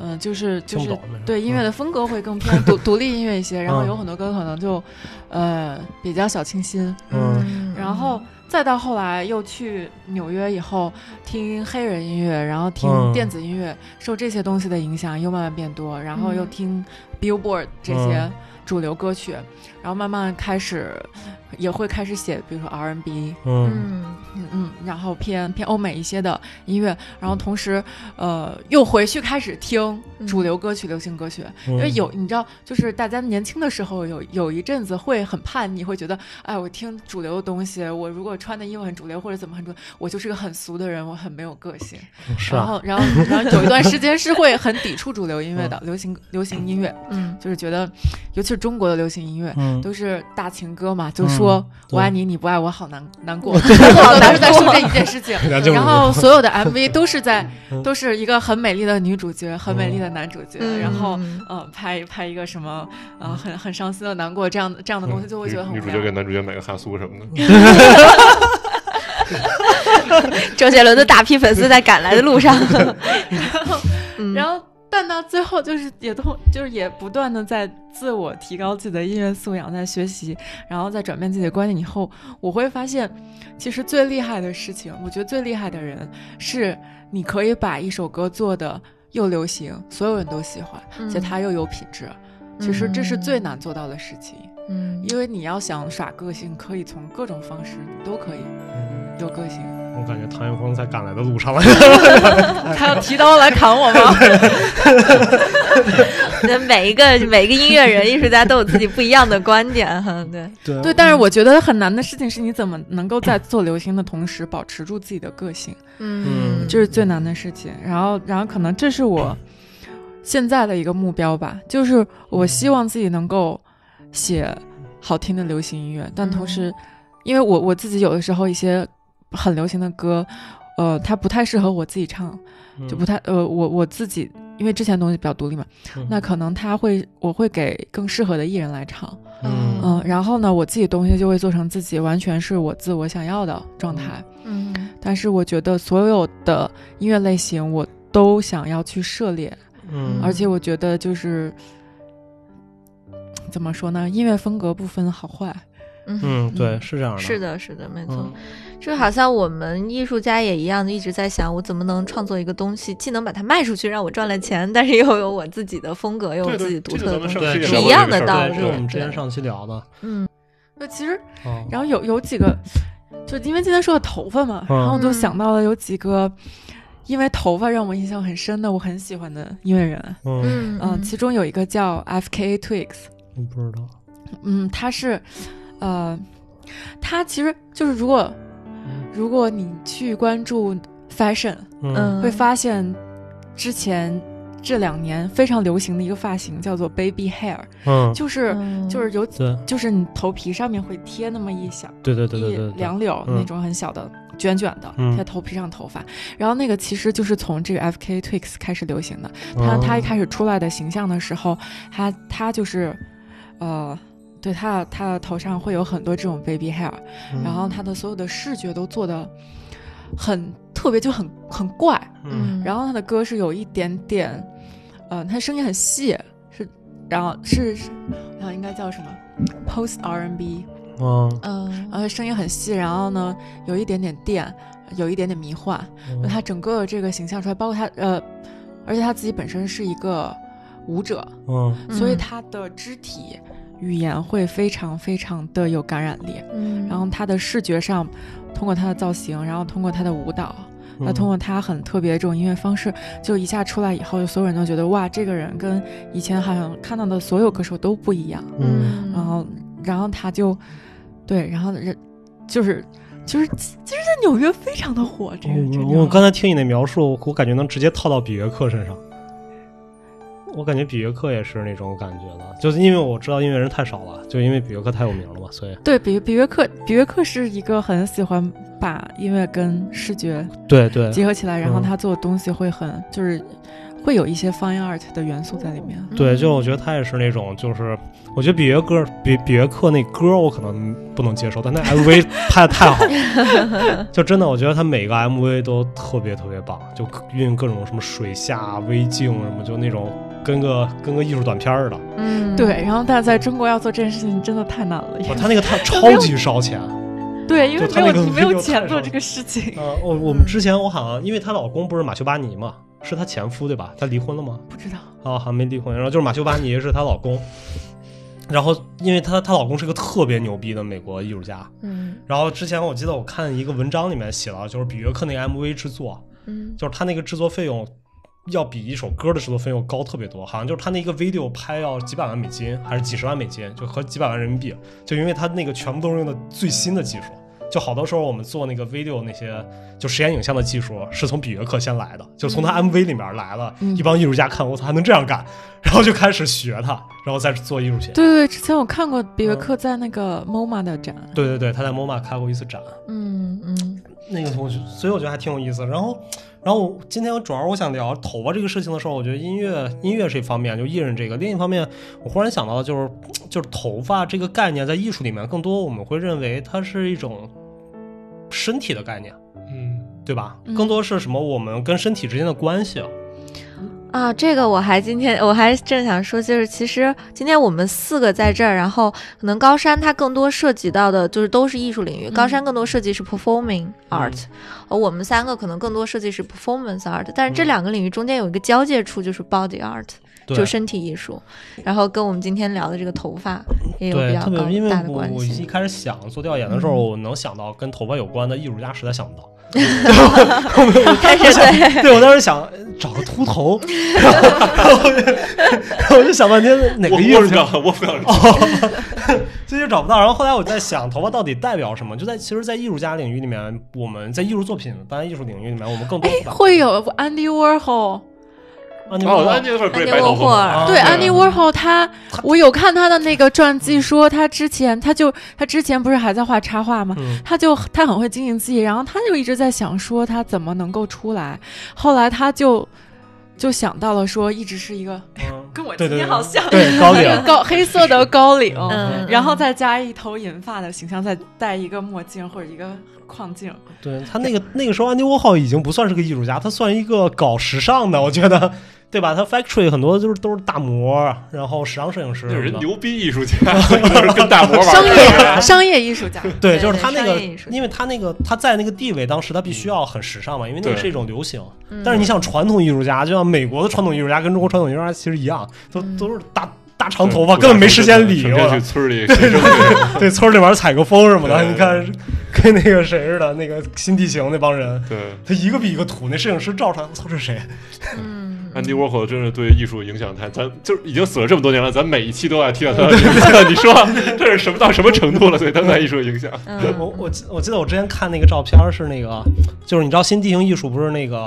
Speaker 4: 嗯、就是就
Speaker 1: 听不
Speaker 4: 是
Speaker 1: 懂嗯没事
Speaker 4: 对音乐的风格会更偏独 独立音乐一些，然后有很多歌可能就呃比较小清新，
Speaker 1: 嗯
Speaker 4: 然后再到后来又去纽约以后听黑人音乐，然后听
Speaker 1: 嗯
Speaker 4: 电子音乐，受这些东西的影响又慢慢变多，然后又
Speaker 2: 嗯
Speaker 4: 听 Billboard 这些
Speaker 1: 嗯
Speaker 4: 主流歌曲，然后慢慢开始也会开始写，比如说 R&B，
Speaker 1: 嗯嗯
Speaker 2: 嗯
Speaker 4: 嗯嗯，然后偏偏欧美一些的音乐，然后同时呃又回去开始听主流歌曲、流行歌曲，
Speaker 1: 嗯，
Speaker 4: 因为有你知道，就是大家年轻的时候有有一阵子会很叛逆，会觉得，哎，我听主流的东西，我如果穿的衣服很主流或者怎么很主流，我就是个很俗的人，我很没有个性。
Speaker 1: 是
Speaker 4: 然
Speaker 1: 啊，
Speaker 4: 后，然后，然后有一段时间是会很抵触主流音乐
Speaker 1: 嗯
Speaker 4: 的，流行流行音乐，
Speaker 2: 嗯
Speaker 4: 就是觉得，尤其是中国的流行音乐。
Speaker 1: 嗯，
Speaker 4: 都是大情歌嘛，就
Speaker 1: 嗯
Speaker 4: 说
Speaker 1: 对
Speaker 4: 我爱你，你不爱我，好难难过， 好难在说这一件 事情。
Speaker 1: 然后就
Speaker 4: 然后所有的 MV 都是在
Speaker 1: 嗯哦
Speaker 4: 都是一个很美丽的女主角，很美丽的男主角，
Speaker 2: 嗯
Speaker 4: 然后
Speaker 2: 嗯
Speaker 4: 呃拍拍一个什么
Speaker 1: 嗯
Speaker 4: 呃很很伤心的难过这样的这样的东西，就会觉得很
Speaker 3: 女
Speaker 4: 无
Speaker 3: 主角给
Speaker 4: 聊。
Speaker 3: 男主角买个哈苏什么的，
Speaker 2: 嗯周杰伦的大批粉丝在赶来的路上， 嗯
Speaker 4: 然后，但到最后就是也都就是也不断的在自我提高自己的音乐素养，在学习，然后再转变自己的观念以后，我会发现，其实最厉害的事情，我觉得最厉害的人是你可以把一首歌做的又流行，所有人都喜欢，
Speaker 2: 嗯
Speaker 4: 且它又有品质。其实这是最难做到的事情，
Speaker 2: 嗯
Speaker 4: 因为你要想耍个性，可以从各种方式，你都可以有个性。
Speaker 1: 嗯我感觉唐元峰在赶来的路上了。
Speaker 4: 他要提刀来砍我 吗？
Speaker 2: 那每一个每一个音乐人、艺术家都有自己不一样的观点哈。对，
Speaker 1: 对
Speaker 4: 对，但是我觉得很难的事情是你怎么能够在做流行的同时保持住自己的个性，
Speaker 1: 嗯
Speaker 4: 这是最难的事情。然后，然后可能这是我现在的一个目标吧，就是我希望自己能够写好听的流行音乐，但同时，因为我我自己有的时候一些很流行的歌，呃，它不太适合我自己唱，就不太呃，我我自己因为之前东西比较独立嘛，
Speaker 1: 嗯
Speaker 4: 那可能他会我会给更适合的艺人来唱。
Speaker 1: 嗯
Speaker 4: 嗯，然后呢，我自己东西就会做成自己完全是我自我想要的状态。
Speaker 2: 嗯
Speaker 4: 但是我觉得所有的音乐类型我都想要去涉猎，
Speaker 1: 嗯
Speaker 4: 而且我觉得就是怎么说呢，音乐风格不分好坏。
Speaker 2: 嗯，
Speaker 1: 嗯，对，是这样的，
Speaker 2: 是的，是的，没错。
Speaker 1: 嗯，
Speaker 2: 就好像我们艺术家也一样，一直在想我怎么能创作一个东西，既能把它卖出去，让我赚了钱，但是又有我自己的风格，又有
Speaker 3: 对
Speaker 2: 我自
Speaker 3: 对，
Speaker 2: 己独
Speaker 3: 这
Speaker 2: 特
Speaker 3: 个
Speaker 2: 的
Speaker 3: 咱们
Speaker 1: 对
Speaker 3: 上期
Speaker 2: 东西。
Speaker 3: 也
Speaker 1: 是
Speaker 3: 聊
Speaker 1: 一
Speaker 3: 过这
Speaker 2: 样
Speaker 3: 个
Speaker 2: 的
Speaker 3: 事儿
Speaker 2: 道
Speaker 1: 对，
Speaker 2: 理
Speaker 1: 这是我们之前
Speaker 2: 对
Speaker 1: 上期聊的。
Speaker 2: 嗯
Speaker 4: 那其实，
Speaker 1: 啊，
Speaker 4: 然后有有几个，就因为今天说的头发嘛，然后我就
Speaker 2: 嗯
Speaker 4: 想到了有几个，因为头发让我印象很深的，我很喜欢的音乐人。
Speaker 1: 嗯，
Speaker 2: 嗯
Speaker 4: 嗯，其中有一个叫 F.K. Twigs，
Speaker 1: 我不知道，
Speaker 4: 嗯，他是，呃，他其实就是如果如果你去关注 fashion，
Speaker 1: 嗯
Speaker 2: 嗯
Speaker 4: 会发现之前这两年非常流行的一个发型叫做 baby hair，
Speaker 1: 嗯，
Speaker 4: 就是、就是有
Speaker 1: 对
Speaker 4: 就是你头皮上面会贴那么一小
Speaker 1: 对对对对
Speaker 4: 一
Speaker 1: 对对，
Speaker 4: 两绺
Speaker 1: 嗯
Speaker 4: 那种很小的。卷卷的
Speaker 1: 嗯
Speaker 4: 贴头皮上头发，然后那个其实就是从这个 F K Twix 开始流行的。他
Speaker 1: 嗯
Speaker 4: 他一开始出来的形象的时候，他他就是，呃，对他他的头上会有很多这种 baby hair，
Speaker 1: 嗯
Speaker 4: 然后他的所有的视觉都做的很特别，就很很怪。
Speaker 1: 嗯
Speaker 4: 然后他的歌是有一点点，呃，他声音很细，是，然后是，是我想应该叫什么 post R N B，
Speaker 1: 嗯，
Speaker 2: 嗯
Speaker 4: 然后声音很细，然后呢有一点点电，有一点点迷幻，
Speaker 1: 嗯
Speaker 4: 他整个这个形象出来，包括他呃，而且他自己本身是一个舞者，
Speaker 1: 嗯
Speaker 4: 所以
Speaker 2: 嗯
Speaker 4: 他的肢体语言会非常非常的有感染力。
Speaker 2: 嗯
Speaker 4: 然后他的视觉上，通过他的造型，然后通过他的舞蹈，
Speaker 1: 嗯
Speaker 4: 那、通过他很特别的这种音乐方式，就一下出来以后，所有人都觉得哇，这个人跟以前好像看到的所有歌手都不一样。
Speaker 1: 嗯
Speaker 4: 然后，然后他就，对，然后人就是就是就是在纽约非常的火，这个这个
Speaker 1: 哦我我刚才听你的描述，我感觉能直接套到比约克身上。我感觉比约克也是那种感觉了，就是因为我知道音乐人太少了，就因为比约克太有名了嘛，所以
Speaker 4: 对比比约克，比约克是一个很喜欢把音乐跟视觉
Speaker 1: 对对
Speaker 4: 结合起来，然后
Speaker 1: 嗯
Speaker 4: 他做的东西会很就是会有一些 fine art 的元素在里面。
Speaker 1: 对，就我觉得他也是那种，就是我觉得比约克比比约克那歌我可能不能接受，但那 MV 拍的太好了，就真的我觉得他每个 MV 都特别特别棒，就运各种什么水下微镜什么，就那种跟个跟个艺术短片儿似的。
Speaker 2: 嗯
Speaker 4: 对，然后但在中国要做这件事情真的太难了，
Speaker 1: 哦哇，他那个太超级烧钱。
Speaker 4: 对，因为
Speaker 1: 就他
Speaker 4: 没
Speaker 1: 那
Speaker 4: 有
Speaker 1: 个
Speaker 4: 你没有
Speaker 1: video
Speaker 4: 钱
Speaker 1: 太
Speaker 4: 做
Speaker 1: 少
Speaker 4: 这个事情，
Speaker 1: 呃，我我们之前我好像因为她老公不是马修巴尼嘛，是她前夫对吧？她离婚了吗？
Speaker 4: 不知道。
Speaker 1: 啊，好像没离婚。然后就是马修巴尼是她老公，然后因为她她老公是个特别牛逼的美国艺术家，
Speaker 2: 嗯
Speaker 1: 然后之前我记得我看一个文章里面写了，就是比约克那个 MV 制作，
Speaker 2: 嗯
Speaker 1: 就是他那个制作费用要比一首歌的制作费用高特别多，好像就是他那个 video 拍要几百万美金，还是几十万美金，就和几百万人民币，就因为他那个全部都是用的最新的技术。就好多时候我们做那个 video 那些就实验影像的技术是从比约克先来的，就从他 MV 里面来了，
Speaker 4: 嗯
Speaker 1: 一帮艺术家看我操还能这样干，然后就开始学他，然后再做艺术品。
Speaker 4: 对对，之前我看过比约
Speaker 1: 嗯
Speaker 4: 克在那个 MoMA 的展，
Speaker 1: 对对对，他在 MoMA 开过一次展，
Speaker 2: 嗯嗯
Speaker 1: 那个同学，所以我觉得还挺有意思。然后，然后我今天主要我想聊头发这个事情的时候，我觉得音乐音乐是一方面，就艺人这个；另一方面，我忽然想到的就是，就是头发这个概念在艺术里面，更多我们会认为它是一种身体的概念。
Speaker 3: 嗯
Speaker 1: 对吧？
Speaker 4: 嗯
Speaker 1: 更多是什么？我们跟身体之间的关系。
Speaker 2: 啊，这个我还今天我还正想说，就是其实今天我们四个在这儿，然后可能高山它更多涉及到的就是都是艺术领域，
Speaker 1: 嗯
Speaker 2: 高山更多涉及是 performing art，、而我们三个可能更多涉及是 performance art，但是这
Speaker 1: 嗯
Speaker 2: 两个领域中间有一个交界处，就是 body art，、
Speaker 1: 对
Speaker 2: 就身体艺术，然后跟我们今天聊的这个头发也有
Speaker 1: 对
Speaker 2: 比，较
Speaker 1: 特别
Speaker 2: 高
Speaker 1: 因为
Speaker 2: 大的
Speaker 1: 我
Speaker 2: 关
Speaker 1: 我一
Speaker 2: 系。
Speaker 1: 开始想做调研的时
Speaker 4: 嗯
Speaker 1: 候，我能想到跟头发有关的艺术家，实在想 不到。
Speaker 2: 但是对，
Speaker 1: 对我当时想呃找个秃头，然后然后我就然后我就想半 天哪
Speaker 3: 我
Speaker 1: 个艺术
Speaker 3: 不
Speaker 1: 家。
Speaker 3: 敢，我不敢。
Speaker 1: 哦，这就找不到。然后后来我在想，头发到底代表什么？就在其实，在艺术家领域里面，我们在艺术作品、当然艺术领域里面，我们更多的
Speaker 4: 哎会有 Andy Warhol，
Speaker 1: 啊，你
Speaker 3: 哦，
Speaker 1: 们
Speaker 3: 安迪沃
Speaker 2: 安
Speaker 3: 是
Speaker 2: 迪
Speaker 3: 白头
Speaker 2: 沃霍
Speaker 3: 发，
Speaker 2: 尔，
Speaker 1: 啊
Speaker 4: 对
Speaker 1: 对嗯
Speaker 4: Andy Warhol，他我有看他的那个传记，说他之前他就他之前不是还在画插画吗？
Speaker 1: 嗯，
Speaker 4: 他就他很会经营自己，然后他就一直在想说他怎么能够出来。后来他就就想到了说，一直是一个
Speaker 1: 嗯
Speaker 4: 跟我
Speaker 1: 对对
Speaker 4: 今天
Speaker 1: 对，
Speaker 4: 好像
Speaker 1: 对啊高
Speaker 4: 那
Speaker 1: 领
Speaker 4: 个高黑色的高领，
Speaker 2: 嗯，
Speaker 4: 然后再加一头银发的形象，再戴一个墨镜或者一个框镜。
Speaker 1: 对他那个那个时候，安迪沃霍已经不算是个艺术家，他算一个搞时尚的，我觉得，对吧？他 Factory 很多就是都是大模，然后时尚摄影师
Speaker 3: 那
Speaker 1: 什
Speaker 3: 人
Speaker 1: 么的，
Speaker 3: 牛逼艺术家， 就是跟大魔玩
Speaker 4: 商
Speaker 3: 儿。
Speaker 4: 业商业艺术家，
Speaker 1: 对，
Speaker 2: 对
Speaker 1: 就是他
Speaker 2: 对
Speaker 1: 那个
Speaker 2: 商业艺，术
Speaker 1: 因为他那个他在那个地位，当时他必须要很时尚嘛，因为那个
Speaker 3: 对
Speaker 1: 是一种流行。
Speaker 2: 嗯
Speaker 1: 但是你想，传统艺术家，就像美国的传统艺术家跟中国传统艺术家其实一样，都
Speaker 2: 嗯
Speaker 1: 都是大大长头发，根本没时间理。
Speaker 3: 整
Speaker 1: 我
Speaker 3: 天去
Speaker 1: 操
Speaker 3: 村里学生去，
Speaker 1: 对，村里面采个风什么的，
Speaker 3: 对
Speaker 1: 你看跟那个谁似的，那个新地形那帮人，
Speaker 3: 对，
Speaker 1: 他一个比一个土。那摄影师照出来，我操，这是谁？啊
Speaker 2: 嗯，
Speaker 3: 安迪沃霍真是对艺术影响太，咱就是已经死了这么多年了，咱每一期都要提到他的影响。你说这是什么到什么程度了？对当代艺术的影响？
Speaker 2: 嗯
Speaker 1: 我我记我记得我之前看那个照片是那个，就是你知道新地形艺术不是那个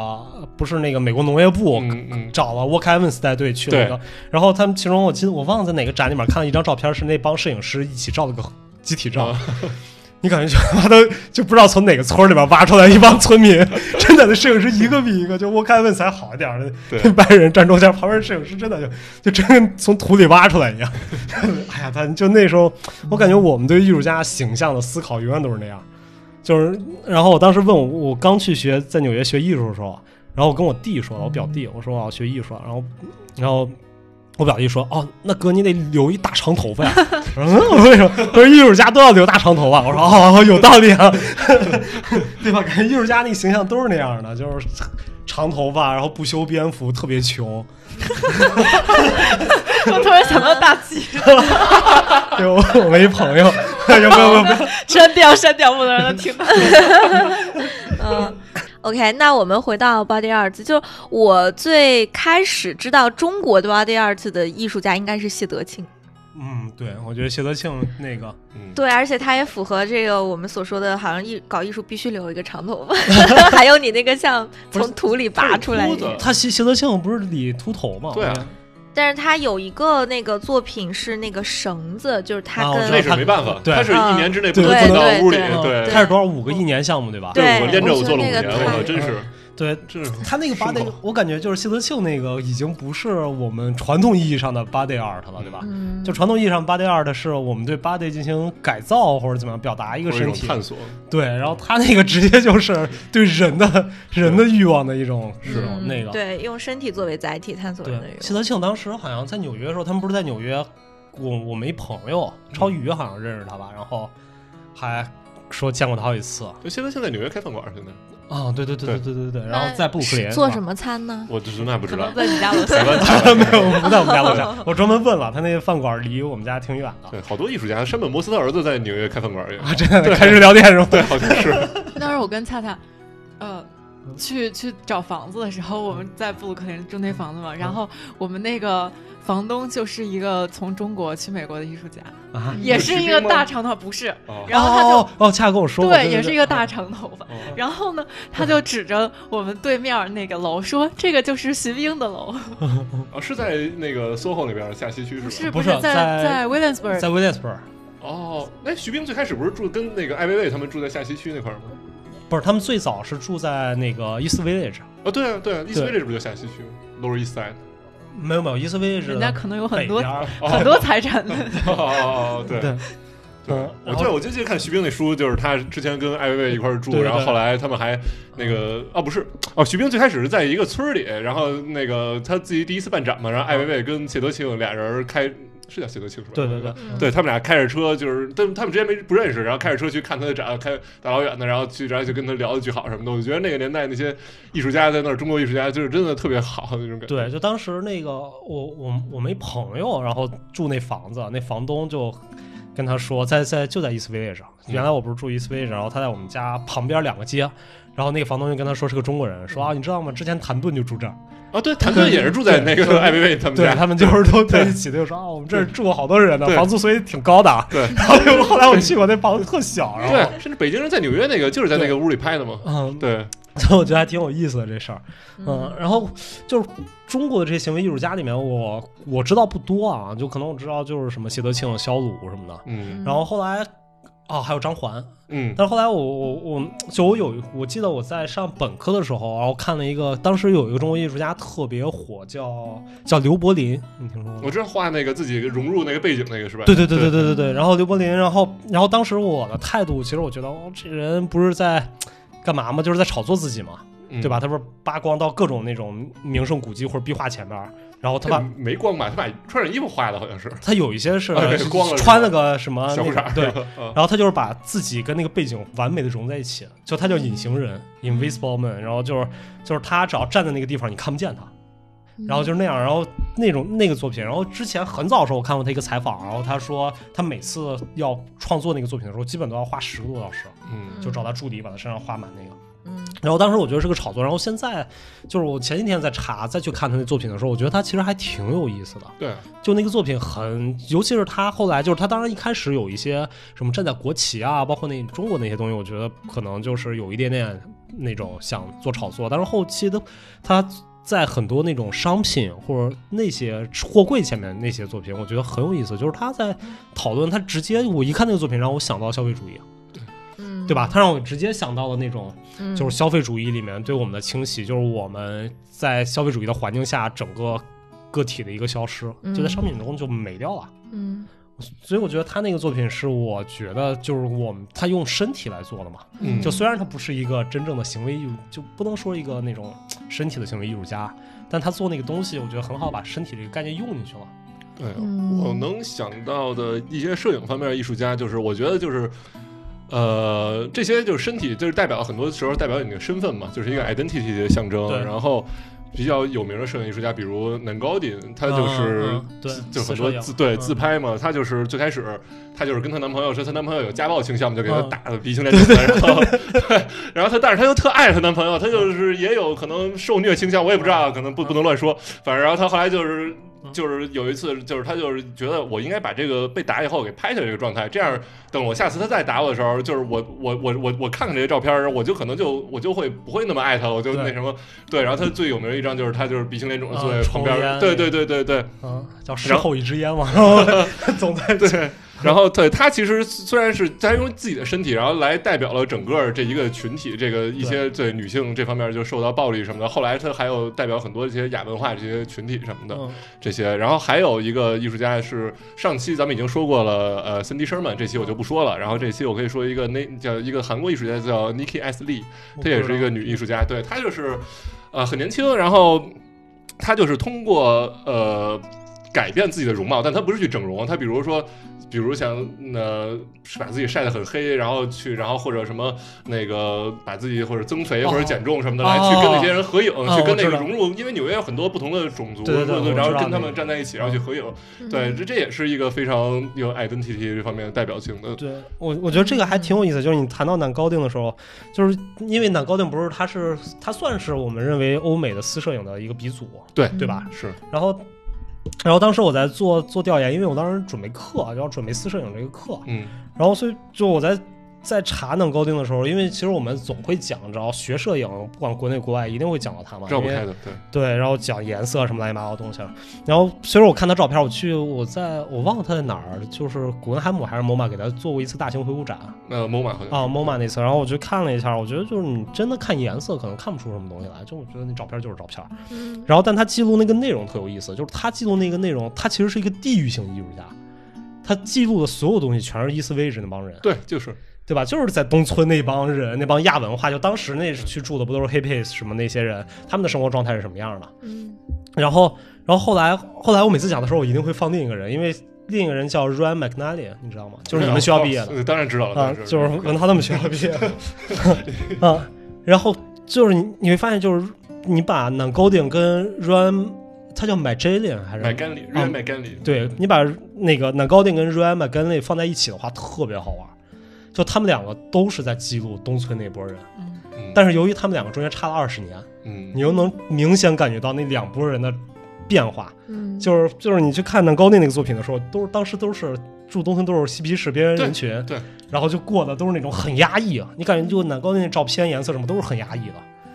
Speaker 1: 不是那个美国农业部
Speaker 3: 嗯嗯，
Speaker 1: 找了 Walk Evans 带队去那个，然后他们其中我记得我忘了在哪个展里面看到一张照片，是那帮摄影师一起照了个集体照。
Speaker 3: 啊
Speaker 1: 你感觉就他妈都就不知道从哪个村里边挖出来一帮村民， 真的那摄影师一个比一个，就 Walk Evans 还好一点儿
Speaker 3: 对
Speaker 1: 那 白人站中间，旁边摄影师真的就就真跟从土里挖出来一样。 哎呀，他就那时候，我感觉我们对艺术家形象的思考永远都是那样，就是然后我当时问我我刚去学在纽约学艺术的时候，然后我跟我弟说了，我表弟，我说我要学艺术啊，然后，然后我表弟说，哦，那哥你得留一大长头发呀。我说嗯，为什么？他说艺术家都要留大长头发。我说哦，有道理啊， 对吧？感觉艺术家那个形象都是那样的，就是长头发，然后不修边幅，特别穷。
Speaker 4: 我突然想到大吉，
Speaker 1: 对我我没朋友， 有没有没有没有？
Speaker 4: 删掉删掉，不能让他听到。
Speaker 2: 嗯，OK，那我们回到 body art，就是我最开始知道中国的 body art 的艺术家应该是谢德庆，
Speaker 1: 嗯，对，我觉得谢德庆那个，
Speaker 3: 嗯
Speaker 2: 对，而且他也符合这个我们所说的，好像艺搞艺术必须留一个长 头发，还有你那个像
Speaker 1: 不
Speaker 2: 从
Speaker 1: 是
Speaker 2: 土里拔出来
Speaker 3: 秃
Speaker 2: 一
Speaker 3: 子
Speaker 2: 个，
Speaker 1: 他谢谢德庆不是理秃头吗？
Speaker 3: 对啊，
Speaker 2: 但是他有一个那个作品是那个绳子，就是
Speaker 1: 啊
Speaker 2: 他
Speaker 1: 我
Speaker 2: 跟、
Speaker 1: 知道
Speaker 3: 那是没办法，
Speaker 1: 对
Speaker 3: 他是一年之内不
Speaker 1: 对
Speaker 3: 能
Speaker 1: 对
Speaker 3: 进到
Speaker 2: 对
Speaker 3: 屋里。
Speaker 2: 对
Speaker 1: 嗯
Speaker 3: 对，
Speaker 1: 他是多少五个一年项目对吧？
Speaker 2: 对
Speaker 3: 我连着我做了五
Speaker 2: 我觉
Speaker 3: 年，
Speaker 2: 得那个
Speaker 3: 我
Speaker 2: 太
Speaker 3: 靠，真是
Speaker 1: 对，
Speaker 3: 真是。
Speaker 1: 他那个
Speaker 3: 顺
Speaker 1: body，
Speaker 3: 口
Speaker 1: 我感觉就是谢德庆那个已经不是我们传统意义上的 body art 了，对吧？
Speaker 2: 嗯
Speaker 1: 就传统意义上 body art 是我们对 body 进行改造或者怎么样表达一个
Speaker 3: 或者
Speaker 1: 身
Speaker 3: 一种
Speaker 1: 体，
Speaker 3: 探索，
Speaker 1: 对。然后他那个直接就是对人的人的欲望的一种这种
Speaker 2: 嗯
Speaker 1: 那个。
Speaker 2: 对，用身体作为载体探索人的欲
Speaker 1: 对，
Speaker 2: 望
Speaker 1: 谢德庆当时好像在纽约的时候，他们不是在纽约，我我没朋友，超宇好像认识他吧，然后还说见过他好几次。
Speaker 3: 就现在现在纽约开饭馆儿现在，
Speaker 1: 啊，对对对对对对对。然后
Speaker 2: 那
Speaker 1: 在布鲁克林
Speaker 2: 是做
Speaker 1: 是吧
Speaker 2: 什么餐呢？
Speaker 3: 我就是那不知
Speaker 4: 可
Speaker 3: 道
Speaker 4: 能，在你家楼下
Speaker 3: 台湾台
Speaker 1: 他
Speaker 3: 湾
Speaker 1: 没有不在我们家楼下，我专门问了，他那个饭馆离我们家挺远的。
Speaker 3: 对好多艺术家，山本摩斯他儿子在纽约开饭馆儿也，
Speaker 1: 啊，真的开始聊天是吗？
Speaker 3: 对，好像是，
Speaker 4: 那时候我跟恰恰，呃，去去找房子的时候，我们在布鲁克林住那房子嘛，然后我们那个房东就是一个从中国去美国的艺术家，
Speaker 1: 啊，
Speaker 4: 也是一个
Speaker 3: 士兵吗
Speaker 4: 大长头，不 是，
Speaker 3: 啊
Speaker 4: 然后他就
Speaker 1: 哦哦，恰恰跟我说过，对，
Speaker 4: 对，也是一个大
Speaker 1: 对。
Speaker 4: 长头发。
Speaker 3: 哦
Speaker 4: 然后呢，他就指着我们对面儿那个楼说：“这个就是徐冰的楼，
Speaker 3: 啊，是在那个 SOHO 那边儿下西区是
Speaker 4: 不
Speaker 3: 吧？
Speaker 4: 是
Speaker 1: 不
Speaker 4: 不
Speaker 1: 是
Speaker 4: 是啊在
Speaker 1: 在
Speaker 4: 在
Speaker 1: 对
Speaker 4: Williamsburg，
Speaker 1: 在 Williamsburg，
Speaker 3: 哦，那徐冰最开始不是住跟那个艾薇薇他们住在下西区那块儿吗？
Speaker 1: 不是他们最早是住在那个 East Village，
Speaker 3: 啊，对啊，对啊，East Village 不就下西区吗？Lower East Side。
Speaker 1: 没有没有 East Village，
Speaker 4: 人家可能有
Speaker 1: 北
Speaker 4: 很
Speaker 1: 边
Speaker 4: 多
Speaker 1: 儿
Speaker 3: 哦
Speaker 4: 很多财产的。
Speaker 3: 哦哦哦，对，
Speaker 1: 对，
Speaker 3: 对
Speaker 1: 嗯，
Speaker 3: 我
Speaker 1: 然
Speaker 3: 对
Speaker 1: 后
Speaker 3: 我就记得看徐冰那书，就是他之前跟艾薇薇一块儿住，
Speaker 1: 对对对
Speaker 3: 然后后来他们还那个哦不是哦，徐冰最开始是在一个村儿里，然后那个他自己第一次办展嘛，然后艾薇薇跟谢德庆俩人开是叫谢德庆是吧？
Speaker 1: 对对对。
Speaker 2: 嗯
Speaker 3: 对他们俩开着车，就是他们他们之前没不认识，然后开着车去看他的展，开大老远的，然后去然后就跟他聊一句好什么的。我觉得那个年代那些艺术家在那儿，中国艺术家就是真的特别好那种感觉。
Speaker 1: 对，就当时那个我我我没朋友，然后住那房子，那房东就跟他说，在在就在 East Village 上，
Speaker 3: 嗯
Speaker 1: 原来我不是住 East Village，然后他在我们家旁边两个街，然后那个房东就跟他说是个中国人，
Speaker 3: 嗯
Speaker 1: 说啊你知道吗？之前谭盾就住这儿，
Speaker 3: 啊，对，谭盾也是住在那
Speaker 1: 对
Speaker 3: 个艾薇薇他们
Speaker 1: 对
Speaker 3: 家，
Speaker 1: 他们就是都在
Speaker 3: 对
Speaker 1: 一起，就说啊我们这儿住过好多人呢，
Speaker 3: 对
Speaker 1: 房租所以挺高的啊。
Speaker 3: 对
Speaker 1: 然后就后来我去过那房子特小，然后
Speaker 3: 对，哦甚至北京人在纽约那个就是在那个屋里拍的嘛。
Speaker 1: 嗯，
Speaker 3: 对，
Speaker 1: 所以我觉得还挺有意思的这事儿。嗯
Speaker 2: 嗯，
Speaker 1: 然后就是中国的这些行为艺术家里面我，我知道不多啊，就可能我知道就是什么谢德庆、肖鲁什么的，
Speaker 3: 嗯
Speaker 1: 然后后来。啊，还有张环，
Speaker 3: 嗯
Speaker 1: 但是后来我我我就我有，我记得我在上本科的时候，然后看了一个，当时有一个中国艺术家特别火，叫叫刘柏林，你听说过吗
Speaker 3: 我？知道画那个自己融入那个背景那个是吧？
Speaker 1: 对对对对
Speaker 3: 对
Speaker 1: 对对对。然后刘柏林，然后然后当时我的态度，其实我觉得、哦、这人不是在干嘛吗？就是在炒作自己嘛。
Speaker 3: 嗯
Speaker 1: 对吧？？他不是扒光到各种那种名胜古迹或者壁画前面儿，然后他
Speaker 3: 他把
Speaker 1: 把
Speaker 3: 没光吧，他把穿上衣服画的好像是
Speaker 1: 他有一些是
Speaker 3: 嗯啊对光了是吧
Speaker 1: 穿了个什么
Speaker 3: 小裤
Speaker 1: 那个
Speaker 3: 衩，
Speaker 1: 对，
Speaker 3: 啊，
Speaker 1: 然后他就是把自己跟那个背景完美的融在一起，就他叫隐形人 （invisible man），然后就是就是他只要站在那个地方，你看不见他。然后就是那样，然后那种那个作品，然后之前很早的时候我看过他一个采访，然后他说他每次要创作那个作品的时候，基本都要花十个多小时，
Speaker 3: 嗯
Speaker 1: 就找他助理把他身上画满那个。
Speaker 2: 嗯
Speaker 1: 然后当时我觉得是个炒作，然后现在就是我前几天在查再去看他那作品的时候，我觉得他其实还挺有意思的。
Speaker 3: 对，
Speaker 1: 就那个作品很，尤其是他后来就是他当然一开始有一些什么站在国旗啊，包括那中国那些东西，我觉得可能就是有一点点那种想做炒作，但是后期的他。在很多那种商品或者那些货柜前面那些作品，我觉得很有意思。就是他在讨论，他直接我一看那个作品，让我想到消费主义，
Speaker 2: 嗯，
Speaker 1: 对吧？他让我直接想到了那种
Speaker 2: 嗯？
Speaker 1: 就是消费主义里面对我们的清洗，就是我们在消费主义的环境下整个个体的一个消失，
Speaker 2: 嗯
Speaker 1: 就在商品中就没掉了。
Speaker 2: 嗯
Speaker 1: 所以我觉得他那个作品是我觉得就是我们他用身体来做的嘛，
Speaker 3: 嗯
Speaker 1: 就虽然他不是一个真正的行为艺术，就不能说一个那种身体的行为艺术家，但他做那个东西，我觉得很好把身体这个概念用进去了。
Speaker 3: 对，
Speaker 2: 嗯
Speaker 3: 哎我能想到的一些摄影方面的艺术家，就是我觉得就是。呃，这些就是身体，就是代表很多时候代表你的身份嘛，就是一个 identity 的象征
Speaker 1: 嗯对。
Speaker 3: 然后比较有名的摄影艺术家，比如南高din，他就是
Speaker 1: 嗯嗯对
Speaker 3: 自就
Speaker 1: 四
Speaker 3: 很多
Speaker 1: 摄影
Speaker 3: 自对
Speaker 1: 嗯
Speaker 3: 自拍嘛。她就是最开始，她就是跟她男朋友说，她男朋友有家暴倾向嘛，就给她
Speaker 1: 嗯
Speaker 3: 打的鼻青脸肿的。然后，然后她，但是她又特爱她男朋友，她就是也有可能受虐倾向，我也不知道，可能不不能乱说。反正，然后她后来就是
Speaker 1: 嗯
Speaker 3: 就是有一次，就是她就是觉得我应该把这个被打以后给拍下来这个状态，这样等我下次她再打我的时候，就是我我我我我看看这些照片儿，我就可能就我就会不会那么爱她了，我就
Speaker 1: 对
Speaker 3: 那什么对。然后她最有名的一张就是她就是鼻青脸肿的坐在
Speaker 1: 啊
Speaker 3: 旁边
Speaker 1: 抽
Speaker 3: 儿，
Speaker 1: 烟
Speaker 3: 对对对对对。
Speaker 1: 嗯，叫十
Speaker 3: 然后
Speaker 1: 口一支烟 嘛，然后总在
Speaker 3: 对，然后对他其实虽然是他用自己的身体，然后来代表了整个这一个群体，这个一些对女性这方面就受到暴力什么的。后来他还有代表很多这些亚文化这些群体什么的、
Speaker 1: 嗯
Speaker 3: 这些。然后还有一个艺术家是上期咱们已经说过了，呃，Cindy Sherman 这期我就不说了。然后这期我可以说一个那叫一个韩国艺术家叫 Nikki S Lee，她也是一个女艺术家，对她就是呃很年轻，然后她就是通过呃改变自己的容貌，但她不是去整容，她比如说。比如想呃，是把自己晒得很黑，然后去，然后或者什么那个把自己或者增肥
Speaker 1: 哦
Speaker 3: 或者减重什么的，
Speaker 1: 哦
Speaker 3: 来去跟那些人合影，
Speaker 1: 哦
Speaker 3: 去跟那
Speaker 1: 我知
Speaker 3: 个
Speaker 1: 道
Speaker 3: 融入，因为纽约有很多不同的种族，
Speaker 1: 对对对我知道
Speaker 3: 然后跟
Speaker 1: 那
Speaker 3: 他
Speaker 1: 个
Speaker 3: 们站在一起，然后去合影，
Speaker 2: 嗯
Speaker 3: 对，这这也是一个非常有 identity 这方面的代表性的，
Speaker 1: 对我，我觉得这个还挺有意思。就是你谈到南高定的时候，就是因为南高定不是它是它算是我们认为欧美的私摄影的一个鼻祖，
Speaker 3: 对
Speaker 1: 对吧？
Speaker 3: 是，
Speaker 1: 然后，然后当时我在做做调研，因为我当时准备课，啊要准备私摄影这个课，
Speaker 3: 嗯
Speaker 1: 然后所以就我在在查南高定的时候，因为其实我们总会讲着学摄影，不管国内国外，一定会讲到它嘛，
Speaker 3: 绕不
Speaker 1: 因为
Speaker 3: 开的，对，
Speaker 1: 对，然后讲颜色什么乱七八糟的东西。然后其实我看他照片，我去我在我忘了他在哪儿，就是古根海姆还是 MoMA 给他做过一次大型回顾展
Speaker 3: 呃，MoMA 好像
Speaker 1: 啊，MoMA 那次。然后我去看了一下，我觉得就是你真的看颜色可能看不出什么东西来，就我觉得那照片就是照片。
Speaker 2: 嗯
Speaker 1: 然后但他记录那个内容特有意思，就是他记录那个内容，他其实是一个地域性艺术家。他记录的所有东西全是伊斯威治那帮人，
Speaker 3: 对，就是
Speaker 1: 对吧？就是在东村那帮人，那帮亚文化，就当时那去住的不都是 hippies 什么那些人，他们的生活状态是什么样的？
Speaker 2: 嗯
Speaker 1: 然后，然后后来，后来我每次讲的时候，我一定会放另一个人，因为另一个人叫 Ryan McNally，你知道吗？就是你们学校毕业的
Speaker 3: 哦当然知道了，当
Speaker 1: 啊
Speaker 3: 然，知
Speaker 1: 就
Speaker 3: 道
Speaker 1: 是
Speaker 3: 了
Speaker 1: 文涛他 们学校毕业的啊。然后就是你你会发现，就是你把 Nan Golding 跟 Ryan，他叫 Magillian 还是
Speaker 3: 买干里，日
Speaker 1: 啊
Speaker 3: 元买干里，
Speaker 1: 对你把那个 Nan Golding 跟 Ryan McGinley 放在一起的话，特别好玩。就他们两个都是在记录东村那波人，
Speaker 4: 嗯
Speaker 3: 嗯，
Speaker 1: 但是由于他们两个中间差了二十年，
Speaker 3: 嗯，
Speaker 1: 你又能明显感觉到那两拨人的变化。
Speaker 2: 嗯，
Speaker 1: 就是就是你去看那高内那个作品的时候，都是当时都是住东村都是嬉皮士边缘人群，
Speaker 3: 对对
Speaker 1: 然后就过的都是那种很压抑啊，你感觉就那高内那照片颜色什么都是很压抑的，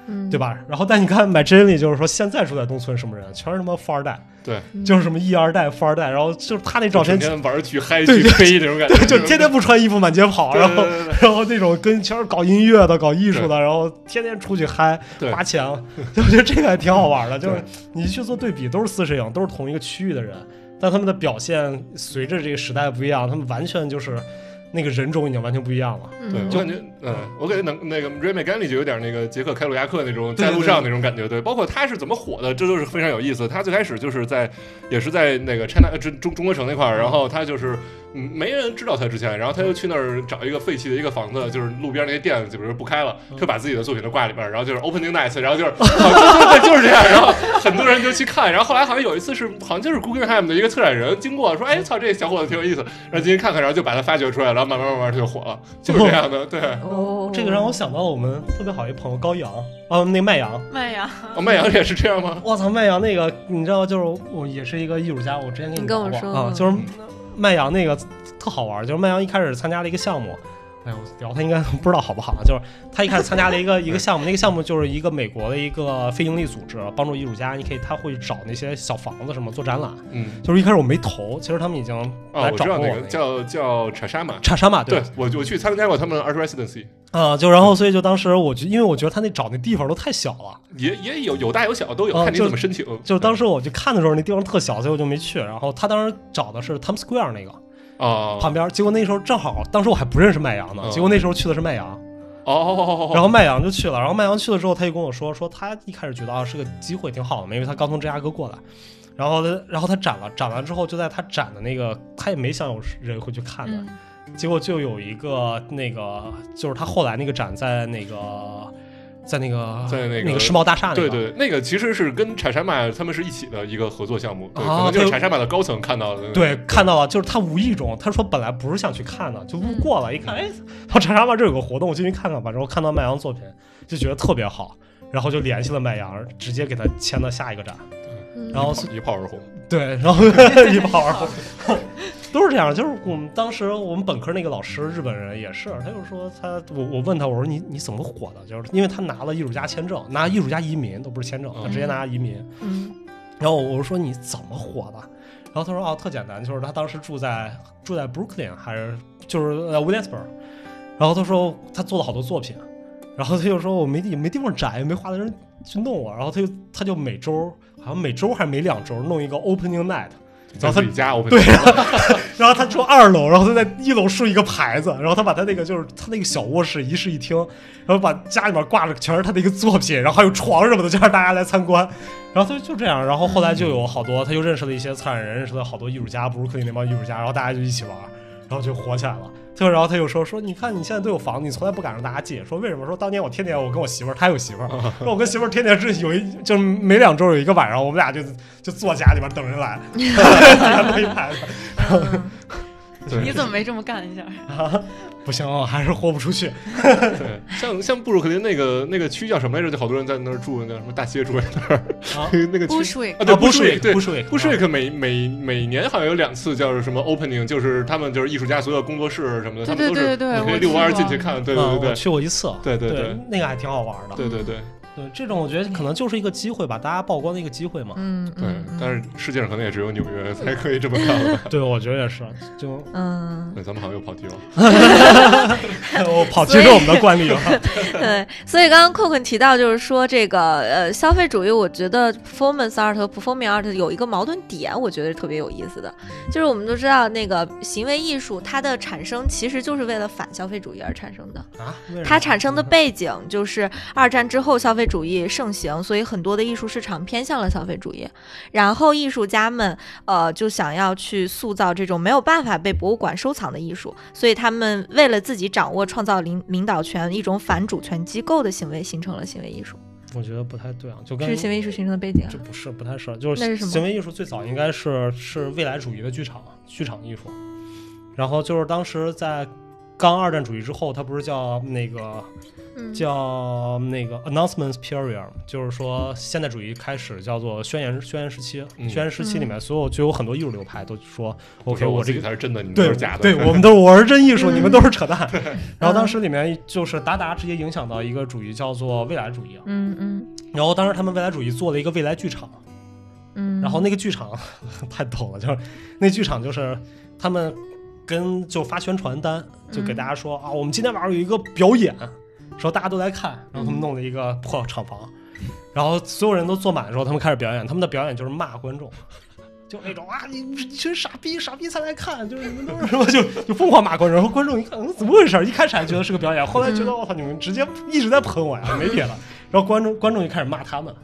Speaker 2: 嗯
Speaker 1: 对？吧？然后但你看买真理，就是说现在住在东村什么人，全是他妈富二代，
Speaker 3: 对，
Speaker 2: 嗯
Speaker 1: 就是什么一二代、富二代，然后就是他那照片
Speaker 3: 整，天玩儿去嗨
Speaker 1: 对
Speaker 3: 去飞那种感觉，
Speaker 1: 就天天不穿衣服满街跑，
Speaker 3: 对
Speaker 1: 然后。
Speaker 3: 对对对
Speaker 1: 然后那种跟全是搞音乐的、搞艺术的，然后天天出去嗨、
Speaker 3: 对
Speaker 1: 花钱， 我觉得这个还挺好玩的。就是
Speaker 3: 对
Speaker 1: 你去做对比，都是四摄影，都是同一个区域的人，但他们的表现随着这个时代不一样，他们完全就是那个人种已经完全不一样了。
Speaker 3: 对，
Speaker 2: 嗯
Speaker 3: 我
Speaker 1: 就
Speaker 3: 感觉，嗯，我感觉能那个 Ray m c g a n l y 就有点那个杰克开鲁亚克那种
Speaker 1: 对
Speaker 3: 在路上
Speaker 1: 对
Speaker 3: 那种感觉，对，包括他是怎么火的，这都是非常有意思。他最开始就是在，也是在那个 China 呃中中中国城那块儿，然后他就是嗯没人知道他之前，然后他就去那儿找一个废弃的一个房子，就是路边那些店，就比如不开了，
Speaker 1: 嗯
Speaker 3: 就把自己的作品都挂里面，然后就是 Opening Night，然 后就是，对对 对，就是这样，然后很多人就去看，然后后来好像有一次是好像就是 Guggenheim 的一个策展人经过，说哎操这小伙子挺有意思，然后进去看看，然后就把他发掘出来，然后慢慢慢慢他就火了，就是这样的，对。
Speaker 2: 哦，
Speaker 1: 这个让我想到了我们特别好一朋友高阳，啊，那麦阳。
Speaker 4: 麦芽，
Speaker 3: 哦，麦阳也是这样吗？
Speaker 1: 我操，麦阳那个，你知道，就是我也是一个艺术家，我之前跟
Speaker 2: 你
Speaker 1: 你
Speaker 2: 跟
Speaker 1: 聊
Speaker 2: 我
Speaker 1: 过
Speaker 2: 说
Speaker 1: 啊，
Speaker 2: 过嗯
Speaker 1: 就是麦阳那个特好玩儿，就是麦阳一开始参加了一个项目，哎呦，聊他应该不知道好不好啊，就是他一开始参加了一 个一个项目，那个项目就是一个美国的一个非营利组织，帮助艺术家，你可以他会找那些小房子什么做展览，
Speaker 3: 嗯，
Speaker 1: 就是一开始我没投，其实他们已经
Speaker 3: 哦
Speaker 1: 来，
Speaker 3: 我
Speaker 1: 找
Speaker 3: 知
Speaker 1: 过
Speaker 3: 道
Speaker 1: 我
Speaker 3: 那个叫叫查沙玛，
Speaker 1: 查沙嘛，
Speaker 3: 对我我去参加过他们 Art Residency，
Speaker 1: 啊、就然后所以就当时我就因为我觉得他那找那地方都太小了。
Speaker 3: 也也有有大有小都有，
Speaker 1: 哦
Speaker 3: 看你
Speaker 1: 就
Speaker 3: 怎么申请。
Speaker 1: 就是当时我去看的时候，那地方特小，所以我就没去。然后他当时找的是 Times Square 那个
Speaker 3: 哦
Speaker 1: 旁边，结果那时候正好，当时我还不认识麦阳呢，
Speaker 3: 嗯
Speaker 1: 结果那时候去的是麦阳，
Speaker 3: 哦，
Speaker 1: 然后麦阳就去了，然后麦阳去了之后，他就跟我说，说他一开始觉得啊是个机会挺好的嘛，因为他刚从芝加哥过来，然后他然后他展了，展完之后就在他展的那个，他也没想有人会去看的，
Speaker 2: 嗯
Speaker 1: 结果就有一个那个就是他后来那个展在那个在那个
Speaker 3: 在那个
Speaker 1: 那个世贸大厦那个，
Speaker 3: 对对，那个其实是跟查沙玛他们是一起的一个合作项目，对，
Speaker 1: 啊
Speaker 3: 可能就
Speaker 1: 对
Speaker 3: 是查沙玛的高层看到的。
Speaker 1: 对，看到了，就是他无意中，他说本来不是想去看的，就路过了，一看，哎，到长沙湾这有个活动，我进去看看吧。然后看到麦阳作品，就觉得特别好，然后就联系了麦阳，直接给他签到下一个展。
Speaker 2: 嗯
Speaker 1: 然后
Speaker 3: 一炮而红。
Speaker 1: 对，然后一跑而红， 都是这样。就是我们当时我们本科那个老师，日本人也是，他就说他，我我问他，我说你你怎么火的？就是因为他拿了艺术家签证，拿艺术家移民都不是签证，他直接拿移民。
Speaker 2: 嗯
Speaker 1: 然后我说你怎么火的？然后他说哦，特简单，就是他当时住在住在 Brooklyn 还是就是呃 Williamsburg，然后他说他做了好多作品，然后他就说我没地没地方展，也没花的人去弄我，然后他就他就每周好像每周还是每两周弄一个 opening night，
Speaker 3: 在
Speaker 1: 然后他
Speaker 3: 自己家，我们
Speaker 1: 对然后他住二楼，然后他在一楼竖一个牌子，然后他把他那个就是他那个小卧室一室一厅，然后把家里面挂着全是他的一个作品，然后还有床什么的，就让大家来参观。然后他就这样，然后后来就有好多，他就认识了一些策展人，认识了好多艺术家，布鲁克林那帮艺术家，然后大家就一起玩，然后就火起来了。最后，然后他又说说，你看你现在都有房子，你从来不敢让大家借，说为什么？说当年我天天我跟我媳妇儿，她有媳妇儿，说我跟媳妇儿天天是有一就是每两周有一个晚上，我们俩就就坐家里边等人来， 底下弄一排子。
Speaker 3: 对
Speaker 4: 你怎么没这么干一下？
Speaker 1: 啊，不行，我还是豁不出去。
Speaker 3: 啊对，像像布鲁克林那个那个区叫什么来着？就好多人在那儿住，那什么大街住在那儿，
Speaker 1: 啊
Speaker 3: 那个
Speaker 4: 不
Speaker 3: 区。
Speaker 4: 水
Speaker 3: 啊，对，
Speaker 1: 不
Speaker 3: 布水，啊对
Speaker 1: 不，睡，
Speaker 3: 布什维克每每每年好像有两次叫什么 opening，就是他们就是艺术家所有工作室什么的，
Speaker 4: 对
Speaker 3: 他们都是
Speaker 4: 对对对
Speaker 3: 你可
Speaker 4: 我
Speaker 3: 以遛
Speaker 4: 去
Speaker 3: 弯儿
Speaker 4: 过
Speaker 3: 进去看，对
Speaker 1: 嗯
Speaker 3: 对
Speaker 1: 我
Speaker 3: 对
Speaker 1: 去过一次，
Speaker 3: 对对对
Speaker 1: 那个还挺好玩的。
Speaker 4: 嗯
Speaker 3: 对对对对，
Speaker 1: 对，这种我觉得可能就是一个机会吧，大家曝光的一个机会嘛。
Speaker 4: 嗯，
Speaker 3: 对
Speaker 4: 嗯，
Speaker 3: 但是世界上可能也只有纽约才可以这么干 了。
Speaker 1: 对，我觉得也是，就
Speaker 2: 嗯，
Speaker 3: 对，咱们好像又跑题了。
Speaker 1: 我跑题是我们的惯例了。
Speaker 2: 对，所以刚刚困困提到，就是说这个呃，消费主义，我觉得 performance art 和 performing art 有一个矛盾点，我觉得是特别有意思的，就是我们都知道那个行为艺术它的产生其实就是为了反消费主义而产生的，
Speaker 1: 啊，为啥
Speaker 2: 它产生的背景就是二战之后消费主义盛行，所以很多的艺术市场偏向了消费主义，然后艺术家们呃就想要去塑造这种没有办法被博物馆收藏的艺术，所以他们为了自己掌握创造领领导权，一种反主权机构的行为形成了行为艺术，
Speaker 1: 我觉得不太对啊，就
Speaker 2: 这
Speaker 1: 跟
Speaker 2: 是行为艺术形成的背景啊
Speaker 1: 这。不是不太是，就
Speaker 2: 那
Speaker 1: 是
Speaker 2: 是什么
Speaker 1: 行为艺术最早应该是是未来主义的剧场剧场艺术，然后就是当时在刚二战主义之后，它不是叫那个
Speaker 2: 嗯
Speaker 1: 叫那个 announcement period，就是说现代主义开始叫做宣言宣言时期，
Speaker 3: 嗯
Speaker 1: 宣言时期里面所有就有很多艺术流派都说 OK，
Speaker 3: 我
Speaker 1: 这
Speaker 3: 自
Speaker 1: 个
Speaker 3: 己才是真的，你们
Speaker 1: 对
Speaker 3: 都是假的。
Speaker 1: 对我们都是我是真艺术，
Speaker 2: 嗯
Speaker 1: 你们都是扯淡。然后当时里面就是达达直接影响到一个主义叫做未来主义啊，
Speaker 2: 嗯嗯
Speaker 1: 然后当时他们未来主义做了一个未来剧场，
Speaker 2: 嗯，
Speaker 1: 然后那个剧场 太逗了，就是那剧场就是他们跟就发宣传单，就给
Speaker 2: 嗯
Speaker 1: 大家说、啊，我们今天晚上有一个表演，说大家都来看，然后他们弄了一个破厂房，然后所有人都坐满的时候，他们开始表演，他们的表演就是骂观众。 就那种啊，你你一群傻逼，傻逼才来看，就是你们都是什么， 就就疯狂骂观众。然后观众一看，嗯，怎么回事儿？一开始还觉得是个表 演，后来觉得
Speaker 2: 嗯
Speaker 1: 我操，你们直接一直在喷我呀，没别的。然后观众观众就开始骂他们，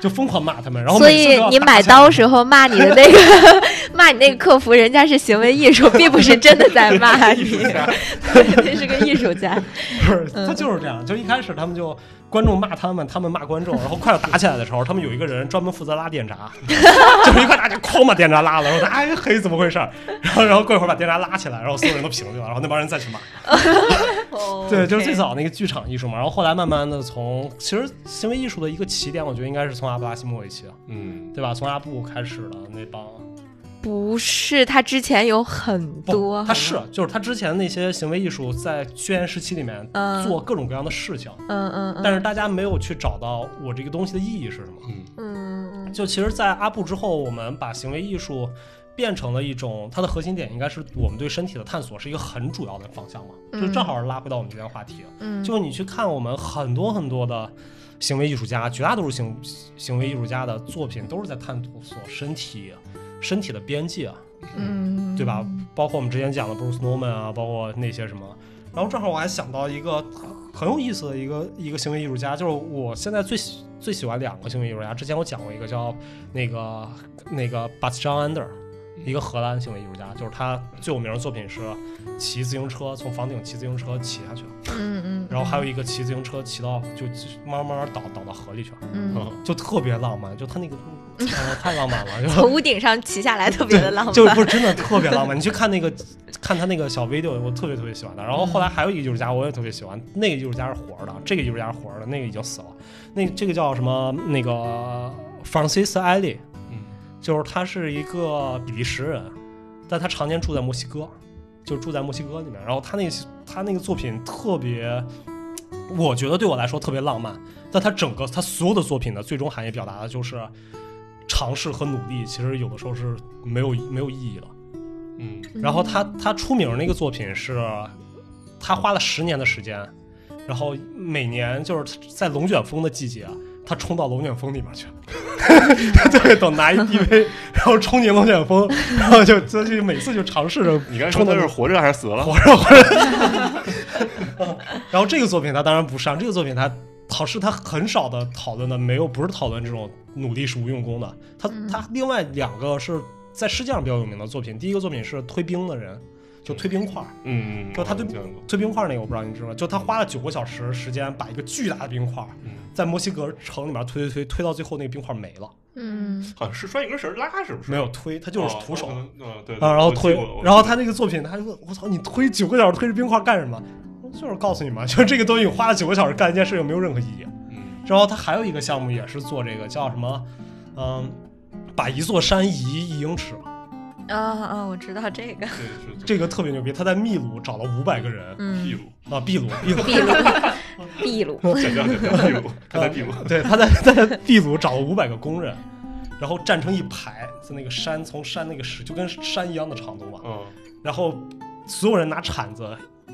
Speaker 1: 就疯狂骂他们。然后
Speaker 2: 所
Speaker 1: 每次都
Speaker 2: 以
Speaker 1: 要
Speaker 2: 你
Speaker 1: 打
Speaker 2: 买
Speaker 1: 架
Speaker 2: 刀时候骂你的那个 骂你那个客服，人家是行为艺术，并不是真的在骂你， 那是个艺术家。
Speaker 1: 不是，他
Speaker 2: 嗯
Speaker 1: 就是这样。就一开始他们就观众骂他们，他们骂观众，然后快要打起来的时候，他们有一个人专门负责拉电 闸，就是一块大家哐把电闸拉了，然后大家哎嘿怎么回事儿？然后然后过一会儿把电闸拉起来，然后所有人都平静了，然后那帮人再去骂。 对，就是最早那个剧场艺术嘛。然后后来慢慢的从其实行为艺术的一个起点，我觉得应该是从阿布拉西莫维奇，
Speaker 3: 嗯，
Speaker 1: 对吧？从阿布开始的那帮。
Speaker 2: 不是，他之前有很
Speaker 1: 不
Speaker 2: 多，
Speaker 1: 哦他是就是他之前那些行为艺术在宣言时期里面
Speaker 2: 嗯
Speaker 1: 做各种各样的事情，
Speaker 2: 嗯嗯嗯，
Speaker 1: 但是大家没有去找到我这个东西的意义是什么。
Speaker 3: 嗯
Speaker 2: 嗯嗯
Speaker 1: 就其实，在阿布之后，我们把行为艺术变成了一种，它的核心点应该是我们对身体的探索，是一个很主要的方向嘛。
Speaker 2: 嗯
Speaker 1: 就正好是拉回到我们今天话题，
Speaker 2: 嗯，
Speaker 1: 就是你去看我们很多很多的行为艺术家，绝大多数行行为艺术家的作品都是在探索身体身体的边界，啊
Speaker 2: 嗯
Speaker 1: 对吧？包括我们之前讲的 Bruce Norman 啊，包括那些什么。然后正好我还想到一个很有意思的一个一个行为艺术家，就是我现在最喜最喜欢两个行为艺术家。之前我讲过一个叫那个那个 Bas Jan
Speaker 2: 嗯
Speaker 1: Ander，一个荷兰行为艺术家，就是他最有名的作品是骑自行车从房顶骑自行车骑下去了，
Speaker 2: 嗯嗯，
Speaker 1: 然后还有一个骑自行车骑到就慢慢慢慢倒倒到河里去了，
Speaker 2: 嗯，
Speaker 1: 就特别浪漫，就他那 个、哎太浪漫了，就
Speaker 2: 从屋顶上骑下来特别的浪漫，
Speaker 1: 就不是真的特别浪漫。你去 看那个，看他那个小 video，我特别特别喜欢他。然后后来还有一个艺术家，我也特别喜欢，那个艺术家是活着的，这个艺术家是活着的，那个已经死了。那这个叫什么？那个呃 Francis Alley，
Speaker 3: 嗯
Speaker 1: 就是他是一个比利时人，但他常年住在墨西哥，就住在墨西哥里面。然后他那个他那个作品特别，我觉得对我来说特别浪漫。但他整个他所有的作品的最终含义表达的就是尝试和努力，其实有的时候是没有没有意义的。
Speaker 3: 嗯
Speaker 1: 然后他他出名儿那个作品是，他花了十年的时间，然后每年就是在龙卷风的季节，啊他冲到龙卷风里面去，对，等拿一 DV，然后冲进龙卷风，然后就就就每次就尝试着
Speaker 3: 你刚才说
Speaker 1: 冲
Speaker 3: 他
Speaker 1: 到
Speaker 3: 是活着还是死了？
Speaker 1: 活着活着。然后这个作品他当然不上，这个作品他好是他很少的讨论的，没有不是讨论这种努力是无用功的。他他另外两个是在世界上比较有名的作品，第一个作品是推冰的人，就推冰块儿。
Speaker 3: 嗯，
Speaker 1: 就他对
Speaker 3: 我见过
Speaker 1: 推冰块儿那个我不知道你知道吗？就他花了九个小时时间把一个巨大的冰块儿
Speaker 3: 嗯
Speaker 1: 在墨西哥城里面推推推推到最后那个冰块儿没了，
Speaker 2: 嗯
Speaker 3: 好像是拴一根绳拉，是不是？
Speaker 1: 没有推，他就是徒手。
Speaker 3: 哦。我可能嗯，对。对
Speaker 1: 啊，然后
Speaker 3: 我记
Speaker 1: 推
Speaker 3: 过我，
Speaker 1: 然后他
Speaker 3: 记
Speaker 1: 那个作品，他就问我操，你推九个小时推着冰块干什么？ 我就是告诉你嘛，就是这个东西花了九个小时干一件事情没有任何意义。
Speaker 3: 过嗯
Speaker 1: 然后他还有一个项目也是做这个，叫什么？嗯，把一座山移一英尺，
Speaker 2: 啊啊，我知道这个，
Speaker 1: 这个特别牛逼，他在秘鲁找了五百个人
Speaker 3: 秘
Speaker 2: 嗯，
Speaker 3: 鲁，
Speaker 1: 啊，秘鲁，秘鲁，
Speaker 2: 秘鲁， 秘鲁，
Speaker 3: 讲讲讲讲 秘鲁，他在秘鲁，
Speaker 1: 对，他在在秘鲁找了五百个工人，然后站成一排，在那个山从山那个石就跟山一样的长度嘛，
Speaker 3: 嗯，
Speaker 1: 然后所有人拿铲子。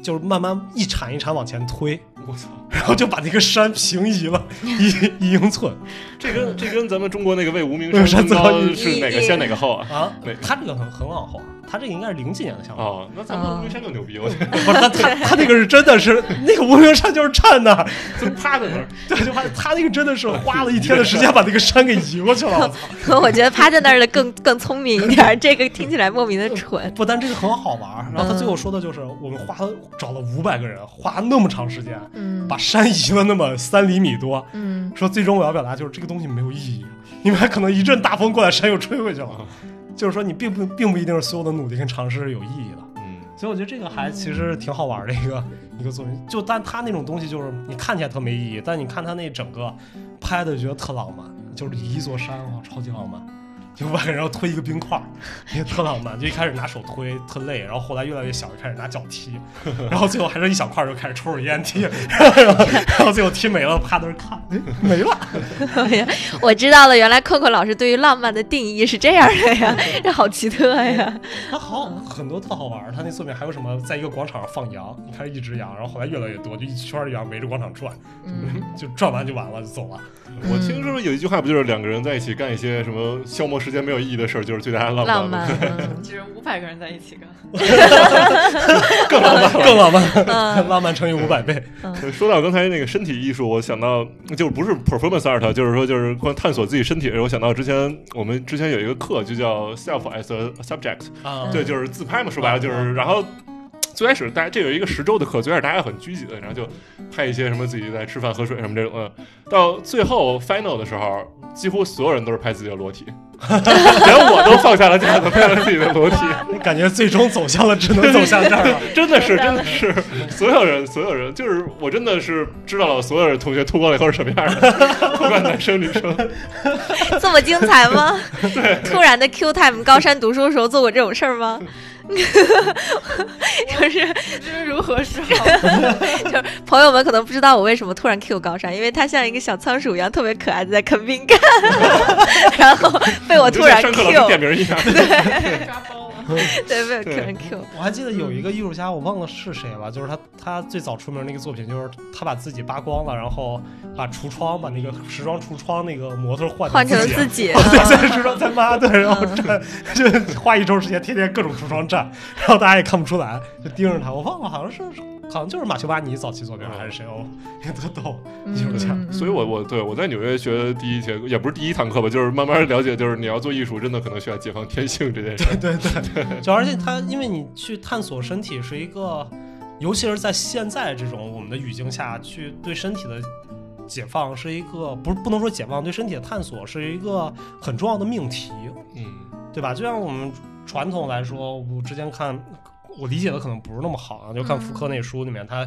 Speaker 1: 就是慢慢一铲一铲往前推，
Speaker 3: 我操，
Speaker 1: 然后就把那个山平移了一一英寸
Speaker 3: 这跟这跟咱们中国那个为无 名山增高是哪个先哪个后啊？
Speaker 1: 啊
Speaker 3: 对！
Speaker 1: 他这个很很往后啊，他这个应该是零几年的项目，
Speaker 3: 哦，那
Speaker 2: 啊
Speaker 3: 咱们无名山更牛逼，我 觉得
Speaker 1: 不是他他他那个是真的是那个无名山就是站那儿，
Speaker 3: 就趴在那儿，
Speaker 1: 对，就他他那个真的是花了一天的时间把那个山给移过去了。我操
Speaker 2: 我觉得趴在那儿的更 更聪明一点，这个听起来莫名的蠢。
Speaker 1: 不但这个很好玩儿，然后他最后说的就是我们花找了五百个人，花那么长时间
Speaker 2: 嗯
Speaker 1: 把山移了那么三厘米多，
Speaker 2: 嗯，
Speaker 1: 说最终我要表达就是这个东西没有意义，你们还可能一阵大风过来，山又吹回去了。就是说你并不并不一定是所有的努力跟尝试是有意义的。
Speaker 3: 嗯，
Speaker 1: 所以我觉得这个还其实挺好玩的一个一个作品，就但他那种东西就是你看起来特没意义，但你看他那整个拍的觉得特浪漫，就是一座山哇，超级浪漫，就外然后推一个冰块儿，也特浪漫，就一开始拿手推特累，然后后来越来越小，就开始拿脚踢，然后最后还是一小块儿就开始抽着烟踢， 然后然后最后踢没了，趴那儿看，哎没了，
Speaker 2: 哎我知道了，原来扣扣老师对于浪漫的定义是这样的呀，这好奇特呀。
Speaker 1: 他好
Speaker 2: 嗯
Speaker 1: 很多特好玩儿，他那作品还有什么，在一个广场上放羊，你看一只羊，然后后来越来越多，就一圈儿羊围着广场转。
Speaker 2: 嗯，
Speaker 1: 就 转完就完了，就走了。
Speaker 3: 我听说有一句话不就是两个人在一起干一些什么消磨时间没有意义的事儿，就是最大的
Speaker 1: 嗯
Speaker 3: 浪
Speaker 2: 浪
Speaker 3: 漫
Speaker 2: 漫嗯
Speaker 3: 吗。，
Speaker 4: 其实五百个人在一 起干，
Speaker 1: 更浪漫， 更浪漫，
Speaker 2: 嗯
Speaker 1: 浪漫乘以五百倍。
Speaker 3: 说到刚才那个身体艺术，我想到就是不是 performance art，就是说就是光探索自己身体。我想到之前我们之前有一个课就叫 self as a subject，
Speaker 2: 嗯
Speaker 1: 啊
Speaker 3: 对，就是自拍嘛，说白了就是，然后。最开始大家这有一个十周的课，最开始大家很拘谨，然后就拍一些什么自己在吃饭喝水什么这种的。到最后 final 的时候，几乎所有人都是拍自己的裸 体，连我都放下了架子，拍了自己的裸 体。
Speaker 2: 嗯
Speaker 1: 你感觉最终走向了，只能走向这儿了。
Speaker 3: 真的是，真的是，所有人，所有人，就是我真的是知道了所有人同学脱光了以后是什么样 的，不管男生女生，
Speaker 2: 这么精彩吗？突然的 Q time，高山读书的时候做过这种事儿吗？就是
Speaker 4: 这是如何是好？
Speaker 2: 朋友们可能不知道我为什么突然 Q 高山，因为他像一个小仓鼠一样特别可爱的在啃饼干，然后被我
Speaker 3: 就
Speaker 2: 突
Speaker 3: 像
Speaker 2: 然
Speaker 3: 上课老师点
Speaker 2: Q，
Speaker 3: 名一样。
Speaker 4: 抓包了。
Speaker 2: 对，被我突然 Q，
Speaker 1: 我还记得有一个艺术家，我忘了是谁了，就是他，他最早出名那个作品，就是他把自己扒光了，然后把橱窗，把那个时装橱窗那个模特换
Speaker 2: 换成了
Speaker 1: 己。啊
Speaker 2: 自己。
Speaker 1: 对，在时装在妈对，然后站
Speaker 2: 嗯
Speaker 1: 就花一周时间，天天各种橱窗站，然后大家也看不出来，就盯着他。我忘了，好像是好像就是马修巴尼早期作品还是谁哦，也特逗，艺 术家。
Speaker 2: 嗯
Speaker 3: 所以我，我对我在纽约学的第一节，也不是第一堂课吧，就是慢慢了解，就是你要做艺术，真的可能需要解放天性这件事。
Speaker 1: 对
Speaker 2: 嗯
Speaker 1: 对，就而且它，因为你去探索身体是一个，尤其是在现在这种我们的语境下去对身体的解放是一个，不是不能说解放，对身体的探索是一个很重要的命题，
Speaker 3: 嗯，
Speaker 1: 对吧？就像我们传统来说，我之前看我理解的可能不是那么好啊，就看福柯那书里面他。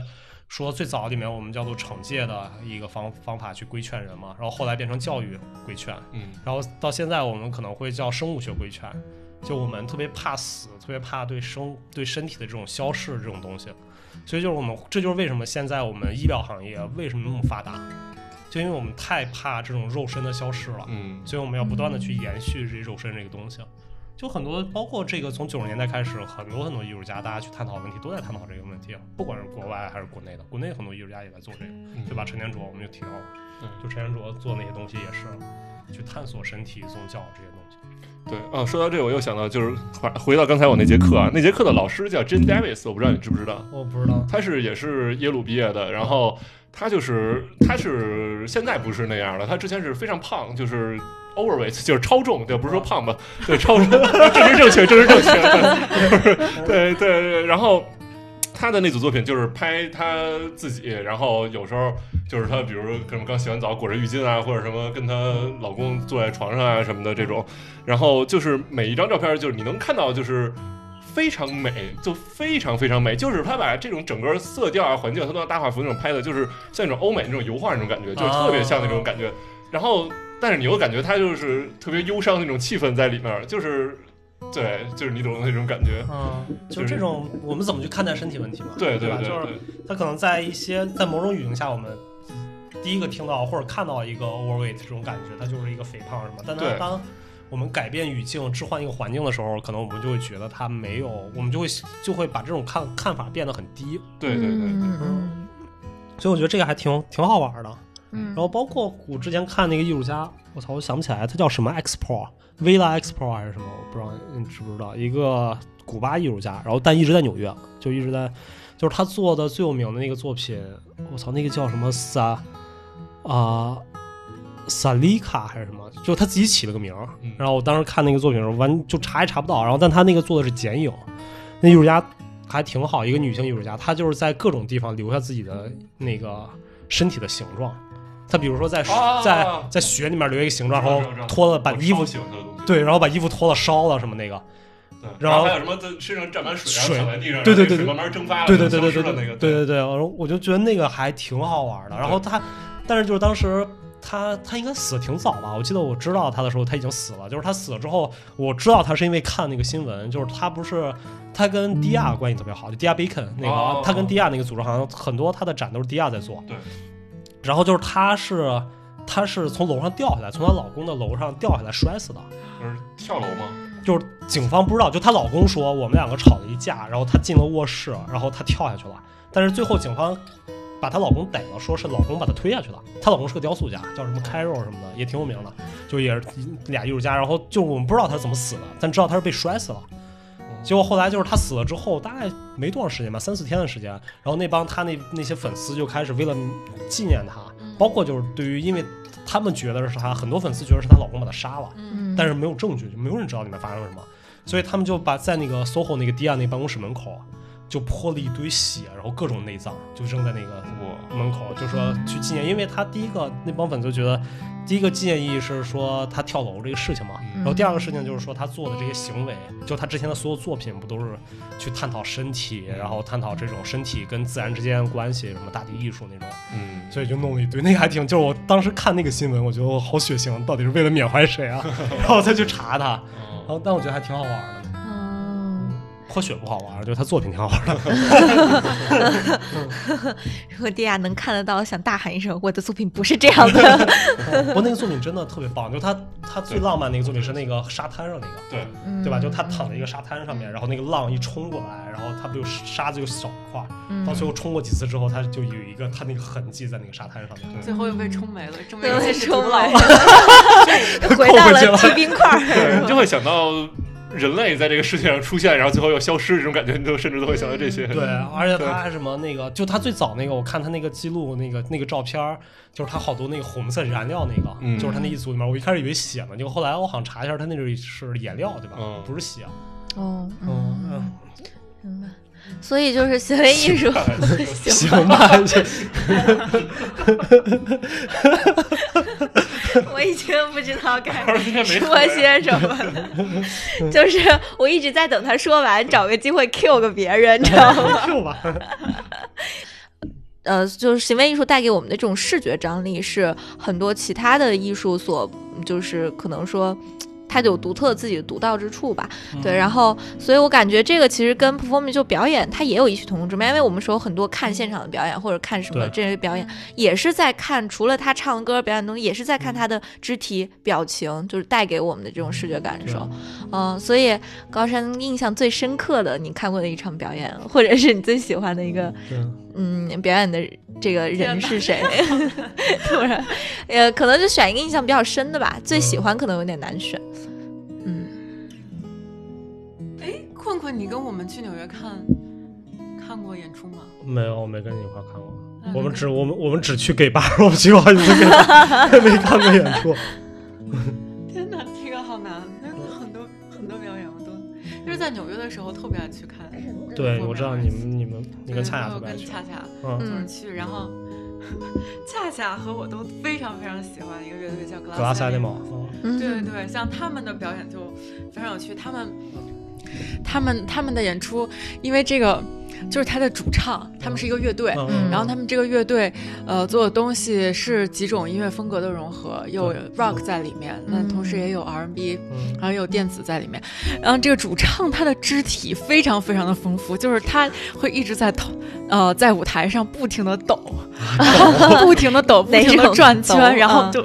Speaker 1: 说最早里面我们叫做惩戒的一个方方法去规劝人嘛，然后后来变成教育规劝，
Speaker 3: 嗯，
Speaker 1: 然后到现在我们可能会叫生物学规劝，就我们特别怕死，特别怕对生对身体的这种消逝这种东西，所以就是我们这就是为什么现在我们医疗行业为什么那么发达，就因为我们太怕这种肉身的消逝了，
Speaker 3: 嗯，
Speaker 1: 所以我们要不断的去延续这肉身这个东西。啊就很多，包括这个从九十年代开始，很多很多艺术家，大家去探讨问题，都在探讨这个问题，啊不管是国外还是国内的，国内很多艺术家也在做这个。
Speaker 3: 嗯
Speaker 1: 对吧？？陈天卓我们就提到了，
Speaker 3: 嗯
Speaker 1: 就陈天卓做那些东西也是去探索身体、宗教这些东西。
Speaker 3: 对啊，说到这，我又想到，就是回回到刚才我那节课啊，那节课的老师叫 Jane Davis，我不知道你知不知道。
Speaker 1: 我不知道，
Speaker 3: 他是也是耶鲁毕业的，然后他就是他是现在不是那样了，他之前是非常胖，就是 overweight，就是超重，对，不是说胖吧，对，超重， 政治正确，政治正确， 对对对，然后。他的那组作品就是拍他自己，然后有时候就是他，比如可能刚洗完澡裹着浴巾啊，或者什么跟她老公坐在床上啊什么的这种，然后就是每一张照片，就是你能看到就是非常美，就非常非常美，就是他把这种整个色调啊、环境，他都用大画幅那种拍的，就是像那种欧美那种油画那种感觉，就是特别像那种感觉。然后，但是你又感觉他就是特别忧伤那种气氛在里面，就是对，就是你懂的那种感觉。
Speaker 1: 啊，就
Speaker 3: 就是
Speaker 1: 这种，我们怎么去看待身体问题嘛？
Speaker 3: 对
Speaker 1: 对
Speaker 3: 对
Speaker 1: 吧？就是
Speaker 3: 对
Speaker 1: 他可能在一些在某种语境下，我们第一个听到或者看到一个 overweight 这种感觉，它就是一个肥胖什么。但当
Speaker 3: 对
Speaker 1: 当我们改变语境、置换一个环境的时候，可能我们就会觉得它没有，我们就会就会把这种看看法变得很低。
Speaker 3: 对对对对
Speaker 4: 嗯嗯
Speaker 1: 所以我觉得这个还挺挺好玩的。
Speaker 4: 嗯
Speaker 1: 然后包括我之前看那个艺术家，我操，我想不起来他叫什么 X Pro Villa X Pro 还是什么，我不知道你知不知道，一个古巴艺术家，然后但一直在纽约，就一直在，就是他做的最有名的那个作品，我操，那个叫什么萨啊萨利卡还是什么，就他自己起了个名儿
Speaker 3: 嗯。
Speaker 1: 然后我当时看那个作品的时候，完就查也查不到，然后但他那个做的是剪影，那艺术家还挺好，一个女性艺术家，她就是在各种地方留下自己的那个身体的形状。她比如说在、
Speaker 3: 啊
Speaker 1: 在在雪里面留一个形状，然
Speaker 3: 我知道
Speaker 1: 后脱了把衣服
Speaker 3: 喜欢他的东西。
Speaker 1: 对，然后把衣服脱了烧了什么那个，
Speaker 3: 对，
Speaker 1: 然后
Speaker 3: 还有什么在身上沾满水，啊然后
Speaker 1: 水
Speaker 3: 躺在地上，
Speaker 1: 对对
Speaker 3: 然后
Speaker 1: 对
Speaker 3: 那水慢慢蒸发了，
Speaker 1: 对对对
Speaker 3: 消
Speaker 1: 对
Speaker 3: 失
Speaker 1: 对
Speaker 3: 了
Speaker 1: 对
Speaker 3: 那个，
Speaker 1: 对对对，然后我就觉得那个还挺好玩的。然后他，但是就是当时他他应该死的挺早吧？我记得我知道他的时候他已经死了，就是他死了之后，我知道他是因为看那个新闻，就是他不是他跟迪亚关系特别好，就迪亚贝肯那个，
Speaker 3: 哦
Speaker 1: 他跟迪亚那个组织好像很多他的展都是迪亚在做。
Speaker 3: 对，
Speaker 1: 然后就是他是。他是从楼上掉下来，从她老公的楼上掉下来摔死的。
Speaker 3: 就是跳楼吗？
Speaker 1: 就是警方不知道，就她老公说我们两个吵了一架，然后她进了卧室，然后她跳下去了，但是最后警方把她老公逮了，说是老公把她推下去了。她老公是个雕塑家，叫什么 Caro 什么的，也挺有名的，就也是俩艺术家。然后就我们不知道他是怎么死的，但知道他是被摔死了。结果后来就是他死了之后，大概没多长时间吧，三四天的时间，然后那帮他那那些粉丝就开始为了纪念他，包括就是对于，因为他们觉得是他，很多粉丝觉得是她老公把她杀了。
Speaker 4: 嗯，
Speaker 1: 但是没有证据，就没有人知道里面发生了什么，所以他们就把在那个 SOHO 那个迪亚那办公室门口就泼了一堆血，然后各种内脏就扔在那个
Speaker 3: 我
Speaker 1: 门口，就说去纪念，因为他第一个那帮粉丝觉得第一个纪念意义是说他跳楼这个事情嘛，
Speaker 3: 嗯
Speaker 1: 然后第二个事情就是说他做的这些行为，就他之前的所有作品不都是去探讨身体，然后探讨这种身体跟自然之间的关系，什么大地艺术那种。
Speaker 3: 嗯，
Speaker 1: 所以就弄了一堆，那个还挺，就是我当时看那个新闻，我觉得我好血腥，到底是为了缅怀谁啊？然后我再去查他，
Speaker 3: 嗯
Speaker 1: 然后但我觉得还挺好玩的。
Speaker 2: 哦，
Speaker 1: 泼血不好玩，就是他作品挺好玩的。
Speaker 2: 如果迪亚能看得到，想大喊一声：“我的作品不是这样的。
Speaker 1: 不过那个作品真的特别棒，就他他最浪漫那个作品是那个沙滩上那个，
Speaker 3: 对，
Speaker 4: 嗯
Speaker 1: 对吧？就他躺在一个沙滩上面，然后那个浪一冲过来，然后他不就沙子就小一块儿，到最后冲过几次之后，他就有一个他那个痕迹在那个沙滩上面。
Speaker 4: 最后又被冲没了，证
Speaker 2: 对
Speaker 4: 明
Speaker 2: 被
Speaker 4: 是
Speaker 2: 冲
Speaker 4: 独老
Speaker 2: 没又回到了踢冰块 儿，
Speaker 3: 对，你就会想到人类在这个世界上出现，然后最后又消失，这种感觉，你都甚至都会想到这些。
Speaker 1: 嗯对，啊而且
Speaker 3: 对
Speaker 1: 他还什么那个，就他最早那个，我看他那个记录那个那个照片儿，就是他好多那个红色燃料那个，
Speaker 3: 嗯
Speaker 1: 就是他那一组里面，我一开始以为血呢，结果后来我好像查一下，他那是是颜料对吧？
Speaker 3: 嗯
Speaker 1: 不是血。
Speaker 2: 哦，
Speaker 1: 嗯，
Speaker 2: 明白。所以就是行为艺术，
Speaker 1: 行吧，这
Speaker 2: 我已经不知道该
Speaker 3: 二十天没
Speaker 2: 说些什么了。就是我一直在等他说完，找个机会 Q 个别人，知道吗？
Speaker 1: Q 吧。
Speaker 2: 呃，就是行为艺术带给我们的这种视觉张力，是很多其他的艺术所，就是可能说。它有独特自己的独到之处吧，对，然后，所以我感觉这个其实跟 performance 就表演，它也有异曲同工之妙，因为我们说很多看现场的表演或者看什么
Speaker 1: 对
Speaker 2: 这些表演，也是在看除了他唱歌表演的东西，也是在看他的肢体表情，就是带给我们的这种视觉感受。嗯，所以高山印象最深刻的你看过的一场表演，或者是你最喜欢的一个嗯，表演的这个人是 谁？突然，呃，可能就选一个印象比较深的吧，最喜欢可能有点难选。嗯，
Speaker 4: 哎，困困，你跟我们去纽约看看过演出吗？
Speaker 1: 没有，我没跟你一块看过。
Speaker 4: 那
Speaker 1: 我们
Speaker 4: 你
Speaker 1: 只我们我们只去 gay bar，我们去过好几次 gay bar，没看过演出。
Speaker 4: 天哪，这个好难，那很多很多表演我都就是在纽约的时候特别爱去看。
Speaker 1: 对，我知道你们你们你跟恰恰
Speaker 4: 对
Speaker 1: 特
Speaker 4: 我
Speaker 1: 别爱
Speaker 4: 跟
Speaker 1: 去。
Speaker 4: 恰恰
Speaker 1: 嗯
Speaker 2: 嗯
Speaker 4: 就是去，然后 恰恰和我都非常非常喜欢的一个乐队叫格
Speaker 1: 格拉
Speaker 4: 塞
Speaker 1: 塞
Speaker 4: 内
Speaker 1: 内
Speaker 4: 蒙
Speaker 1: 蒙。，
Speaker 2: 嗯
Speaker 4: 对对，像他们的表
Speaker 2: 嗯
Speaker 4: 演就非常有趣，他们他们他们的演出，因为这个。就是他的主唱，他们是一个乐队，
Speaker 1: 嗯
Speaker 4: 然后他们这个乐队，呃，做的东西是几种音乐风格的融合，有
Speaker 1: 对
Speaker 4: rock 在里面，那
Speaker 2: 嗯
Speaker 4: 同时也有 R&B，
Speaker 1: 嗯
Speaker 4: 然后也有电子在里面。然后这个主唱他的肢体非常非常的丰富，就是他会一直在抖，呃，在舞台上不停的抖， 不停的抖，不
Speaker 2: 哪
Speaker 4: 停的
Speaker 2: 种
Speaker 4: 转
Speaker 2: 抖
Speaker 4: 圈，然后
Speaker 2: 嗯
Speaker 4: 就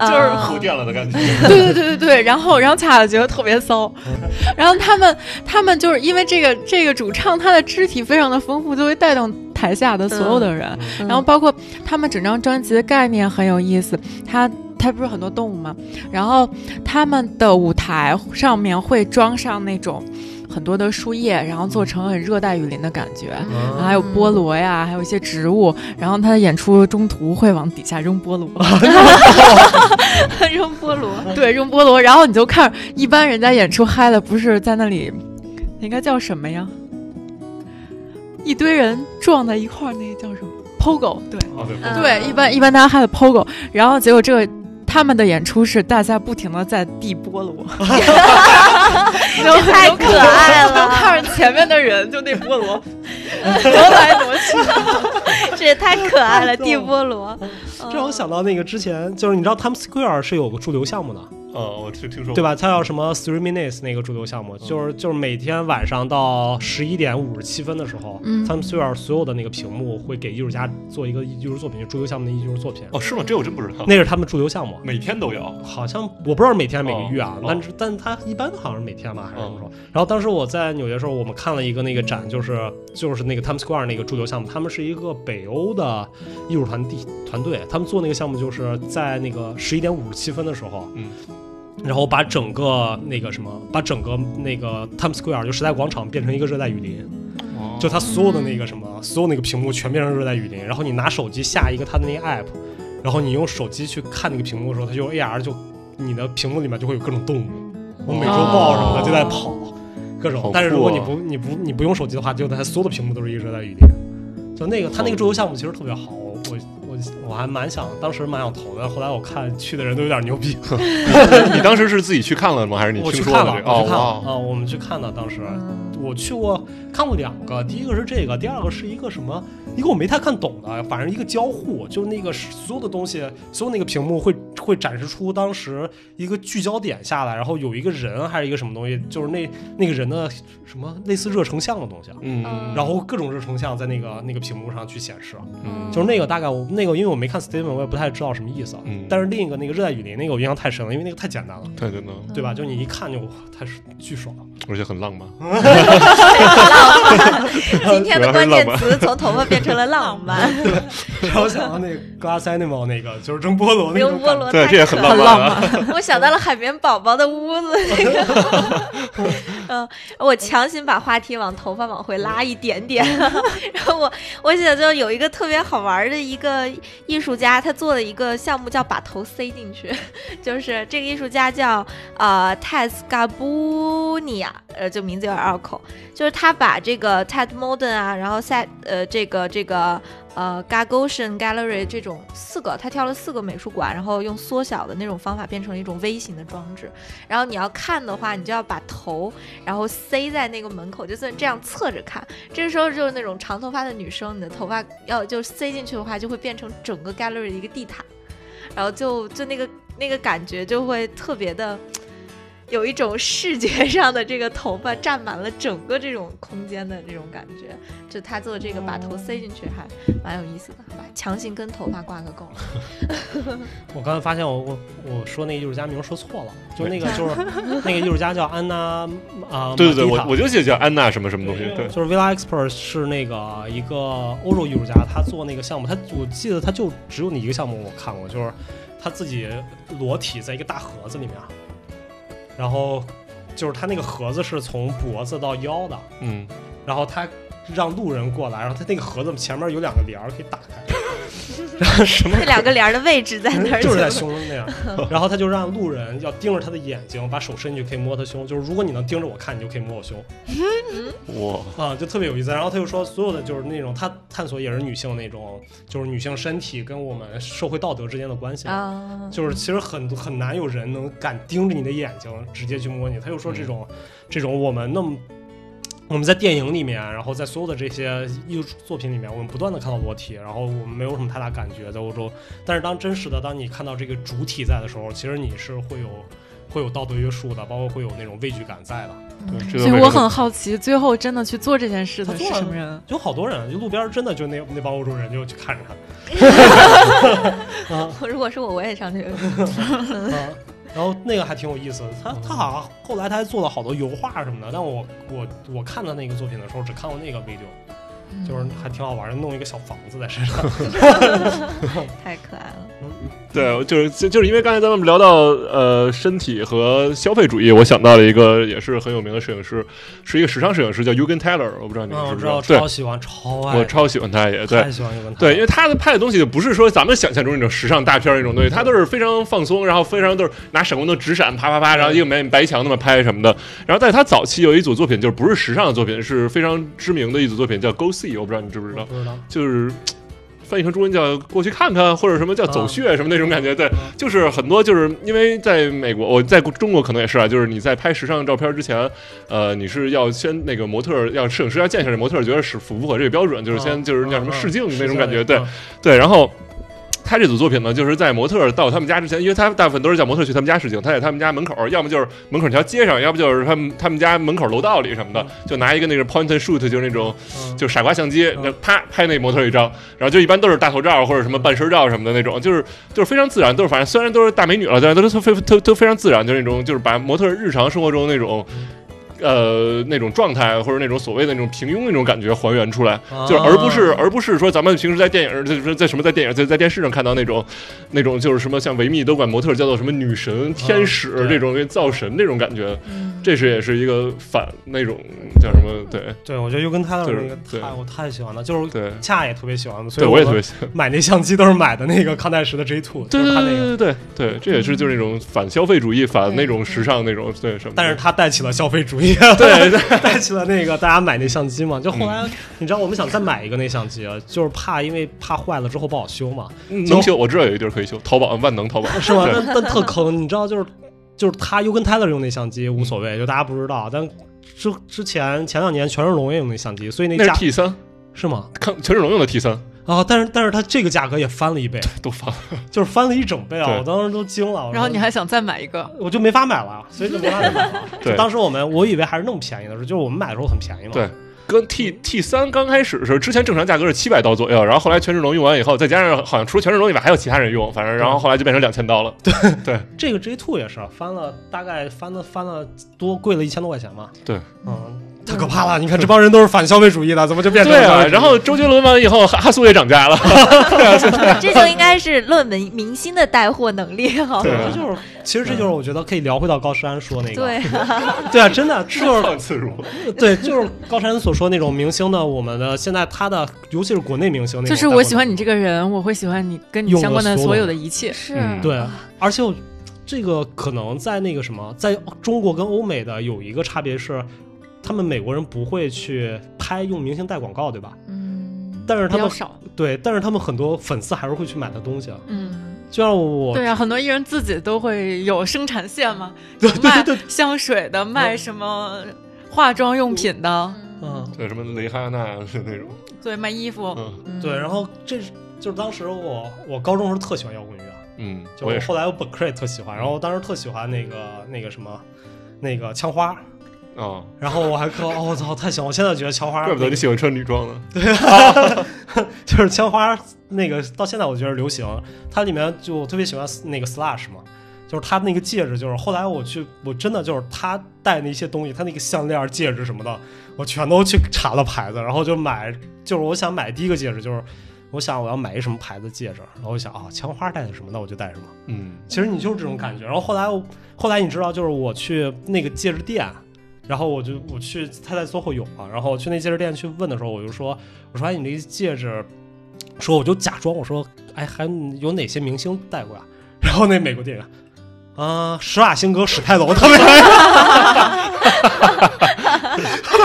Speaker 3: 就是
Speaker 2: 啊
Speaker 3: 核电了的感觉。
Speaker 4: 对对对对对，然后然后卡卡觉得特别 骚，然后他们他们就是因为这个这个主唱他的肢体非常的丰富，就会带动台下的所有的人，
Speaker 2: 嗯
Speaker 4: 然后包括他们整张专辑的概念很有意思，他。它不是很多动物吗？然后他们的舞台上面会装上那种很多的树叶，然后做成很热带雨林的感觉，
Speaker 1: 嗯
Speaker 2: 嗯
Speaker 4: 然后还有菠萝呀，还有一些植物。然后他的演出中途会往底下扔菠 萝，
Speaker 2: 扔菠萝，
Speaker 4: 对，扔菠萝，然后你就看一般人家演出嗨了，不是在那里，那应该叫什么呀？一堆人撞在一块儿，那个叫什么？pogo，对、
Speaker 3: 哦，对，
Speaker 2: 嗯
Speaker 4: 对，一般一般大家嗨了 pogo，然后结果这个他们的演出是大家不停的在递菠萝，
Speaker 2: 这太可爱
Speaker 4: 就 看
Speaker 2: 了，
Speaker 4: 着前面的人就那菠 萝挪来挪去，
Speaker 2: 这也太可爱了，地菠萝。嗯
Speaker 1: 这让我想到那个之前，就是你知道 Times Square 是有个驻留项目的，
Speaker 3: 哦，我听听说过
Speaker 1: 对？吧？它叫什么 Three Minutes 那个驻留项目，就是就是每天晚上到十一点五十七分的时候
Speaker 4: 嗯
Speaker 1: ，Times Square 所有的那个屏幕会给艺术家做一个艺术作品，就驻留项目的艺术作品，
Speaker 3: 哦，是吗？这我真不知道。
Speaker 1: 那是他们驻留项目。
Speaker 3: 每天都有，
Speaker 1: 好像我不知道是每天还是每个月啊，
Speaker 3: 哦嗯
Speaker 1: 但是但它一般好像是每天吧，还是什么时候？然后当时我在纽约的时候，我们看了一个那个展，就是就是那个 Times Square 那个驻留项目，他们是一个北欧的艺术团地团队，他们做那个项目就是在那个十一点五十七分的时候，
Speaker 3: 嗯。
Speaker 1: 然后把整个那个什么，把整个那个 Times Square 就时代广场变成一个热带雨林，
Speaker 3: 哦
Speaker 1: 就它所有的那个什么，所有那个屏幕全变成热带雨林。然后你拿手机下一个它的那个 app，然后你用手机去看那个屏幕的时候，它就 AR 就你的屏幕里面就会有各种动物，我美洲豹什么的就在跑，各
Speaker 3: 好
Speaker 1: 种
Speaker 3: 酷啊。
Speaker 1: 但是如果你不你不你不用手机的话，就它所有的屏幕都是一个热带雨林。就那个它那个桌游项目其实特别好，我我我还蛮想当时蛮想投的，后来我看去的人都有点牛逼，
Speaker 3: 你当时是自己去看了吗？还是你
Speaker 1: 我
Speaker 3: 听
Speaker 1: 去
Speaker 3: 说
Speaker 1: 看
Speaker 3: 的
Speaker 1: 了，
Speaker 3: 这个？
Speaker 1: 我去看了
Speaker 3: 哦，
Speaker 1: 啊，我们去看了。当时我去过，看过两个，第一个是这个，第二个是一个什么？一个我没太看懂的，反正一个交互，就那个是所有的东西，所有那个屏幕会会展示出当时一个聚焦点下来，然后有一个人还是一个什么东西，就是那那个人的什么类似热成像的东西啊，
Speaker 3: 嗯
Speaker 1: 然后各种热成像在那个那个屏幕上去显示。
Speaker 3: 嗯
Speaker 1: 就是那个大概我那个，因为我没看 statement，我也不太知道什么意思啊。
Speaker 3: 嗯
Speaker 1: 但是另一个那个热带雨林那个我印象太深了，因为那个太简单了。
Speaker 3: 对对对，
Speaker 2: 嗯
Speaker 1: 对吧？就你一看就哇太爽巨爽了。
Speaker 3: 而且很浪漫。
Speaker 2: 今天的关键词从头发变成了浪漫，
Speaker 1: 然后想到那个 Glass Animal 那个就是扔菠萝那
Speaker 2: 扔
Speaker 1: 种
Speaker 2: 菠
Speaker 1: 感觉，
Speaker 2: 萝，
Speaker 3: 对，这也很浪漫啊。
Speaker 2: 我想到了海绵宝宝的屋子那个，嗯，我强行把话题往头发往回拉一点点， 然后我我想就有一个特别好玩的一个艺术家，他做了一个项目叫把头塞进去， 就是这个艺术家叫呃泰斯卡布尼亚，呃，就名字有点拗口，就是他把这个 Ted Modern 啊，然后赛呃这个这个呃 Gagosian Gallery 这种四个，他挑了四个美术馆，然后用缩小的那种方法变成了一种微型的装置。然后你要看的话，你就要把头然后塞在那个门口，就这这样侧着看。这时候就是那种长头发的女生，你的头发要就塞进去的话，就会变成整个 gallery 的一个地毯，然后就就那个那个感觉就会特别的。有一种视觉上的这个头发占满了整个这种空间的这种感觉，就他做这个把头塞进去还蛮有意思的，好吧？强行跟头发挂个钩，
Speaker 1: 我刚才发现我我我说那个艺术家名说错了，就那个 就是那个艺术家叫安娜啊，
Speaker 3: 对对对，
Speaker 1: 马蒂
Speaker 3: 我
Speaker 1: 塔
Speaker 3: 我就写叫安娜什么什么东西。对，
Speaker 1: 就是 Villa Expert 是那个一个欧洲艺术家，他做那个项目，他我记得他就只有你一个项目我看过，就是他自己裸体在一个大盒子里面，然后就是他那个盒子是从脖子到腰的，
Speaker 3: 嗯，
Speaker 1: 然后他让路人过来，然后他那个盒子前面有两个帘儿可以打 开，什么
Speaker 2: 这两个帘儿的位置在哪儿？
Speaker 1: 就是在胸那样，然后他就让路人要盯着他的眼睛，把手伸进去可以摸他胸，就是如果你能盯着我看，你就可以摸我胸
Speaker 3: 哇，
Speaker 1: 啊，就特别有意思。然后他就说，所有的就是那种他探索也是女性那种，就是女性身体跟我们社会道德之间的关系。
Speaker 2: 啊，
Speaker 1: 就是其实很多很难有人能敢盯着你的眼睛直接去摸你。他又说这种，这种我们那么我们在电影里面，然后在所有的这些艺术作品里面，我们不断的看到裸体，然后我们没有什么太大感觉在欧洲。但是当真实的，当你看到这个主体在的时候，其实你是会有会有道德约束的，包括会有那种畏惧感在的。
Speaker 3: 对这
Speaker 4: 所
Speaker 3: 就
Speaker 4: 以
Speaker 3: 为
Speaker 4: 我
Speaker 3: 什么
Speaker 4: 很好奇，最后真的去做这件事的
Speaker 1: 他
Speaker 4: 是
Speaker 1: 做了
Speaker 4: 什么人？
Speaker 1: 有好多人，就路边真的就那那帮欧洲人就去看着他，
Speaker 2: 如果是我，我也上去。
Speaker 1: 啊，然后那个还挺有意思的。他他好像后来他还做了好多油画什么的，但我我我看他那个作品的时候，只看过那个 video，就是还挺好玩的，弄一个小房子在身 上。
Speaker 2: 太可爱了。
Speaker 3: 对，就是就就是因为刚才咱们聊到呃身体和消费主义，我想到了一个也是很有名的摄影师，是一个时尚摄影师叫 Eugen Taylor，我不知道你们
Speaker 1: 嗯，
Speaker 3: 知
Speaker 1: 我
Speaker 3: 不
Speaker 1: 知道，
Speaker 3: 对
Speaker 1: 超，喜欢，超爱，
Speaker 3: 我超喜欢他也对，
Speaker 1: 太喜欢英文
Speaker 3: 对，因为他的拍的东西就不是说咱们想象中那种时尚大片儿那种东西，他都是非常放松，然后非常都是拿闪光灯直闪，啪啪啪，然后一个白白墙那么拍什么的。然后在他早期有一组作品，就是不是时尚的作品，是非常知名的一组作品，叫《Go See》，我不知道你知不知道
Speaker 1: 我，不知道。
Speaker 3: 就是嘖翻译成中文叫“过去看看”或者什么叫“走穴”什么那种感觉。对
Speaker 1: 嗯，
Speaker 3: 就是很多就是因为在美国，我在中国可能也是啊，就是你在拍时尚照片之前，呃，你是要先那个模特儿要摄影师要见一下这模特儿，觉得是符不符合这个标准，就是先
Speaker 1: 嗯
Speaker 3: 就是叫什么嗯试镜那种感觉。对，对，然后。他这组作品呢，就是在模特儿到他们家之前，因为他大部分都是叫模特儿去他们家试镜，他在他们家门口，要么就是门口那条街上，要不就是他们他们家门口楼道里什么的，就拿一个那个 point and shoot，就是那种就傻瓜相机，
Speaker 1: 嗯
Speaker 3: 那啪拍那模特儿一张，然后就一般都是大头照或者什么半身照什么的那种，就是就是非常自然，都是反正虽然都是大美女了，但是都都非都都非常自然，就是那种就是把模特儿日常生活中那种。呃，那种状态或者那种所谓的那种平庸那种感觉还原出来，
Speaker 1: 嗯啊
Speaker 3: 就是而不是而不是说咱们平时在电影就是在什么在电影在在电视上看到那种那种就是什么像维密都管模特儿叫做什么女神、天使
Speaker 1: 嗯对
Speaker 3: 这种造神这种感觉，
Speaker 4: 嗯
Speaker 3: 这是也是一个反那种叫什么对
Speaker 1: 对，我觉得又跟他的那个
Speaker 3: 对
Speaker 1: 太我太喜欢了，就是
Speaker 3: 对
Speaker 1: 恰也特别喜欢，所
Speaker 3: 对，
Speaker 1: 以
Speaker 3: 我也特别喜欢。
Speaker 1: 买那相机都是买的那个康泰时的 J Two，
Speaker 3: 对
Speaker 1: 就是
Speaker 3: 对
Speaker 1: 他那个。
Speaker 3: 对对对对，这也是就是那种反消费主义、反
Speaker 2: 对
Speaker 3: 那种时尚那种对什么的。
Speaker 1: 但是他带起了消费主 义，
Speaker 3: 对对，嗯
Speaker 1: 带起了那个大家买那相机嘛。就后来、你知道我们想再买一个那相机，啊就是怕因为怕坏了之后不好修嘛，
Speaker 3: 嗯能修，我知道有一地儿可以修，淘宝嗯万能淘宝
Speaker 1: 嗯是吗？
Speaker 3: 对
Speaker 1: 但但特坑，你知道就是就是他又跟 Tyler 用那相机无所 谓，就大家不知道，但之之前前两年权志龙也用那相机，所以那
Speaker 3: 那是
Speaker 1: 价
Speaker 3: T 三，
Speaker 1: 是吗？
Speaker 3: 看权志龙用的 T 三
Speaker 1: 啊，但是但是它这个价格也翻了 一倍，
Speaker 3: 都发了，
Speaker 1: 就是翻了一整倍啊！
Speaker 3: 对
Speaker 1: 我当时都惊了。我说
Speaker 4: 然后你还想再买一个？
Speaker 1: 我就没法买了，所以就没法买了。
Speaker 3: 对
Speaker 1: 就当时我们我以为还是那么便宜的时候，就是我们买的时候很便宜嘛。
Speaker 3: 对。跟 T
Speaker 1: 嗯
Speaker 3: T 三刚开始的时候，之前正常价格是七百刀左右，然后后来权志龙用完以后，再加上好像除了权志龙以外还有其他人用，反正然后后来就变成两千刀了。
Speaker 1: 这个 J Two 也是翻了，大概翻了翻了多贵了一千多块钱嘛。
Speaker 3: 对，
Speaker 1: 嗯，太可怕了！你看这帮人都是反消费主义的，怎么就变成
Speaker 3: 对
Speaker 1: 了消
Speaker 3: 啊，
Speaker 1: 费主义
Speaker 3: 然后周杰伦完以后，哈哈苏也涨价了。
Speaker 2: 这就应该是论文明星的带货能力好
Speaker 3: 对
Speaker 1: 这就是，其实这就是我觉得可以聊回到高山说那个，
Speaker 2: 对，
Speaker 1: 对啊，真的这就是
Speaker 3: 放自如，
Speaker 1: 对，就是高山所说那种明星的，我们的现在他的，尤其是国内明星那种带货能力，
Speaker 4: 就是我喜欢你这个人，我会喜欢你跟你
Speaker 1: 用
Speaker 4: 相
Speaker 1: 了
Speaker 4: 关的
Speaker 1: 所
Speaker 4: 所
Speaker 1: 有
Speaker 4: 有的一切。
Speaker 2: 是
Speaker 3: 嗯
Speaker 1: 对，而且我这个可能在那个什么，在中国跟欧美的有一个差别是，他们美国人不会去拍用明星带广告，对吧？
Speaker 4: 嗯，
Speaker 1: 但是
Speaker 4: 比
Speaker 1: 他
Speaker 4: 较
Speaker 1: 们
Speaker 4: 少。
Speaker 1: 对，但是他们很多粉丝还是会去买他东西，啊
Speaker 4: 嗯，
Speaker 1: 就像我
Speaker 4: 对啊，很多艺人自己都会有生产线嘛，
Speaker 1: 对
Speaker 4: 有
Speaker 1: 对
Speaker 4: 卖
Speaker 1: 对
Speaker 4: 香水的，卖什么化妆用品的，
Speaker 1: 嗯，
Speaker 3: 对什么雷哈娜是那种，
Speaker 4: 对，卖衣服。
Speaker 1: 哦
Speaker 3: 嗯
Speaker 4: 嗯
Speaker 1: 对，然后这是就是当时我我高中时候特喜欢摇滚乐，
Speaker 3: 嗯，
Speaker 1: 就
Speaker 3: 我也
Speaker 1: 我
Speaker 3: 是，嗯
Speaker 1: 后来我本科也特喜欢，然后我当时特喜欢那个那个什么那个枪花。
Speaker 3: 啊，
Speaker 1: 然后我还看，哦，我操，太喜欢！我现在觉得枪花，
Speaker 3: 怪不得你喜欢穿女装呢。
Speaker 1: 就是枪花那个到现在我觉得流行，它里面就我特别喜欢那个 Slash 嘛，就是它那个戒指，就是后来我去我真的就是他戴那些东西，他那个项链、戒指什么的，我全都去查了牌子，然后就买，就是我想买第一个戒指就是。我想我要买一什么牌子戒指，然后我想啊，枪花戴的什么，那我就戴什么。
Speaker 3: 嗯，
Speaker 1: 其实你就是这种感觉。然后后来我，后来你知道，就是我去那个戒指店，然后我就我去他在 SOHO 有嘛，然后我去那戒指店去问的时候，我就说，我说哎，你这戒指，说我就假装我说，哎，还有哪些明星戴过呀、然后那美国店员。 啊、施瓦辛格、史泰龙他们，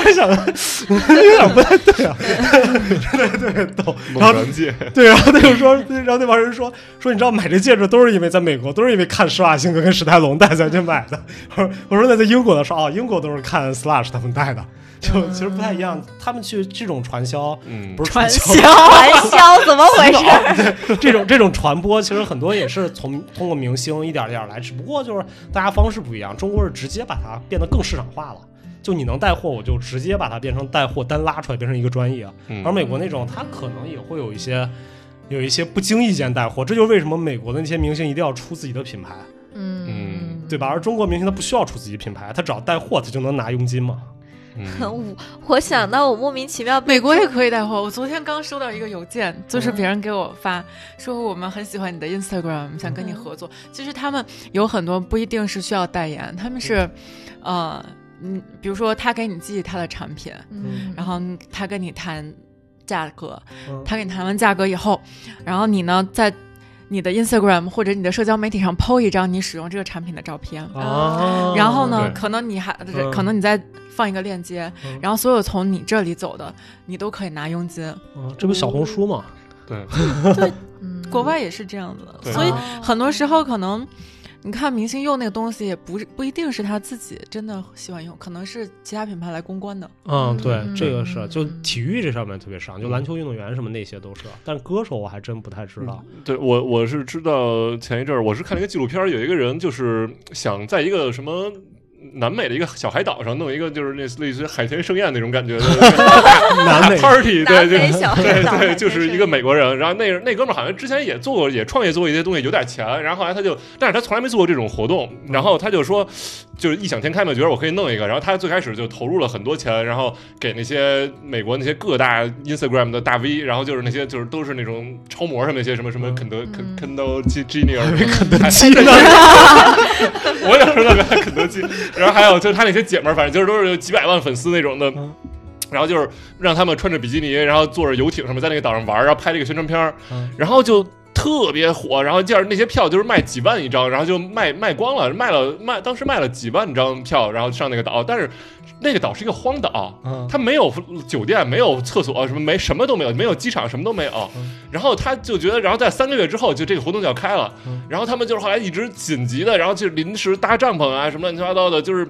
Speaker 1: 然想， 有点不太对啊， 真的特别逗。然
Speaker 3: 猛
Speaker 1: 后
Speaker 3: 然界，
Speaker 1: 对，然后他就说，然后那帮人说说，你知道买这戒指都是因为在美国，都是因为看施瓦辛格跟史泰龙戴才去买的。我说我说那在英国的时候啊，英国都是看 Slash 他们戴的，就其实不太一样。他们去这种传销，
Speaker 3: 嗯，
Speaker 1: 不是
Speaker 4: 传
Speaker 1: 销，
Speaker 2: 传销怎么回事？
Speaker 1: 这种这种传播，其实很多也是从通过明星一点儿一点儿来，只不过就是大家方式不一样。中国是直接把它变得更市场化了，就你能带货，我就直接把它变成带货单拉出来，变成一个专业。
Speaker 3: 嗯
Speaker 1: 而美国那种，它可能也会有一些有一些不经意间带货，这就是为什么美国的那些明星一定要出自己的品牌，
Speaker 3: 嗯
Speaker 1: 对吧？而中国明星他不需要出自己品牌，他只要带货，他就能拿佣金嘛。
Speaker 3: 嗯
Speaker 2: 我我想到我莫名其妙被
Speaker 4: 美国也可以带货。我昨天刚收到一个邮件，
Speaker 1: 嗯
Speaker 4: 就是别人给我发说我们很喜欢你的 Instagram，想
Speaker 1: 嗯
Speaker 4: 跟你合作。其实他们有很多不一定是需要代言，他们是，呃，嗯，比如说他给你寄他的产品，
Speaker 1: 嗯
Speaker 4: 然后他跟你谈价格，
Speaker 1: 嗯
Speaker 4: 他跟你谈完价格以后，然后你呢在你的 Instagram 或者你的社交媒体上 PO 一张你使用这个产品的照片。
Speaker 1: 啊，
Speaker 4: 然后呢，
Speaker 3: 哦对
Speaker 4: 可能你还
Speaker 1: 嗯
Speaker 4: 可能你再放一个链接，
Speaker 1: 嗯
Speaker 4: 然后所有从你这里走的，你都可以拿佣金。
Speaker 1: 嗯？这不小红书嘛？
Speaker 3: 嗯对，
Speaker 4: 国外也是这样子的，
Speaker 3: 对
Speaker 4: 所以
Speaker 2: 哦
Speaker 4: 很多时候可能。你看，明星用那个东西也不是不一定是他自己真的喜欢用，可能是其他品牌来公关的。
Speaker 1: 嗯，对，
Speaker 4: 嗯
Speaker 1: 这个是就体育这上面特别上，就篮球运动员什么那些都是，但歌手我还真不太知道。
Speaker 3: 对我我是知道前一阵儿我是看了一个纪录片儿，有一个人就是想在一个什么。南美的一个小海岛上弄一个，就是类似类似于海天盛宴那种感觉的
Speaker 1: 南美
Speaker 3: party，
Speaker 2: 南
Speaker 3: 对，
Speaker 2: 美
Speaker 3: 就
Speaker 2: 小
Speaker 3: 对
Speaker 2: 岛
Speaker 3: 对，就是一个美
Speaker 2: 国
Speaker 3: 国人。然后那那哥们儿好像之前也做过，也创业做过一些东西，有点钱。然后后来他就，但是他从来没做过这种活动。然后他就说，就是异想天开嘛，觉得我可以弄一个。然后他最开始就投入了很多钱，然后给那些美国那些各大 Instagram 的大 V，然后就是那些就是都是那种超模什么那些什么什么肯德肯
Speaker 4: 嗯
Speaker 3: 肯德基 Junior，
Speaker 1: 肯德基呢？
Speaker 3: 我也是那个肯德基，然后还有就是他那些姐们儿，反正就是都是有几百万粉丝那种的
Speaker 1: 嗯。
Speaker 3: 然后就是让他们穿着比基尼，然后坐着游艇什么，在那个岛上玩儿，然后拍这个宣传片儿
Speaker 1: 嗯，
Speaker 3: 然后就特别火。然后就是那些票就是卖几万一张，然后就卖卖光了，卖了卖当时卖了几万张票，然后上那个岛。但是那个岛是一个荒岛，
Speaker 1: 嗯
Speaker 3: 它没有酒店，没有厕所，什么没什么都没有，没有机场，什么都没有
Speaker 1: 嗯。
Speaker 3: 然后他就觉得，然后在三个月之后，就这个活动就要开了
Speaker 1: 嗯。
Speaker 3: 然后他们就是后来一直紧急的，然后就临时搭帐篷啊，什么乱七八糟的，就是。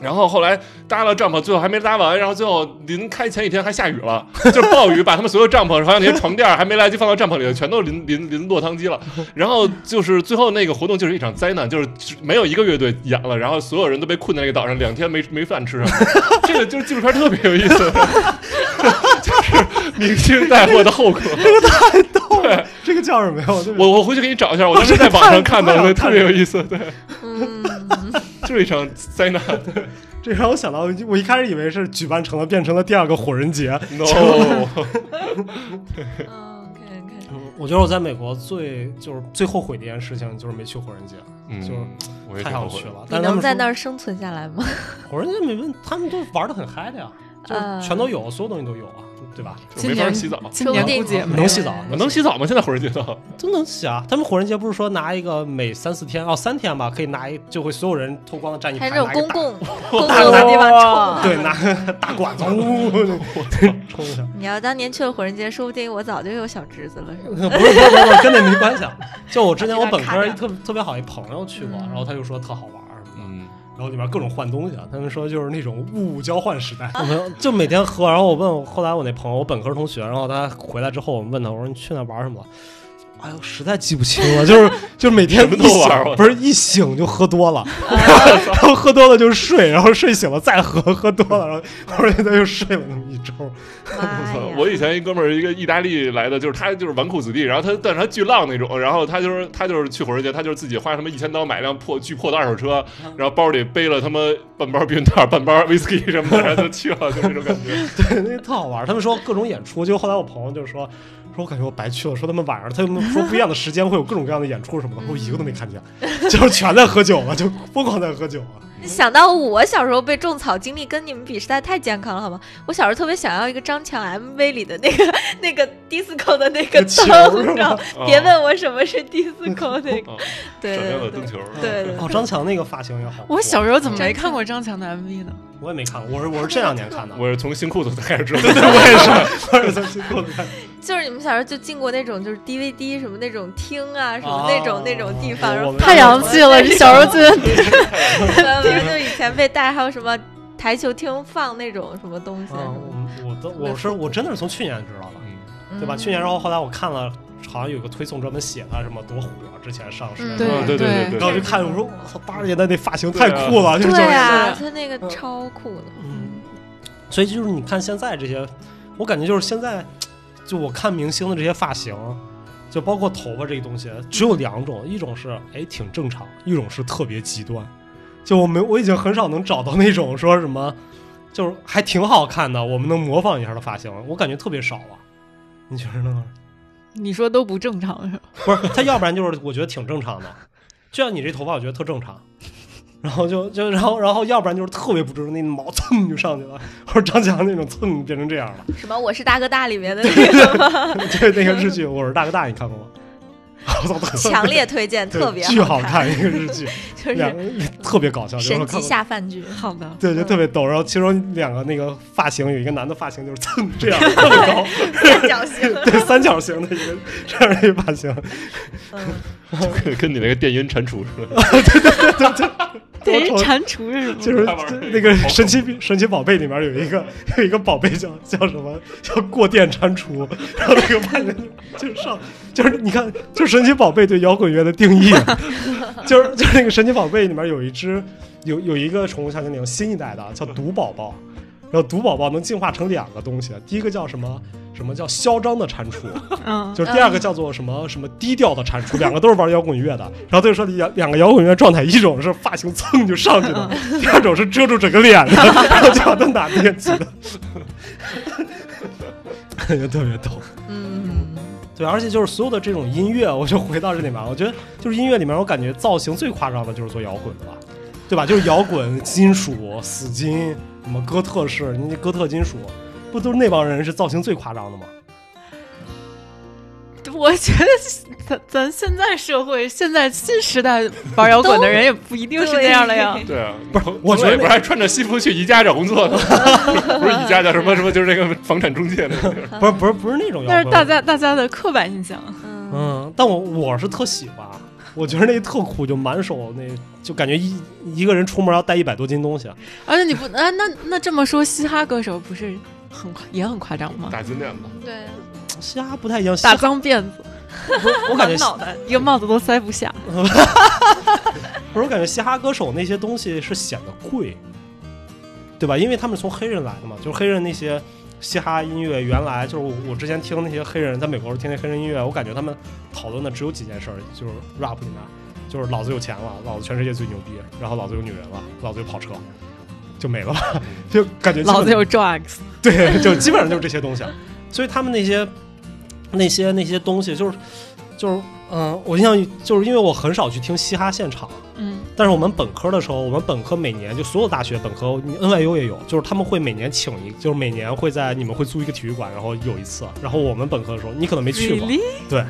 Speaker 3: 然后后来搭了帐篷，最后还没搭完，然后最后临开前一天还下雨了，就是暴雨把他们所有帐篷，还有那些床垫儿还没来得及放到帐篷里，全都淋淋淋落汤鸡了。然后就是最后那个活动就是一场灾难，就是没有一个乐队演了，然后所有人都被困在那个岛上，两天没没饭吃上。这个就是纪录片特别有意思， 就是明星带货的后果。
Speaker 1: 这个叫什么呀？我就
Speaker 3: 我我回去给你找一下，我当时在网上看到的，特别有意思。对，。
Speaker 2: 嗯
Speaker 3: 就是一场灾难。
Speaker 1: 这让我想到，我一开始以为是举办成了变成了第二个火人节。
Speaker 3: No，
Speaker 2: 嗯，OK，OK
Speaker 1: 嗯，我觉得我在美国最就是最后悔的一件事情就是没去火人节，就是
Speaker 3: 嗯我也
Speaker 1: 太
Speaker 3: 挺
Speaker 1: 想
Speaker 3: 后悔
Speaker 1: 去
Speaker 3: 的。
Speaker 1: 了。
Speaker 2: 你
Speaker 1: 但是他
Speaker 2: 能
Speaker 1: 们
Speaker 2: 在那
Speaker 1: 说
Speaker 2: 儿生存下来吗？
Speaker 1: 火人节没问，他们都玩的很嗨的呀，就是全都有，所有东西都有啊，对吧？
Speaker 3: 就没法洗澡，
Speaker 4: 今年
Speaker 2: 说不
Speaker 4: 估
Speaker 2: 定
Speaker 4: 计也没
Speaker 1: 能
Speaker 4: 有
Speaker 1: 洗澡，
Speaker 3: 能洗澡吗？现在火人节道，
Speaker 1: 真能洗啊！他们火人节不是说拿一个每三四天哦三天吧，可以拿一就会所有人脱光了站一
Speaker 2: 还
Speaker 1: 排，
Speaker 2: 有那
Speaker 1: 拿一
Speaker 2: 种
Speaker 1: 个
Speaker 2: 公
Speaker 1: 大
Speaker 2: 共公共的地方冲。啊
Speaker 1: 对拿 个大管子呜冲一下。
Speaker 2: 你要当年去了火人节，说不定我早就有小侄子了，是吧？
Speaker 1: 不是不是不是不是，跟那没关系啊。就我之前我本
Speaker 2: 把
Speaker 1: 科
Speaker 2: 这边卡
Speaker 1: 特特别好一朋友去过，然后他就说特好玩儿什么的。
Speaker 3: 嗯，
Speaker 1: 然后里面各种换东西啊，他们说就是那种物物交换时代，我们就每天喝。然后我问我后来我那朋友，我本科同学，然后他回来之后，我们问他，我说你去那玩什么了？哎呦，实在记不清了，就是就是每天
Speaker 3: 什么
Speaker 1: 一
Speaker 3: 都
Speaker 1: 醒
Speaker 3: 玩儿我
Speaker 1: 不是一醒就喝多了， 然后喝多了就睡，然后睡醒了再喝，喝多了，然后后来他就睡了那么一周。
Speaker 2: 妈哎呀！
Speaker 3: 我以前一哥们儿，一个意大利来的，就是他就是纨绔子弟，然后他但是他巨浪那种，然后他就是他就是去火车节，他就是自己花什么一千刀买辆破巨破的二手车，然后包里背了他妈半包避孕套、半包威士忌什么的，然 后就去了，就那种感觉。
Speaker 1: 对， 那个特好玩儿。他们说各种演出，就后来我朋友就说，说我感觉我白去了，说他们晚上他们说不一样的时间会有各种各样的演出什么的，我一个都没看见，就是全在喝酒了，就疯狂在喝酒了。
Speaker 2: 想到我小时候被种草经历跟你们比，实在太健康了，好吗？我小时候特别想要一个张强 MV 里的那个那个 disco 的那个
Speaker 1: 那球
Speaker 2: 灯，
Speaker 1: 是哦
Speaker 2: 你知道吗
Speaker 1: 吧？
Speaker 2: 别问我什么是 disco 那个，
Speaker 3: 啊
Speaker 2: 对
Speaker 3: 闪亮的
Speaker 2: 对
Speaker 3: 灯球儿，
Speaker 2: 对对对
Speaker 1: 哦，张强那个发型也好，
Speaker 4: 我小时候怎么没看过张强的 MV 呢？
Speaker 1: 我也没看过，我是我是这两年看的，
Speaker 3: 我是从新裤子开始知道，
Speaker 1: 对我也是，我也是从新裤子看的。
Speaker 2: 就是你们小时候就进过那种就是 DVD 什么那种厅啊，什么那种、
Speaker 1: 哦
Speaker 2: 那种地方，然
Speaker 1: 我
Speaker 2: 后
Speaker 1: 们
Speaker 4: 太洋气了！你小时候真的
Speaker 2: 比如就以前被带还有什么台球厅放那种什么东西，
Speaker 1: 啊，我我都我是我真的是从去年知道的，
Speaker 3: 嗯
Speaker 1: 对吧？去年然后后来我看了，好像有个推送专门写它什么多火，啊之前上市。
Speaker 2: 嗯
Speaker 4: 对
Speaker 3: 嗯对对对
Speaker 1: 然后
Speaker 3: 对
Speaker 1: 我就看，我说我操，八十年代那发型太酷了，就是这
Speaker 2: 对
Speaker 1: 种。
Speaker 2: 啊，
Speaker 4: 是
Speaker 2: 他那个
Speaker 1: 嗯
Speaker 2: 超酷的，
Speaker 1: 嗯，所以就是你看现在这些，我感觉就是现在，就我看明星的这些发型，就包括头发这个东西，只有两种，一种是哎挺正常，一种是特别极端。就我没我已经很少能找到那种说什么，就是还挺好看的，我们能模仿一下的发型，我感觉特别少了。你觉得呢？
Speaker 4: 你说都不正常是吧？
Speaker 1: 不是他，要不然就是我觉得挺正常的，就像你这头发，我觉得特正常。然后就就然后然后，要不然就是特别不正常，那毛蹭就上去了，或者张强那种蹭变成这样了。
Speaker 2: 什么我是大哥大里面的那个吗
Speaker 1: 对，那个日剧《我是大哥大》，你看过吗？我操，特别
Speaker 2: 强烈推荐，
Speaker 1: 对
Speaker 2: 特别
Speaker 1: 巨
Speaker 2: 好
Speaker 1: 好，看一个日剧，
Speaker 2: 就
Speaker 1: 两
Speaker 2: 是
Speaker 1: 个特别搞笑，就是
Speaker 2: 神
Speaker 1: 我
Speaker 2: 级
Speaker 1: 看过
Speaker 2: 下饭 剧。
Speaker 4: 好的，
Speaker 1: 对，就特别逗。然后其中两个那个发型，有一个男的发型就是蹭这样特别高，
Speaker 2: 三角形，
Speaker 1: 对三角形的一个这样的一个发 型，
Speaker 2: 嗯，
Speaker 3: 跟 跟你那个电音蟾蜍似的，
Speaker 4: 对，
Speaker 2: 哎
Speaker 1: 多
Speaker 4: 人
Speaker 1: 丑
Speaker 4: 蟾蜍是什么？
Speaker 1: 就是那个神奇神奇宝贝里面有一个有一个宝贝叫叫什么叫过电蟾蜍，然后那个外面就是上就是你看就是神奇宝贝对摇滚乐的定义，啊就是就是那个神奇宝贝里面有一只有有一个宠物小精灵新一代的啊叫毒宝宝。然后毒宝宝能进化成两个东西，第一个叫什么？什么叫嚣张的蟾蜍？
Speaker 4: 嗯，
Speaker 1: 就是第二个叫做什么什么低调的蟾蜍，两个都是玩摇滚乐的。然后他就说两两个摇滚乐状态，一种是发型蹭就上去的，
Speaker 4: 嗯
Speaker 1: 第二种是遮住整个脸 的，然后就把他打电击的，就特别逗。
Speaker 2: 嗯，
Speaker 1: 对，而且就是所有的这种音乐，我就回到这里面，我觉得就是音乐里面，我感觉造型最夸张的就是做摇滚的吧，对吧？就是摇滚、金属、死金，什么哥特式，你那哥特金属，不都是那帮人是造型最夸张的吗？
Speaker 4: 我觉得咱咱现在社会，现在新时代玩摇滚的人也不一定是那样了呀。
Speaker 3: 对啊，
Speaker 1: 不是我觉得
Speaker 3: 彭磊不是还穿着西服去宜家找工作呢， 不是宜家叫什么什么，就是那个房产中介那个，
Speaker 1: 不是，不是，不是那种摇
Speaker 4: 嗯但
Speaker 1: 滚。
Speaker 4: 是大家大家的刻板印象，
Speaker 2: 嗯，
Speaker 1: 嗯，但我我是特喜欢，我觉得那特酷，就满手那就感觉一一个人出门要带一百多斤东西，
Speaker 4: 而且你不啊，那那这么说，嘻哈歌手不是很夸也很夸张吗？
Speaker 3: 打金链子，
Speaker 1: 嗯
Speaker 2: 对，
Speaker 1: 嘻哈不太一样。嘻
Speaker 4: 大
Speaker 1: 哈
Speaker 4: 脏辫子，
Speaker 1: 不是我感觉
Speaker 4: 满，脑袋一个帽子都塞不下。
Speaker 1: 不是我感觉嘻哈歌手那些东西是显得贵，对吧？因为他们是从黑人来的嘛，就是黑人那些嘻哈音乐原来就是我我之前听那些黑人在美国时候听那黑人音乐，我感觉他们讨论的只有几件事儿，就是 rap 里面就是老子有钱了，老子全世界最牛逼，然后老子有女人了，老子有跑车，就没了吧， 就感觉基本
Speaker 4: 老子有 drugs，
Speaker 1: 对，就基本上就是这些东西。啊所以他们那些那些那些东西，就是就是嗯、我印象就是因为我很少去听嘻哈现场，
Speaker 4: 嗯，
Speaker 1: 但是我们本科的时候，我们本科每年就所有大学本科你，NYU 也有，就是他们会每年请一，就是每年会在你们会租一个体育馆，然后有一次，然后我们本科的时候，你可能没去过，
Speaker 4: Really？
Speaker 1: 对，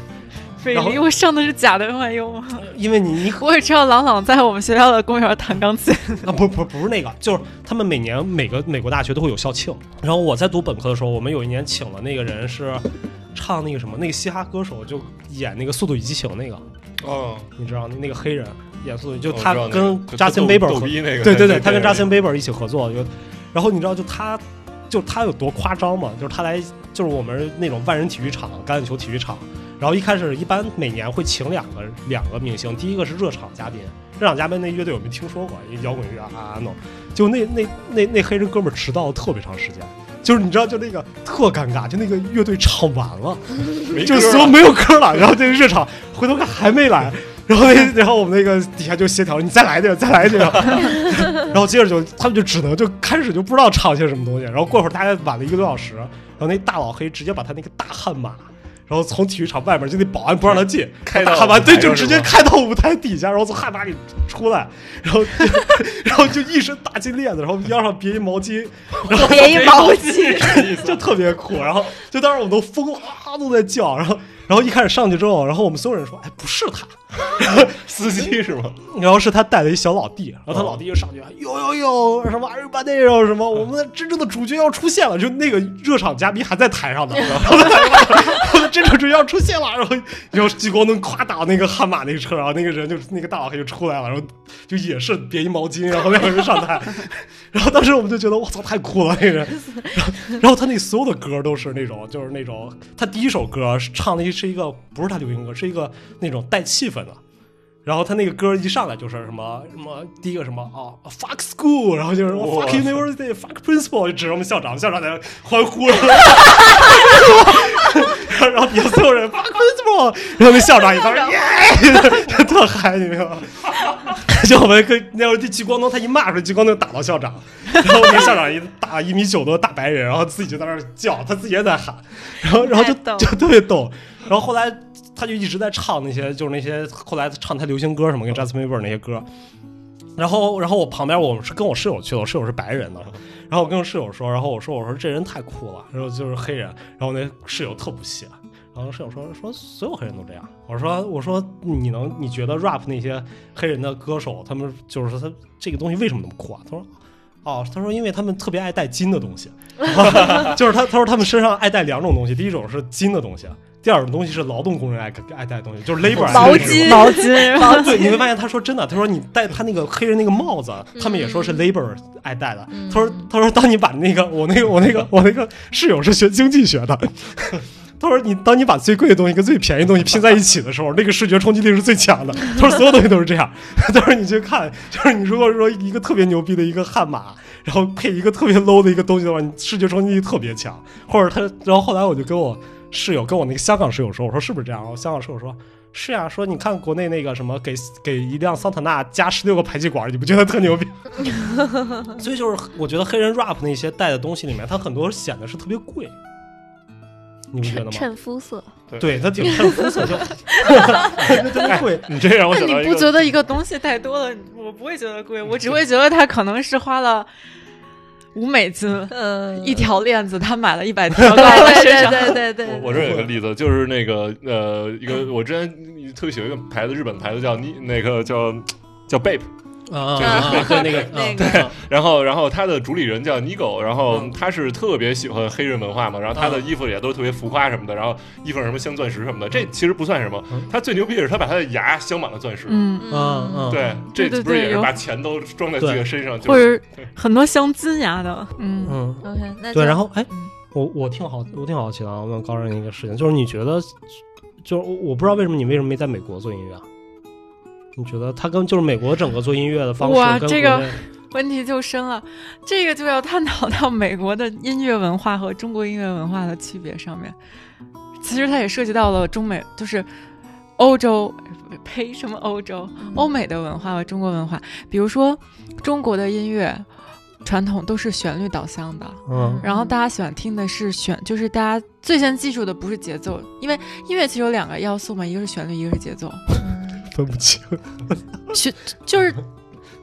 Speaker 1: 然后
Speaker 4: Really？我上的是假的 NYU 吗？
Speaker 1: 因为你你
Speaker 4: 我也知道朗朗在我们学校的公园弹钢 琴。
Speaker 1: 啊，不不不是那个，就是他们每年每个美国大学都会有校庆。然后我在读本科的时候，我们有一年请了那个人是唱那个什么那个嘻哈歌手，就演那个《速度与激情》那个，
Speaker 3: 哦，
Speaker 1: 你知道那那个黑人演《速度与激情》，就
Speaker 3: 我
Speaker 1: 他
Speaker 3: 知道那个
Speaker 1: 跟
Speaker 3: 就
Speaker 1: Justin
Speaker 3: 逗
Speaker 1: Bieber
Speaker 3: 逗
Speaker 1: 合
Speaker 3: 逼那个，
Speaker 1: 对对对，他跟
Speaker 3: 扎
Speaker 1: Justin Bieber 一起合作，就然后你知道就他就他有多夸张吗？就是他来就是我们那种万人体育场、橄榄球体育场，然后一开始一般每年会请两个两个明星，第一个是热场嘉宾，热场嘉宾那乐队我没听说过，一摇滚乐啊啊啊弄，就那那那那黑人哥们儿迟到了特别长时间。就是你知道，就那个特尴尬，就那个乐队唱完了，
Speaker 3: 没
Speaker 1: 就
Speaker 3: 歌
Speaker 1: 所
Speaker 3: 了
Speaker 1: 有没有歌了，然后这热场回头看还没来，然后那然后我们那个底下就协调，你再来一遍，再来一 遍，然后接着就他们就只能就开始就不知道唱些什么东西，然后过会儿大概晚了一个多小时，然后那大老黑直接把他那个大悍马。然后从体育场外边就那保安不让他进，
Speaker 3: 开到
Speaker 1: 喊完对，就
Speaker 3: 舞台上
Speaker 1: 直接
Speaker 3: 是吧
Speaker 1: 开到舞台底下，然后从汗马里出来，然后就 然后就一身大金链子，然后腰上别一毛巾，然后
Speaker 2: 别一毛 巾，
Speaker 1: 就特别酷。然后就当时我们都疯了，啊都在叫。然后然后一开始上去之后，然后我们所有人说，哎，不是他，
Speaker 3: 司机是吗？
Speaker 1: 然后是他带了一小老弟，然后他老弟就上去，哎哟哟哟，什么 everybody，然后什么，我们的真正的主角要出现了，就那个热场嘉宾还在台上呢，然后我们真 正主角要出现了，然后然后聚光灯咵打那个悍马那个车，然后那个人就那个大老黑就出来了，然后就也是别一毛巾，然后两个人上台， 然后当时我们就觉得我操太酷了那个人，然后然后他那所有的歌都是那种就是那种他第一首歌是唱的一是一个不是他流行歌，是一个那种带气氛的。然后他那个歌一上来就是什么什么，第一个什么啊，fuck school，然后就是哦
Speaker 3: 哇
Speaker 1: fuck
Speaker 3: 塞
Speaker 1: university，fuck principal，就指着我们校长，校长在那欢 呼，然后然后底下所有人 fuck principal，然后那校长一当时耶， 就特嗨，你明白吗？ 就我们跟那会儿就聚光灯，他一骂出来，聚光灯打到校长，然后我们校长一大一米九多大白人，然后自己就在那儿叫，他自己也在喊，然后然后就
Speaker 2: 太逗了
Speaker 1: 就特别逗，然后后来他就一直在唱那些就是那些后来唱他流行歌什么跟 Justin Bieber 那些歌，然后然后我旁边我是跟我室友去的，我室友是白人的，然后我跟我室友说，然后我说我说这人太酷了，然后就是黑人，然后我那室友特不屑，然后室友说说所有黑人都这样，我说我说你能你觉得 rap 那些黑人的歌手他们就是说他这个东西为什么那么酷啊？他说。哦，他说，因为他们特别爱戴金的东西，就是他，他说他们身上爱戴两种东西，第一种是金的东西，啊第二种东西是劳动工人爱爱戴的东西，就是 labor 爱戴
Speaker 2: 毛
Speaker 1: 的东西
Speaker 2: 巾，
Speaker 4: 毛 巾，
Speaker 2: 毛
Speaker 1: 对，你会
Speaker 2: 巾，
Speaker 1: 发现他说真的，他说你戴他那个黑人那个帽子，他们也说是 labor 爱戴的。他说他说当你把那个我那个我那个我那个室友是学经济学的。他说：“你当你把最贵的东西跟最便宜的东西拼在一起的时候，那个视觉冲击力是最强的。”他说：“所有东西都是这样。”他说：“你去看，就是你如果说一个特别牛逼的一个悍马，然后配一个特别 low 的一个东西的话，你视觉冲击力特别强。”或者他，然后后来我就跟我室友跟我那个香港室友说：“我说是不是这样？”我香港室友说：“是呀、说你看国内那个什么给给一辆桑塔纳加十六个排气管，你不觉得特牛逼？ 所以就是我觉得黑人 rap 那些带的东西里面，它很多显得是特别贵，你不觉得吗？
Speaker 2: 衬肤色，
Speaker 1: 对，它挺衬肤色，就 就特别 贵。
Speaker 3: 你这让我
Speaker 4: 那
Speaker 3: 想
Speaker 4: 你
Speaker 3: 到一
Speaker 4: 不
Speaker 3: 个，
Speaker 4: 觉得一个东西太多了，我不会觉得贵，我只会觉得他可能是花了五美金
Speaker 2: 嗯，
Speaker 4: 一条链子，他买了一百 条
Speaker 2: 对
Speaker 4: 挂在身
Speaker 2: 对
Speaker 4: 上。
Speaker 2: 对对对对，
Speaker 3: 我我这儿有个例子，就是那个呃，一个我之前特别喜欢一个牌子，日本牌子叫你那个叫叫 Bape，
Speaker 1: 啊
Speaker 2: 啊
Speaker 1: 对那个
Speaker 2: 那
Speaker 1: 个
Speaker 2: 个
Speaker 3: 然后，然后他的主理人叫 Nigo，然后
Speaker 1: 嗯
Speaker 3: 他是特别喜欢黑人文化嘛，然后
Speaker 4: 嗯
Speaker 3: 他的衣服也都特别浮夸什么的，然后衣服上什么镶钻石什么的，这其实不算什么
Speaker 1: 嗯。
Speaker 3: 他最牛逼的是他把他的牙镶满了钻石，
Speaker 4: 嗯，
Speaker 1: 啊啊，
Speaker 3: 对，这
Speaker 4: 对对
Speaker 3: 不是也
Speaker 4: 对
Speaker 3: 是
Speaker 4: 有
Speaker 3: 把钱都装在自己的身上，就
Speaker 4: 或
Speaker 3: 是
Speaker 4: 者很多镶金牙的，嗯，
Speaker 1: 嗯。
Speaker 2: ，OK，那
Speaker 1: 对，然
Speaker 2: 后
Speaker 1: 后哎
Speaker 4: 嗯，
Speaker 1: 我我挺好，我挺好奇的啊，我问高人一个事情，就是你觉得，就是我我不知道为什么你为什么没在美国做音乐啊？你觉得他跟就是美国整个做音乐的方式
Speaker 4: 哇
Speaker 1: 跟
Speaker 4: 这
Speaker 1: 国
Speaker 4: 个
Speaker 1: 内
Speaker 4: 问题就深了。这个就要探讨到美国的音乐文化和中国音乐文化的区别上面。其实它也涉及到了中美，就是欧洲，呸，什么欧洲？欧美的文化和中国文化，比如说中国的音乐传统都是旋律导向的，
Speaker 1: 嗯
Speaker 4: 然后大家喜欢听的是旋，就是大家最先记住的不是节奏，因为音乐其实有两个要素嘛，一个是旋律，一个是节奏。
Speaker 1: 分不清，
Speaker 4: 就是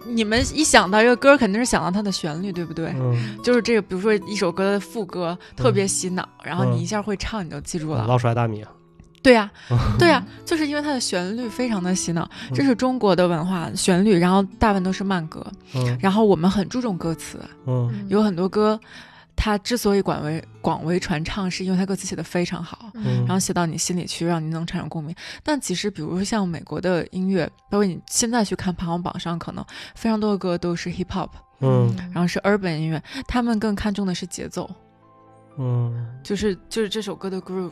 Speaker 4: 你们一想到一个歌，肯定是想到它的旋律，对不对？
Speaker 1: 嗯，
Speaker 4: 就是这个，比如说一首歌的副歌特别洗脑，然后
Speaker 1: 嗯
Speaker 4: 你一下会唱，你就记住了。
Speaker 1: 捞出来大米啊，
Speaker 4: 对呀、对呀、
Speaker 1: 嗯
Speaker 4: 就是因为它的旋律非常的洗脑，这是中国的文化旋律，然后大部分都是慢歌，
Speaker 1: 嗯
Speaker 4: 然后我们很注重歌词，
Speaker 1: 嗯
Speaker 4: 有很多歌，它之所以广为广为传唱，是因为它歌词写的非常好，
Speaker 1: 嗯
Speaker 4: 然后写到你心里去，让你能产生共鸣。但其实，比如像美国的音乐，包括你现在去看排行榜上，可能非常多的歌都是 hip hop，
Speaker 1: 嗯
Speaker 4: 然后是 urban 音乐，他们更看重的是节奏，
Speaker 1: 嗯
Speaker 4: 就是就是这首歌的 groove。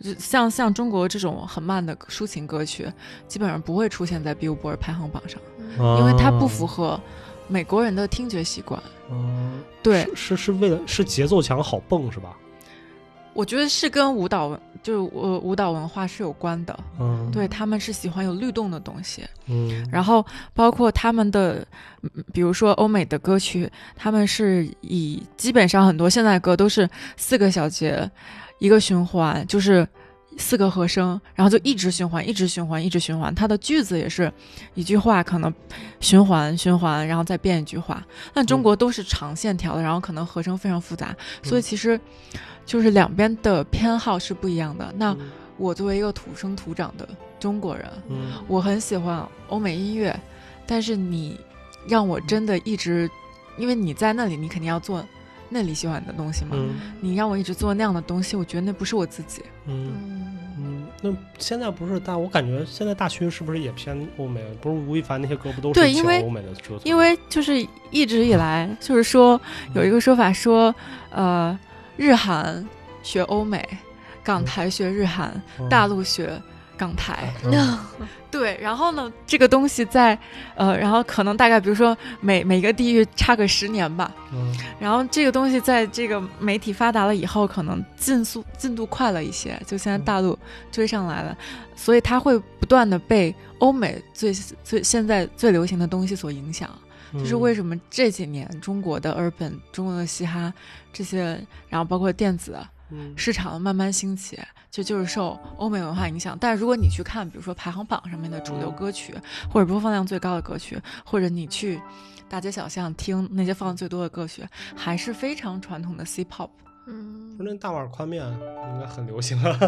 Speaker 4: 就像像中国这种很慢的抒情歌曲，基本上不会出现在 Billboard 排行榜上，
Speaker 1: 嗯，
Speaker 4: 因为它不符合美国人的听觉习惯。
Speaker 1: 嗯，
Speaker 4: 对，
Speaker 1: 是是是为了是节奏强好蹦是吧？
Speaker 4: 我觉得是跟舞蹈文，就是我舞蹈文化是有关的。
Speaker 1: 嗯，
Speaker 4: 对，他们是喜欢有律动的东西，
Speaker 1: 嗯，
Speaker 4: 然后包括他们的，嗯比如说欧美的歌曲，他们是以基本上很多现代歌都是四个小节，一个循环，就是四个和声，然后就一直循环，一直循环，一直循环。它的句子也是一句话，可能循环循环，然后再变一句话。但中国都是长线条的，然后可能合成非常复杂，所以其实就是两边的偏好是不一样的。那我作为一个土生土长的中国人，
Speaker 1: 嗯
Speaker 4: 我很喜欢欧美音乐，但是你让我真的一直，因为你在那里，你肯定要做那里喜欢的东西嘛。
Speaker 1: 嗯
Speaker 4: 你让我一直做那样的东西，我觉得那不是我自己。
Speaker 1: 嗯
Speaker 2: 嗯
Speaker 1: 嗯，那现在不是大，我感觉现在大学是不是也偏欧美？不是吴亦凡那些歌不都是
Speaker 4: 对因
Speaker 1: 请
Speaker 4: 为
Speaker 1: 欧美的歌手？
Speaker 4: 因为就是一直以来，就是说
Speaker 1: 嗯
Speaker 4: 有一个说法说，呃，日韩学欧美，港台学日韩，
Speaker 1: 嗯
Speaker 4: 大陆学港台。
Speaker 1: 嗯
Speaker 4: 对，然后呢，这个东西在，呃，然后可能大概比如说每每个地域差个十年吧，
Speaker 1: 嗯
Speaker 4: 然后这个东西在这个媒体发达了以后，可能进速进度快了一些，就现在大陆追上来了，所以它会不断的被欧美最最现在最流行的东西所影响。
Speaker 1: 嗯
Speaker 4: 就是为什么这几年中国的 urban、中国的嘻哈这些，然后包括电子啊
Speaker 1: 嗯
Speaker 4: 市场慢慢兴起，就就是受欧美文化影响。但如果你去看，比如说排行榜上面的主流歌曲，或者播放量最高的歌曲，或者你去大街小巷听那些放的最多的歌曲，还是非常传统的 C pop。
Speaker 2: 嗯
Speaker 1: 不，是那大碗宽面应该很流行 啊。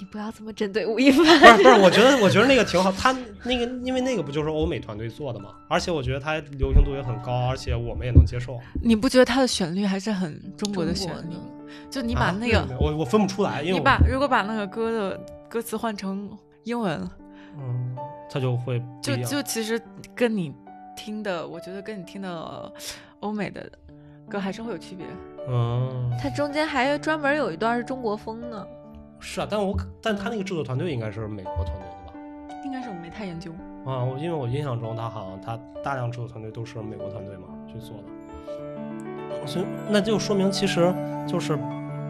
Speaker 2: 你不要这么针对吴亦
Speaker 1: 不
Speaker 2: 凡。
Speaker 1: 是不是，我觉得我觉得那个挺好，他那个因为那个不就是欧美团队做的嘛，而且我觉得它流行度也很高，而且我们也能接受。啊
Speaker 4: 你不觉得它的旋律还是很中国的旋律？就你把
Speaker 1: 啊
Speaker 4: 那个，
Speaker 1: 我我分不出来，因为
Speaker 4: 你
Speaker 1: 我
Speaker 4: 把如果把那个歌的歌词换成英文，
Speaker 1: 嗯，它就会不
Speaker 4: 就
Speaker 1: 一样
Speaker 4: 就其实跟你听的，我觉得跟你听的呃欧美的歌还是会有区别。
Speaker 1: 嗯
Speaker 2: 他中间还专门有一段是中国风呢，
Speaker 1: 是啊，但我但他那个制作团队应该是美国团队的吧？
Speaker 4: 应该是我没太研究。
Speaker 1: 啊，我因为我印象中他好像他大量制作团队都是美国团队嘛去做的，所以那就说明其实就是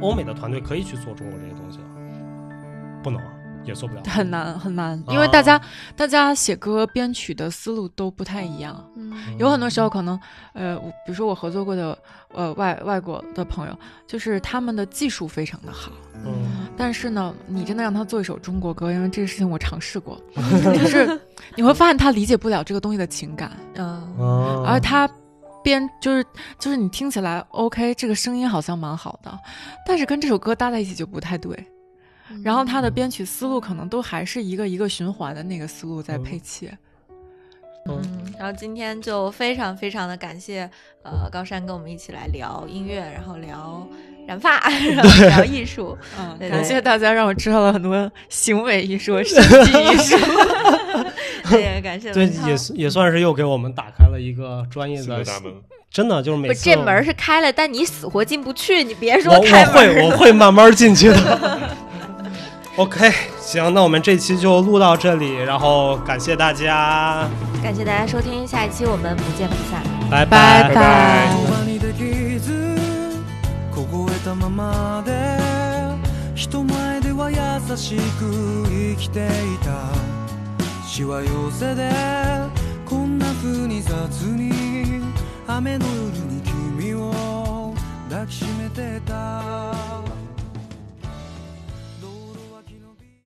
Speaker 1: 欧美的团队可以去做中国这些东西了，不能啊也做不了，
Speaker 4: 很难很难，
Speaker 1: 啊
Speaker 4: 因为大家、大家写歌编曲的思路都不太一样。
Speaker 2: 嗯
Speaker 4: 有很多时候可能，呃，我比如说我合作过的呃外外国的朋友，就是他们的技术非常的好，
Speaker 1: 嗯
Speaker 4: 但是呢，你真的让他做一首中国歌，因为这个事情我尝试过，就是你会发现他理解不了这个东西的情感。
Speaker 2: 嗯
Speaker 1: 嗯
Speaker 4: 而他编就是就是你听起来 OK，这个声音好像蛮好的，但是跟这首歌搭在一起就不太对。
Speaker 2: 嗯
Speaker 4: 然后他的编曲思路可能都还是一个一个循环的那个思路在配器。
Speaker 2: 嗯，然后今天就非常非常的感谢呃高山跟我们一起来聊音乐，然后聊染发， 然后聊艺术。
Speaker 4: 嗯，
Speaker 2: 对
Speaker 4: 感
Speaker 2: 对
Speaker 4: 谢大家让我知道了很多行为艺 术、设计艺术。
Speaker 2: 对，感谢
Speaker 1: 对，
Speaker 2: 文涛
Speaker 1: 也是也算是又给我们打开了一个专业
Speaker 3: 新
Speaker 1: 的
Speaker 3: 的大门，
Speaker 1: 真的就是每
Speaker 2: 不，
Speaker 1: 次
Speaker 2: 这门儿是开了，但你死活进不去。你别
Speaker 1: 我
Speaker 2: 说
Speaker 1: 我
Speaker 2: 开门儿
Speaker 1: 会 我会慢慢进去的。OK，行，那我们这期就录到这里，然后感谢大家，
Speaker 2: 感谢大家收听，下一期我们不见不散。
Speaker 1: 拜
Speaker 4: 拜
Speaker 3: 拜拜
Speaker 5: 言葉にできず凍えたままで人前では優しく生きていたしわ寄せでこんな風に雑に雨の夜に君を抱きしめてた